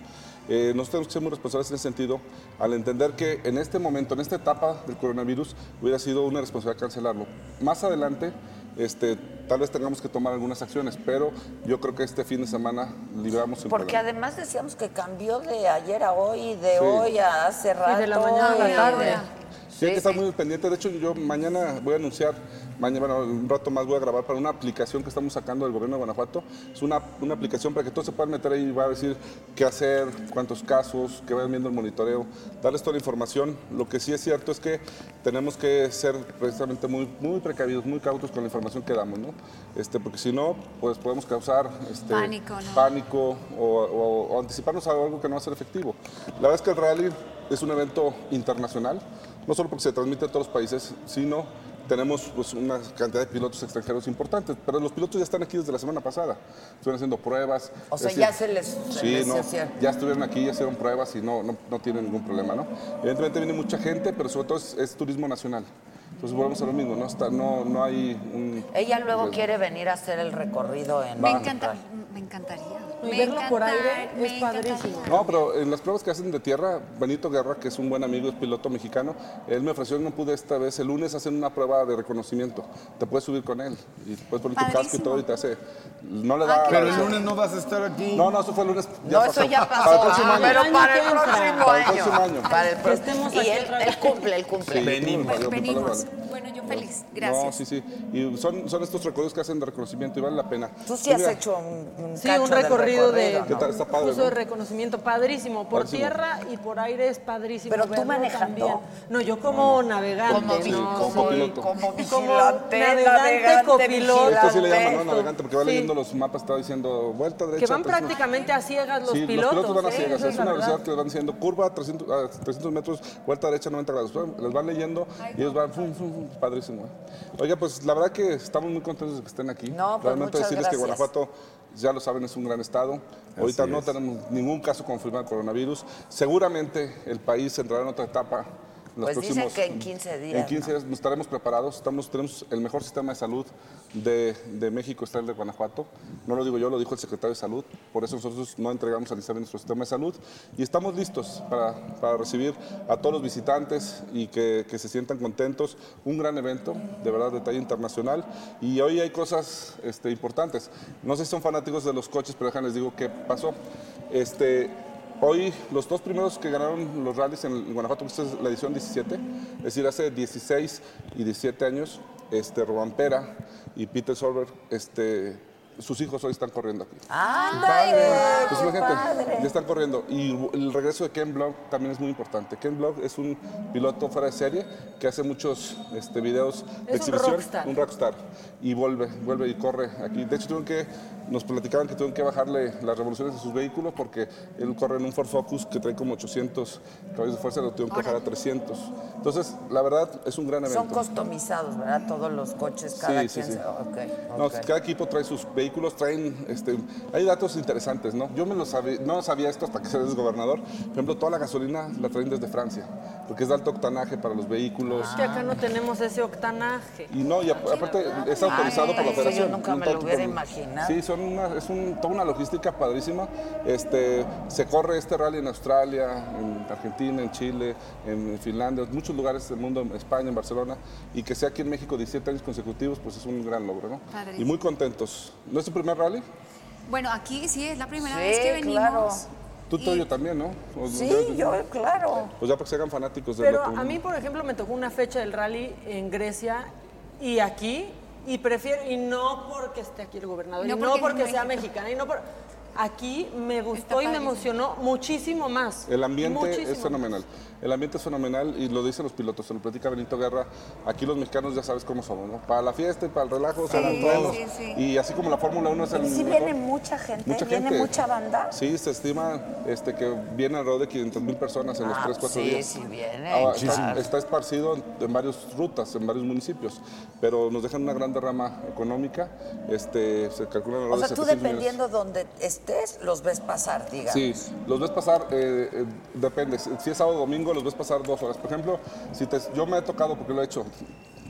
Speaker 11: Eh, nosotros tenemos que ser muy responsables en ese sentido al entender que en este momento, en esta etapa del coronavirus, hubiera sido una responsabilidad cancelarlo. Más adelante, este, tal vez tengamos que tomar algunas acciones, pero yo creo que este fin de semana libramos el
Speaker 1: Porque
Speaker 11: problema.
Speaker 1: además decíamos que cambió de ayer a hoy, de
Speaker 11: Sí.
Speaker 1: hoy a hace rato.
Speaker 5: Y de la mañana a la
Speaker 1: y
Speaker 5: tarde.
Speaker 1: de-
Speaker 11: Sí, Sí, hay que estar muy al pendiente. De hecho, yo mañana voy a anunciar, mañana, bueno, un rato más voy a grabar para una aplicación que estamos sacando del gobierno de Guanajuato. Es una, una aplicación para que todos se puedan meter ahí y va a decir qué hacer, cuántos casos, que vayan viendo el monitoreo, darles toda la información. Lo que sí es cierto es que tenemos que ser precisamente muy, muy precavidos, muy cautos con la información que damos, ¿no? Este, porque si no, pues podemos causar este,
Speaker 3: Pánico, ¿no?
Speaker 11: pánico o, o- o anticiparnos a algo que no va a ser efectivo. La verdad es que el rally es un evento internacional, no solo porque se transmite a todos los países, sino tenemos pues, una cantidad de pilotos extranjeros importantes, pero los pilotos ya están aquí desde la semana pasada, estuvieron haciendo pruebas.
Speaker 1: O sea,
Speaker 11: es
Speaker 1: ya se les- se
Speaker 11: Sí,
Speaker 1: les
Speaker 11: no,
Speaker 1: hacía.
Speaker 11: ya estuvieron aquí, ya hicieron pruebas y no, no, no tienen ningún problema, ¿no? Evidentemente viene mucha gente, pero sobre todo es, es turismo nacional. Entonces volvemos a lo mismo, no, Está- no, no hay un...
Speaker 1: Ella luego
Speaker 11: riesgo.
Speaker 1: quiere venir a hacer el recorrido en.
Speaker 11: Me encanta-
Speaker 3: Me encantaría.
Speaker 5: Y
Speaker 3: Me
Speaker 5: verlo por
Speaker 3: encantar-
Speaker 5: aire
Speaker 3: me
Speaker 5: es padrísimo.
Speaker 11: No, pero en las pruebas que hacen de tierra, Benito Guerra, que es un buen amigo, es piloto mexicano, él me ofreció, no pude esta vez, el lunes hacen una prueba de reconocimiento. Te puedes subir con él y puedes poner tu casco y
Speaker 10: Padrísimo.
Speaker 11: todo y te hace... No le da...
Speaker 10: Pero el lunes no vas a estar aquí.
Speaker 11: No, no, eso fue el lunes.
Speaker 10: No, eso ya pasó.
Speaker 11: Para el próximo
Speaker 10: Ah,
Speaker 11: año.
Speaker 10: pero para el próximo
Speaker 11: Para el próximo
Speaker 10: año.
Speaker 11: año.
Speaker 1: Para el pro-
Speaker 10: estemos
Speaker 1: y
Speaker 10: aquí
Speaker 1: él,
Speaker 10: otra vez.
Speaker 1: él cumple, él cumple.
Speaker 11: Sí, Venimos. valió mi
Speaker 3: Venimos.
Speaker 11: palabra.
Speaker 3: Bueno, yo feliz.
Speaker 11: No,
Speaker 3: Gracias.
Speaker 11: sí, sí. Y son, son estos recorridos que hacen de reconocimiento y vale la pena.
Speaker 1: Tú sí has
Speaker 11: Mira,
Speaker 1: hecho un, un
Speaker 11: Sí,
Speaker 1: cacho
Speaker 11: un
Speaker 1: del
Speaker 11: recorrido de-
Speaker 1: ¿no?
Speaker 11: ¿Qué tal? Está padre,
Speaker 6: Curso
Speaker 11: ¿no?
Speaker 6: de reconocimiento padrísimo. Por
Speaker 11: Padrísimo.
Speaker 6: tierra y por aire es padrísimo.
Speaker 1: Pero tú
Speaker 6: verlo
Speaker 1: manejando.
Speaker 6: también. No, yo como navegante.
Speaker 1: Como vi-
Speaker 6: no,
Speaker 11: como
Speaker 6: soy-
Speaker 11: piloto.
Speaker 1: Como
Speaker 6: vigilante,
Speaker 1: vigilante,
Speaker 6: navegante,
Speaker 1: navegante,
Speaker 6: copiloto.
Speaker 11: Esto sí le llaman, ¿no?
Speaker 6: Perfecto.
Speaker 11: Navegante, porque va
Speaker 6: Sí.
Speaker 11: leyendo los mapas, está diciendo vuelta derecha.
Speaker 6: Que van
Speaker 11: 300.
Speaker 6: prácticamente a ciegas los
Speaker 11: sí,
Speaker 6: pilotos.
Speaker 11: los pilotos van a
Speaker 6: ¿eh?
Speaker 11: ciegas,
Speaker 6: Esa
Speaker 11: es una
Speaker 6: la verdad.
Speaker 11: velocidad que les van diciendo curva 300, a 300 metros, vuelta derecha 90 grados. Les van leyendo y ellos van, fum, fum, fum, padrísimo. ¿eh? Oiga, pues la verdad que estamos muy contentos de que estén aquí.
Speaker 1: No, pues,
Speaker 11: Realmente
Speaker 1: muchas
Speaker 11: decirles que
Speaker 1: gracias.
Speaker 11: Guanajuato, ya lo saben, es un gran estado. Ahorita no
Speaker 10: es.
Speaker 11: tenemos ningún caso confirmado de coronavirus. Seguramente el país entrará en otra etapa. en los
Speaker 1: Pues dicen
Speaker 11: próximos-
Speaker 1: que en 15 días,
Speaker 11: En 15 días nos estaremos preparados. Estamos, tenemos el mejor sistema de salud de, de México, está el de Guanajuato. No lo digo yo, lo dijo el secretario de Salud. Por eso nosotros no entregamos al ISABI nuestro sistema de salud. Y estamos listos para, para recibir a todos los visitantes y que, que se sientan contentos. Un gran evento, de verdad, de talla internacional. Y hoy hay cosas este, importantes. No sé si son fanáticos de los coches, pero déjenles digo qué pasó. Este, Hoy los dos primeros que ganaron los rallies en Guanajuato, pues, esta es la edición 17, es decir, hace 16 y 17 años, este, Román Pera y Peter Solberg, este, sus hijos hoy están corriendo aquí.
Speaker 10: ¡Ándale!
Speaker 11: Pues imagínate, ya están corriendo. Y el regreso de Ken Block también es muy importante. Ken Block es un piloto fuera de serie que hace muchos este, videos de
Speaker 6: Es un
Speaker 11: exhibición.
Speaker 6: rockstar.
Speaker 11: Un rockstar. Y vuelve, vuelve y corre aquí. De hecho, tuvieron que, nos platicaban que tuvieron que bajarle las revoluciones de sus vehículos porque él corre en un Ford Focus que trae como 800 caballos de fuerza, lo tuvieron que bajar a 300. Entonces, la verdad, es un gran evento.
Speaker 1: Son customizados, ¿verdad? Todos los coches, cada
Speaker 11: Sí, sí,
Speaker 1: quien.
Speaker 11: sí.
Speaker 1: se- ok,
Speaker 11: No,
Speaker 1: ok.
Speaker 11: cada equipo trae sus vehículos, traen, este, hay datos interesantes, ¿no? Yo me lo sabía, no sabía esto hasta que eres gobernador. Por ejemplo, toda la gasolina la traen desde Francia, porque es de alto octanaje para los vehículos.
Speaker 6: Es que acá no tenemos ese octanaje.
Speaker 11: pues, Y no, y a- aparte es autorizado
Speaker 6: Ay, eso
Speaker 11: por la
Speaker 6: yo
Speaker 11: federación.
Speaker 6: nunca
Speaker 11: no
Speaker 6: me lo
Speaker 11: tanto
Speaker 6: hubiera
Speaker 11: por-
Speaker 6: imaginado.
Speaker 11: Sí, son una- es un- toda una logística padrísima. Este, se corre este rally en Australia, en Argentina, en Chile, en Finlandia, en muchos lugares del mundo, en España, en Barcelona. Y que sea aquí en México 17 años consecutivos, pues es un gran logro, ¿no?
Speaker 3: Padrísimo.
Speaker 11: Y muy contentos. ¿No es tu primer rally?
Speaker 3: Bueno, aquí sí es la primera
Speaker 1: Sí,
Speaker 3: vez que venimos.
Speaker 1: claro.
Speaker 11: Tú, Toyo, también, ¿no? O-
Speaker 6: Sí, yo, claro.
Speaker 11: Pues ya para que se hagan fanáticos de
Speaker 6: Pero
Speaker 11: lo que-
Speaker 6: a mí, por ejemplo, me tocó una fecha del rally en Grecia y aquí, y prefiero, y no porque esté aquí el gobernador,
Speaker 3: No
Speaker 6: y
Speaker 3: porque
Speaker 6: no
Speaker 3: es
Speaker 6: porque sea
Speaker 3: México.
Speaker 6: mexicana, y no por... Aquí me gustó y me
Speaker 11: padrísimo.
Speaker 6: emocionó muchísimo más.
Speaker 11: El ambiente es
Speaker 6: Muchísimo.
Speaker 11: fenomenal. El ambiente es fenomenal y lo dicen los pilotos, se lo platica Benito Guerra. Aquí los mexicanos ya sabes cómo somos, ¿no? Para la fiesta y para el relajo,
Speaker 1: Sí,
Speaker 11: se dan truenos.
Speaker 1: sí, sí.
Speaker 11: Y así como la Fórmula 1 es el.
Speaker 1: Y sí
Speaker 11: mejor-
Speaker 1: viene mucha gente,
Speaker 11: mucha
Speaker 1: viene
Speaker 11: gente.
Speaker 1: mucha banda.
Speaker 11: Sí, se estima este, que viene alrededor de 500 mil personas en los
Speaker 1: Ah,
Speaker 11: 3, 4
Speaker 1: sí,
Speaker 11: días. Ah,
Speaker 1: sí viene,
Speaker 11: Ahora,
Speaker 1: claro.
Speaker 11: está, está esparcido en, en varias rutas, en varios municipios, pero nos dejan una gran derrama económica. Este, se calcula
Speaker 1: O sea, tú
Speaker 11: millones.
Speaker 1: dependiendo donde estés, los ves pasar, digamos.
Speaker 11: Sí, los ves pasar, eh, eh, depende, si es sábado o domingo, los ves pasar dos horas. Por ejemplo, si te- yo me he tocado, porque lo he hecho,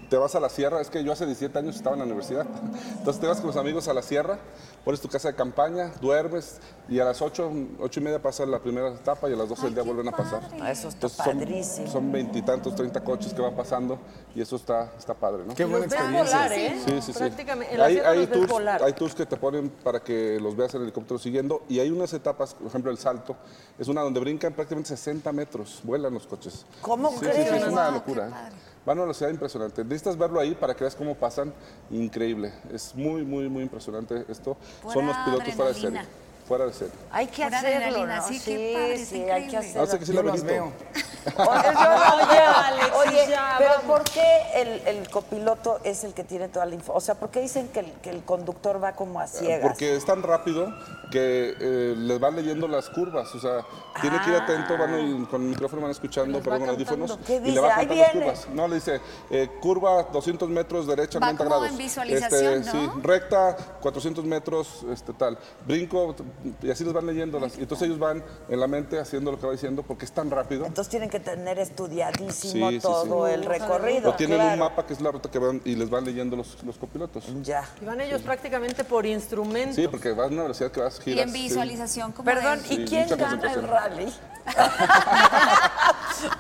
Speaker 11: te vas a la sierra, es que yo hace 17 años estaba en la universidad, entonces te vas con los amigos a la sierra, pones tu casa de campaña, duermes y a las 8, 8 y media pasa la primera etapa y a las 12 del día vuelven a pasar.
Speaker 1: Eso está
Speaker 11: Entonces, son-
Speaker 1: padrísimo.
Speaker 11: Son veintitantos, 30 coches que van pasando y eso está, está padre, ¿no?
Speaker 6: Qué buena Los ves experiencia. volar, ¿eh?
Speaker 11: Sí, sí, sí.
Speaker 6: Prácticamente, en la sierra los ves
Speaker 11: tours,
Speaker 6: volar.
Speaker 11: hay tours que te ponen para que los veas en helicóptero siguiendo y hay unas etapas, por ejemplo el salto, es una donde brincan prácticamente 60 metros, vuelan los coches.
Speaker 1: ¿Cómo
Speaker 11: Sí, sí,
Speaker 1: crees?
Speaker 11: sí, es una
Speaker 1: Guau,
Speaker 11: locura. ¿eh? Van a una velocidad impresionante. Necesitas verlo ahí para que veas cómo pasan. Increíble. Es muy, muy, muy impresionante esto.
Speaker 1: Pura
Speaker 11: Son los pilotos fuera de serie.
Speaker 1: adrenalina.
Speaker 11: Fuera de serie.
Speaker 1: Hay que
Speaker 3: Pura
Speaker 1: hacerlo,
Speaker 3: adrenalina,
Speaker 1: ¿no?
Speaker 3: sí,
Speaker 1: Sí,
Speaker 3: qué padre, está
Speaker 1: sí, hay que
Speaker 3: increíble.
Speaker 1: hacerlo.
Speaker 11: Hace que sí la Benito.
Speaker 1: Oye,
Speaker 6: Alexis,
Speaker 1: oye,
Speaker 6: ya,
Speaker 1: pero
Speaker 6: vamos.
Speaker 1: ¿por qué el, el copiloto es el que tiene toda la info? O sea, ¿por qué dicen que el, que el conductor va como a ciegas?
Speaker 11: Ah, Porque es tan rápido que eh, les van leyendo las curvas. O sea, tiene que ir atento, van el- con el micrófono, van
Speaker 1: Ah.
Speaker 11: escuchando,
Speaker 1: Les va
Speaker 11: perdón, con audífonos.
Speaker 1: cantando. ¿Qué
Speaker 11: Y
Speaker 1: dice?
Speaker 11: le va
Speaker 1: Ahí
Speaker 11: cantando las
Speaker 1: viene.
Speaker 11: curvas. No, le dice, eh, curva 200 metros, derecha
Speaker 3: Va
Speaker 11: 90
Speaker 3: como
Speaker 11: grados.
Speaker 3: en visualización,
Speaker 11: Este,
Speaker 3: ¿no?
Speaker 11: Sí, recta 400 metros, este tal. Brinco, y así les van leyéndolas. Y entonces ellos van en la mente haciendo lo que va diciendo porque es tan rápido.
Speaker 1: Entonces tienen que tener estudiadísimo
Speaker 11: Sí, sí, sí.
Speaker 1: todo el recorrido.
Speaker 11: O tienen un
Speaker 1: claro.
Speaker 11: mapa que es la ruta que van y les van leyendo los, los copilotos.
Speaker 1: Ya.
Speaker 6: Y van ellos prácticamente por instrumento.
Speaker 11: Sí, porque vas a una velocidad que vas giras.
Speaker 3: Y en
Speaker 11: sí.
Speaker 3: visualización, como
Speaker 1: Perdón,
Speaker 3: de-
Speaker 11: ¿y Sí, quién mucha gana el concentración.
Speaker 1: rally?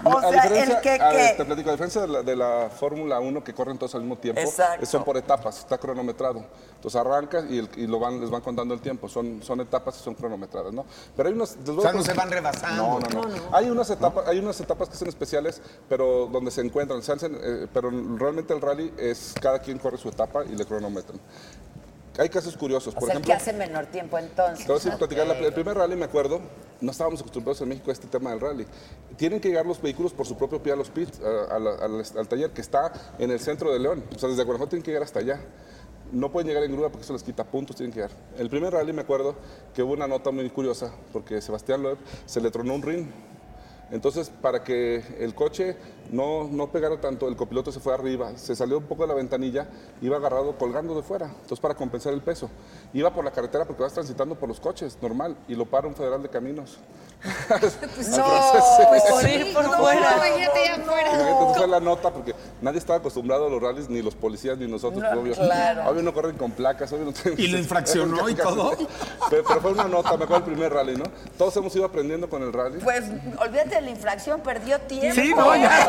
Speaker 11: No,
Speaker 1: o sea, el que,
Speaker 11: a
Speaker 1: que
Speaker 11: ver, te platico, a diferencia de la, de la Fórmula 1 que corren todos al mismo tiempo,
Speaker 1: Exacto.
Speaker 11: son por etapas, está cronometrado. Entonces arrancas y, el- y lo van, les van contando el tiempo, son, son etapas y son cronometradas, ¿no? Pero hay unas... les voy
Speaker 2: O sea,
Speaker 11: a
Speaker 2: no
Speaker 11: contar-
Speaker 2: se van rebasando.
Speaker 11: No, no, no.
Speaker 2: No,
Speaker 11: Hay, unas etapas, hay unas etapas que son especiales, pero donde se encuentran, se hacen, eh, pero realmente el rally es cada quien corre su etapa y le cronometran. Hay casos curiosos,
Speaker 1: o
Speaker 11: por
Speaker 1: sea, el
Speaker 11: ejemplo...
Speaker 1: que hace menor tiempo entonces. este,
Speaker 11: Te voy a decir, platicar la-
Speaker 1: Ok.
Speaker 11: el primer rally, me acuerdo, no estábamos acostumbrados en México a este tema del rally. Tienen que llegar los vehículos por su propio pie a los pits, a- a la- al, al taller que está en el centro de León. O sea, desde Guanajuato tienen que llegar hasta allá. No pueden llegar en grúa porque eso les quita puntos, tienen que llegar. El primer rally me acuerdo que hubo una nota muy curiosa porque Sebastián Loeb se le tronó un ring. Entonces, para que el coche no, no pegara tanto, el copiloto se fue arriba, se salió un poco de la ventanilla, iba agarrado colgando de fuera. Entonces, para compensar el peso, iba por la carretera porque vas transitando por los coches, normal, y lo para un federal de caminos.
Speaker 6: pues por ir por fuera.
Speaker 11: Entonces fue la nota porque nadie estaba acostumbrado a los rallies, ni los policías, ni nosotros,
Speaker 10: No,
Speaker 11: obvio.
Speaker 10: claro.
Speaker 11: Obvio no corren con placas, obvio no tienen-
Speaker 2: ¿Y lo infraccionó y todo?
Speaker 11: Pero, pero fue una nota, me acuerdo el primer rally, ¿no? Todos hemos ido aprendiendo con el rally.
Speaker 1: Pues olvídate de la infracción, perdió tiempo.
Speaker 11: Sí, no, ya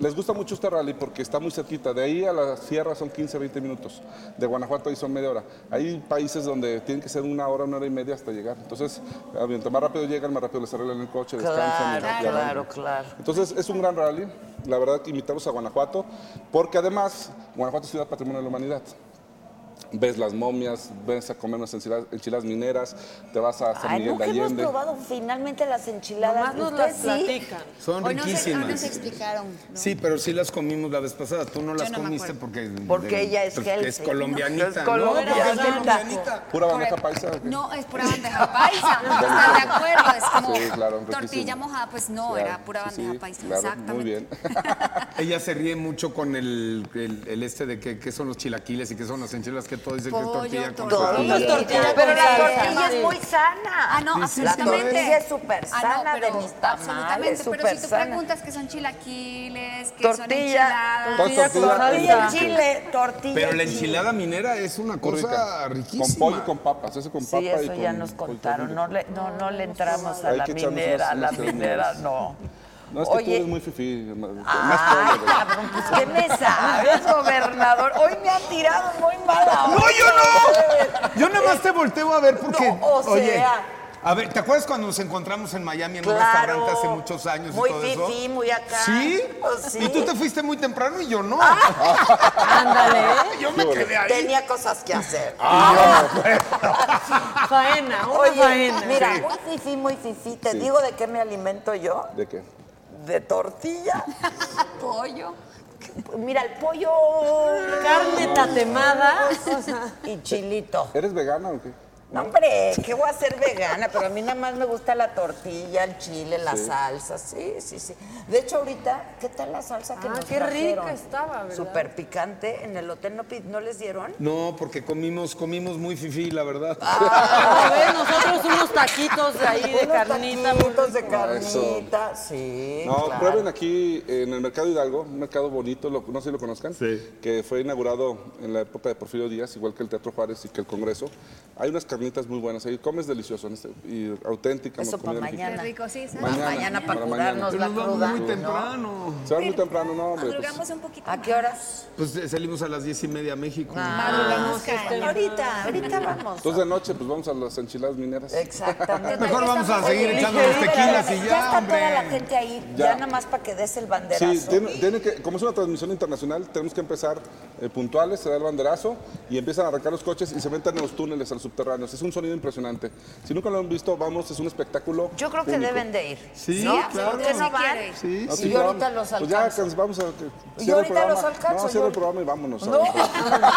Speaker 11: Les gusta mucho este rally porque está muy cerquita. De ahí a la sierra son 15, 20 minutos. De Guanajuato ahí son media hora. Hay países donde tienen que ser una hora, una hora y media hasta llegar. Entonces, ah, mientras más rápido llegan, más rápido les arreglan el coche, descansan. y-
Speaker 1: Claro,
Speaker 11: y arrancan.
Speaker 1: claro, claro.
Speaker 11: Entonces es un gran rally, la verdad que invitamos a Guanajuato, porque además Guanajuato es ciudad patrimonio de la humanidad. Ves las momias, ves a comer unas enchiladas, enchiladas mineras, te vas a San
Speaker 1: Ay,
Speaker 11: Miguel de
Speaker 1: nunca hemos
Speaker 11: Allende.
Speaker 1: probado finalmente las enchiladas.
Speaker 6: Nomás nos
Speaker 1: ¿Ustedes
Speaker 6: las
Speaker 1: sí?
Speaker 2: Son
Speaker 3: Hoy no se- hoy
Speaker 2: riquísimas.
Speaker 3: nos explicaron.
Speaker 2: Sí, pero sí las comimos la vez pasada. Tú no las
Speaker 3: no me
Speaker 2: comiste porque...
Speaker 1: Porque
Speaker 2: de-
Speaker 1: ella es
Speaker 2: porque
Speaker 1: healthy.
Speaker 2: es colombianita.
Speaker 1: Es
Speaker 2: ¿no?
Speaker 1: colombiana.
Speaker 2: Porque es colombianita.
Speaker 11: Pura bandeja paisa. ¿o qué?
Speaker 3: No, es pura bandeja paisa. ¿Están de acuerdo? Es como
Speaker 11: Sí, claro, riquísimo.
Speaker 3: tortilla mojada, pues no,
Speaker 11: Claro,
Speaker 3: era pura
Speaker 11: sí,
Speaker 3: bandeja
Speaker 11: sí,
Speaker 3: paisa.
Speaker 11: claro,
Speaker 3: Exactamente.
Speaker 11: Muy bien.
Speaker 2: Ella se ríe mucho con el, el- el este de que, que son los chilaquiles y que son las enchiladas, que todo dice que es
Speaker 3: Pollo,
Speaker 2: tortilla con
Speaker 3: tortilla.
Speaker 2: tortilla.
Speaker 3: Tortilla. Tortilla.
Speaker 1: Pero la
Speaker 3: Sí.
Speaker 1: tortilla
Speaker 3: Sí.
Speaker 1: es muy sana.
Speaker 3: Ah, no,
Speaker 2: Sí, sí,
Speaker 1: La
Speaker 3: absolutamente.
Speaker 1: tortilla es súper
Speaker 3: Ah, no,
Speaker 1: sana
Speaker 3: pero
Speaker 1: de mis tamales,
Speaker 3: Absolutamente, pero
Speaker 1: súper
Speaker 3: si tú
Speaker 1: sana.
Speaker 3: preguntas qué son chilaquiles, qué son
Speaker 1: Tortilla,
Speaker 3: enchiladas.
Speaker 11: Tortilla con salsa.
Speaker 1: tortilla en chile, tortilla
Speaker 2: Pero
Speaker 1: en
Speaker 2: la
Speaker 1: chile.
Speaker 2: enchilada minera es una
Speaker 11: Muy rica.
Speaker 2: cosa
Speaker 11: Con
Speaker 2: riquísima.
Speaker 11: pollo y con papas, eso con
Speaker 1: Sí,
Speaker 11: papa y
Speaker 1: eso
Speaker 11: con
Speaker 1: ya nos
Speaker 11: con
Speaker 1: contaron.
Speaker 11: tortilla.
Speaker 1: No le, no, no le entramos a
Speaker 11: Hay
Speaker 1: la
Speaker 11: que echarnos
Speaker 1: minera, a
Speaker 11: unas-
Speaker 1: la
Speaker 11: unas
Speaker 1: minera
Speaker 11: ceremonias.
Speaker 1: no.
Speaker 11: No, es que tú
Speaker 1: Oye.
Speaker 11: eres muy fifí. Más,
Speaker 1: Ay,
Speaker 11: más pobre, ¿verdad?
Speaker 1: cabrón, pues, ¿qué me sabes, gobernador? Hoy me han tirado muy mala.
Speaker 2: ¡No, yo no! Yo nada más te volteo a ver porque.
Speaker 1: No, o
Speaker 2: oye,
Speaker 1: sea.
Speaker 2: a ver, ¿te acuerdas cuando nos encontramos en Miami en un
Speaker 1: Claro.
Speaker 2: restaurante hace muchos años
Speaker 1: Muy
Speaker 2: y todo
Speaker 1: fifí,
Speaker 2: eso?
Speaker 1: muy acá.
Speaker 2: ¿Sí?
Speaker 1: Pues, sí. Ah.
Speaker 2: Y tú te fuiste muy temprano y yo no.
Speaker 6: Ándale.
Speaker 2: yo me quedé ahí.
Speaker 1: ¿eh? Tenía cosas que hacer.
Speaker 6: Faena, una
Speaker 1: Ah, Oye,
Speaker 6: faena.
Speaker 1: mira, muy fifí, muy fifí. Te
Speaker 11: Sí.
Speaker 1: digo de qué me alimento yo.
Speaker 11: ¿De qué?
Speaker 1: De tortilla.
Speaker 3: pollo.
Speaker 1: Mira, el pollo.
Speaker 6: Carne tatemada.
Speaker 1: Pues Y chilito.
Speaker 11: ¿Eres vegana o qué?
Speaker 1: No, hombre, ¿qué voy a hacer vegana? Pero a mí nada más me gusta la tortilla, el chile, la
Speaker 6: Sí.
Speaker 1: salsa. Sí, sí, sí. De hecho, ahorita, ¿qué tal la salsa que
Speaker 6: Ah,
Speaker 1: nos
Speaker 6: qué rica
Speaker 1: trajeron?
Speaker 6: estaba, ¿verdad?
Speaker 1: Súper picante. En el hotel no, pi- no les dieron.
Speaker 2: No, porque comimos, comimos muy fifí, la verdad.
Speaker 1: Ah,
Speaker 6: A ver, nosotros unos taquitos de ahí de
Speaker 1: Unos
Speaker 6: carnita.
Speaker 1: taquitos de
Speaker 11: Eso.
Speaker 1: carnita, sí.
Speaker 11: No,
Speaker 1: claro.
Speaker 11: prueben aquí eh, en el Mercado Hidalgo, un mercado bonito, lo- no sé si lo conozcan, que fue inaugurado en la época de Porfirio Díaz, igual que el Teatro Juárez y que el Congreso. Hay unas carnitas muy buenas ahí, comes delicioso en este- y auténtica.
Speaker 1: Eso
Speaker 11: comida
Speaker 1: para
Speaker 11: mexicana.
Speaker 1: mañana.
Speaker 3: Qué rico, sí, ¿sabes?
Speaker 11: Mañana,
Speaker 1: Mañana para
Speaker 11: para
Speaker 1: curarnos
Speaker 11: mañana.
Speaker 1: la
Speaker 11: Pero nos
Speaker 1: cruda.
Speaker 11: vamos muy temprano. Se va muy temprano, no, hombre. pues.
Speaker 3: Madrugamos un poquito.
Speaker 1: ¿A qué horas?
Speaker 2: Pues eh, salimos a las diez y media a México.
Speaker 1: Madrugamos,
Speaker 3: Ah,
Speaker 1: Karen. ahorita, ahorita vamos.
Speaker 11: Entonces de noche, pues vamos a las enchiladas mineras.
Speaker 1: Exactamente.
Speaker 2: Mejor vamos a seguir
Speaker 1: Oye,
Speaker 2: echando los
Speaker 1: ligerita,
Speaker 2: tequilas y
Speaker 1: ya
Speaker 2: ya,
Speaker 1: está
Speaker 2: hombre.
Speaker 1: toda la gente ahí, ya,
Speaker 11: Ya.
Speaker 1: nada más para que des el
Speaker 11: Sí,
Speaker 1: banderazo.
Speaker 11: tiene, tiene que, como es una transmisión internacional, tenemos que empezar eh, puntuales, se da el banderazo y empiezan a arrancar los coches y se meten en los túneles, a los subterráneos. Es un sonido impresionante. Si nunca lo han visto, vamos, es un espectáculo.
Speaker 1: Yo creo que
Speaker 11: único.
Speaker 1: deben de ir.
Speaker 11: Sí,
Speaker 1: ¿No?
Speaker 11: claro.
Speaker 1: ¿Por qué no van?
Speaker 11: Sí,
Speaker 1: y
Speaker 11: sí,
Speaker 1: yo
Speaker 11: vamos.
Speaker 1: ahorita los
Speaker 11: Pues ya
Speaker 1: alcanzo.
Speaker 11: alcanz- vamos a. que
Speaker 1: Y
Speaker 11: cierre el
Speaker 1: ahorita
Speaker 11: programa.
Speaker 1: los alcanzo,
Speaker 11: No, cierra
Speaker 1: yo-
Speaker 11: el programa y vámonos.
Speaker 1: No.
Speaker 11: vámonos.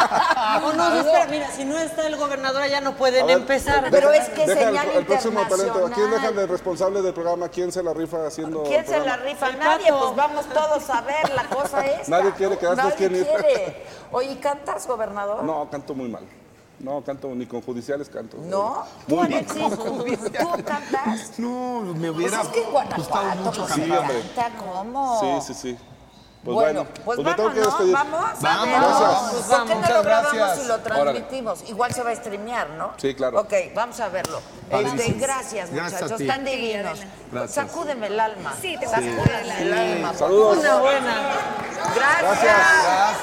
Speaker 6: No, no, no, espera, mira, si no está el gobernador allá no pueden
Speaker 11: A ver,
Speaker 6: empezar.
Speaker 11: deja- deja el, el próximo talento. ¿A quién dejan el responsable del programa? ¿Quién se la rifa haciendo.?
Speaker 1: ¿Quién
Speaker 11: el
Speaker 1: se la
Speaker 11: programa?
Speaker 1: rifa? Nadie, pues vamos todos a ver la cosa esta.
Speaker 11: Nadie quiere quedarse,
Speaker 1: Nadie
Speaker 11: ¿quién es?
Speaker 1: quiere. Oye, ¿y ¿cantas, gobernador?
Speaker 11: No, canto muy mal. No, canto ni con judiciales canto.
Speaker 1: ¿No?
Speaker 11: Muy
Speaker 1: Tú,
Speaker 11: mal.
Speaker 1: Alexis, ¿Tú cantas?
Speaker 2: No, me
Speaker 1: Pues
Speaker 11: hubiera
Speaker 1: es que en
Speaker 11: gustado
Speaker 1: Guanajuato
Speaker 11: mucho
Speaker 1: pues,
Speaker 11: cantar.
Speaker 1: se
Speaker 11: Sí, hombre.
Speaker 1: canta, ¿cómo?
Speaker 11: Sí, sí, sí. Pues
Speaker 1: bueno,
Speaker 11: bueno,
Speaker 1: pues,
Speaker 11: me tengo
Speaker 1: vamos,
Speaker 11: que
Speaker 1: ¿no?
Speaker 11: despedir.
Speaker 1: Vamos,
Speaker 11: Vamos,
Speaker 1: vamos.
Speaker 11: gracias.
Speaker 1: Pues, ¿Por qué no
Speaker 11: Muchas
Speaker 1: lo grabamos
Speaker 11: gracias.
Speaker 1: y lo
Speaker 11: Órale.
Speaker 1: transmitimos? Igual se va a streamear, ¿no?
Speaker 11: Sí, claro.
Speaker 1: Ok, vamos a verlo.
Speaker 11: Padrísimo.
Speaker 1: Este, gracias,
Speaker 11: Gracias a
Speaker 1: muchachos,
Speaker 11: ti.
Speaker 1: están divinos.
Speaker 11: Gracias.
Speaker 1: Sacúdeme el alma. Sí, te
Speaker 11: Sí.
Speaker 1: sacúdeme el alma. por
Speaker 11: Saludos.
Speaker 1: favor. Gracias.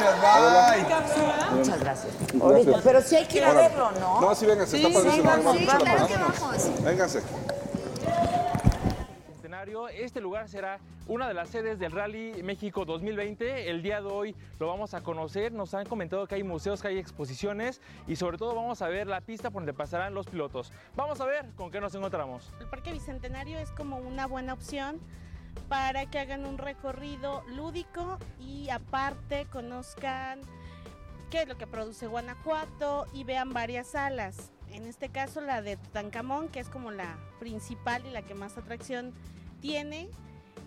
Speaker 2: Gracias, bye.
Speaker 1: Muchas gracias. Ahorita, pero sí hay que ir a
Speaker 11: Órale.
Speaker 1: verlo, ¿no?
Speaker 11: No, sí, vénganse, está
Speaker 1: Sí,
Speaker 11: padrísimo.
Speaker 1: sí, vamos,
Speaker 11: Vamos,
Speaker 1: sí, claro
Speaker 11: vámonos.
Speaker 1: que vamos.
Speaker 11: Vénganse.
Speaker 7: Centenario. Este lugar será una de las sedes del Rally México 2020. El día de hoy lo vamos a conocer. Nos han comentado que hay museos, que hay exposiciones y sobre todo vamos a ver la pista por donde pasarán los pilotos. Vamos a ver con qué nos encontramos.
Speaker 12: El Parque Bicentenario es como una buena opción para que hagan un recorrido lúdico y aparte conozcan qué es lo que produce Guanajuato y vean varias salas. En este caso la de Tutankamón, que es como la principal y la que más atracción tiene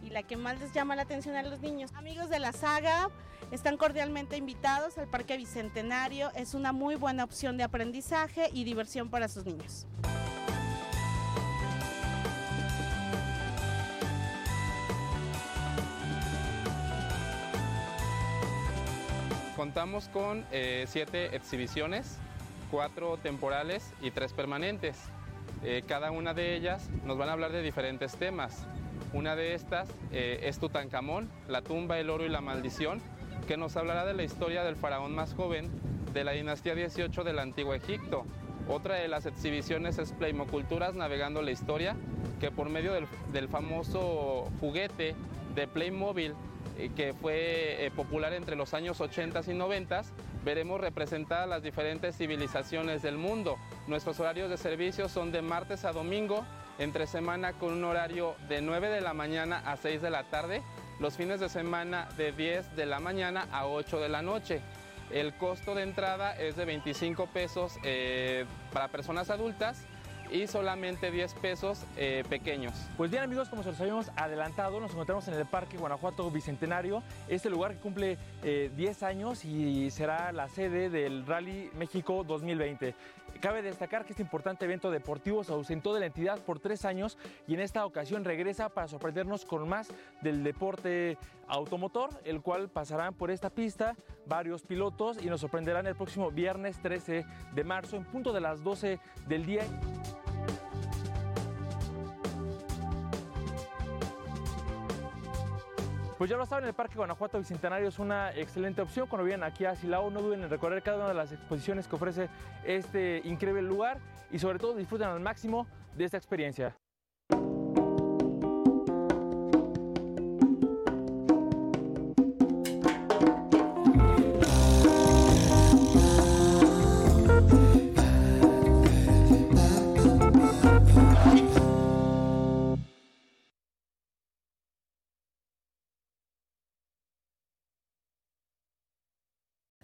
Speaker 12: y la que más les llama la atención a los niños. Amigos de la saga, están cordialmente invitados al Parque Bicentenario. Es una muy buena opción de aprendizaje y diversión para sus niños.
Speaker 13: Contamos con eh, siete exhibiciones, cuatro temporales y tres permanentes. Eh, cada una de ellas nos van a hablar de diferentes temas. Una de estas eh, es Tutankamón, la tumba, el oro y la maldición, que nos hablará de la historia del faraón más joven de la dinastía 18 del antiguo Egipto. Otra de las exhibiciones es Playmoculturas Navegando la Historia, que por medio del, del famoso juguete de Playmobil eh, que fue eh, popular entre los años 80 y 90, veremos representadas las diferentes civilizaciones del mundo. Nuestros horarios de servicio son de martes a domingo, entre semana con un horario de 9 de la mañana a 6 de la tarde, los fines de semana de 10 de la mañana a 8 de la noche. El costo de entrada es de 25 pesos eh, para personas adultas y solamente 10 pesos eh, pequeños.
Speaker 7: Pues bien amigos, como se los habíamos adelantado, nos encontramos en el Parque Guanajuato Bicentenario, este lugar que cumple eh, 10 años y será la sede del Rally México 2020. Cabe destacar que este importante evento deportivo se ausentó de la entidad por tres años y en esta ocasión regresa para sorprendernos con más del deporte automotor, el cual pasarán por esta pista varios pilotos y nos sorprenderán el próximo viernes 13 de marzo en punto de las 12 del día. Pues ya lo saben, el Parque Guanajuato Bicentenario es una excelente opción. Cuando vienen aquí a Silao, no duden en recorrer cada una de las exposiciones que ofrece este increíble lugar y sobre todo disfruten al máximo de esta experiencia.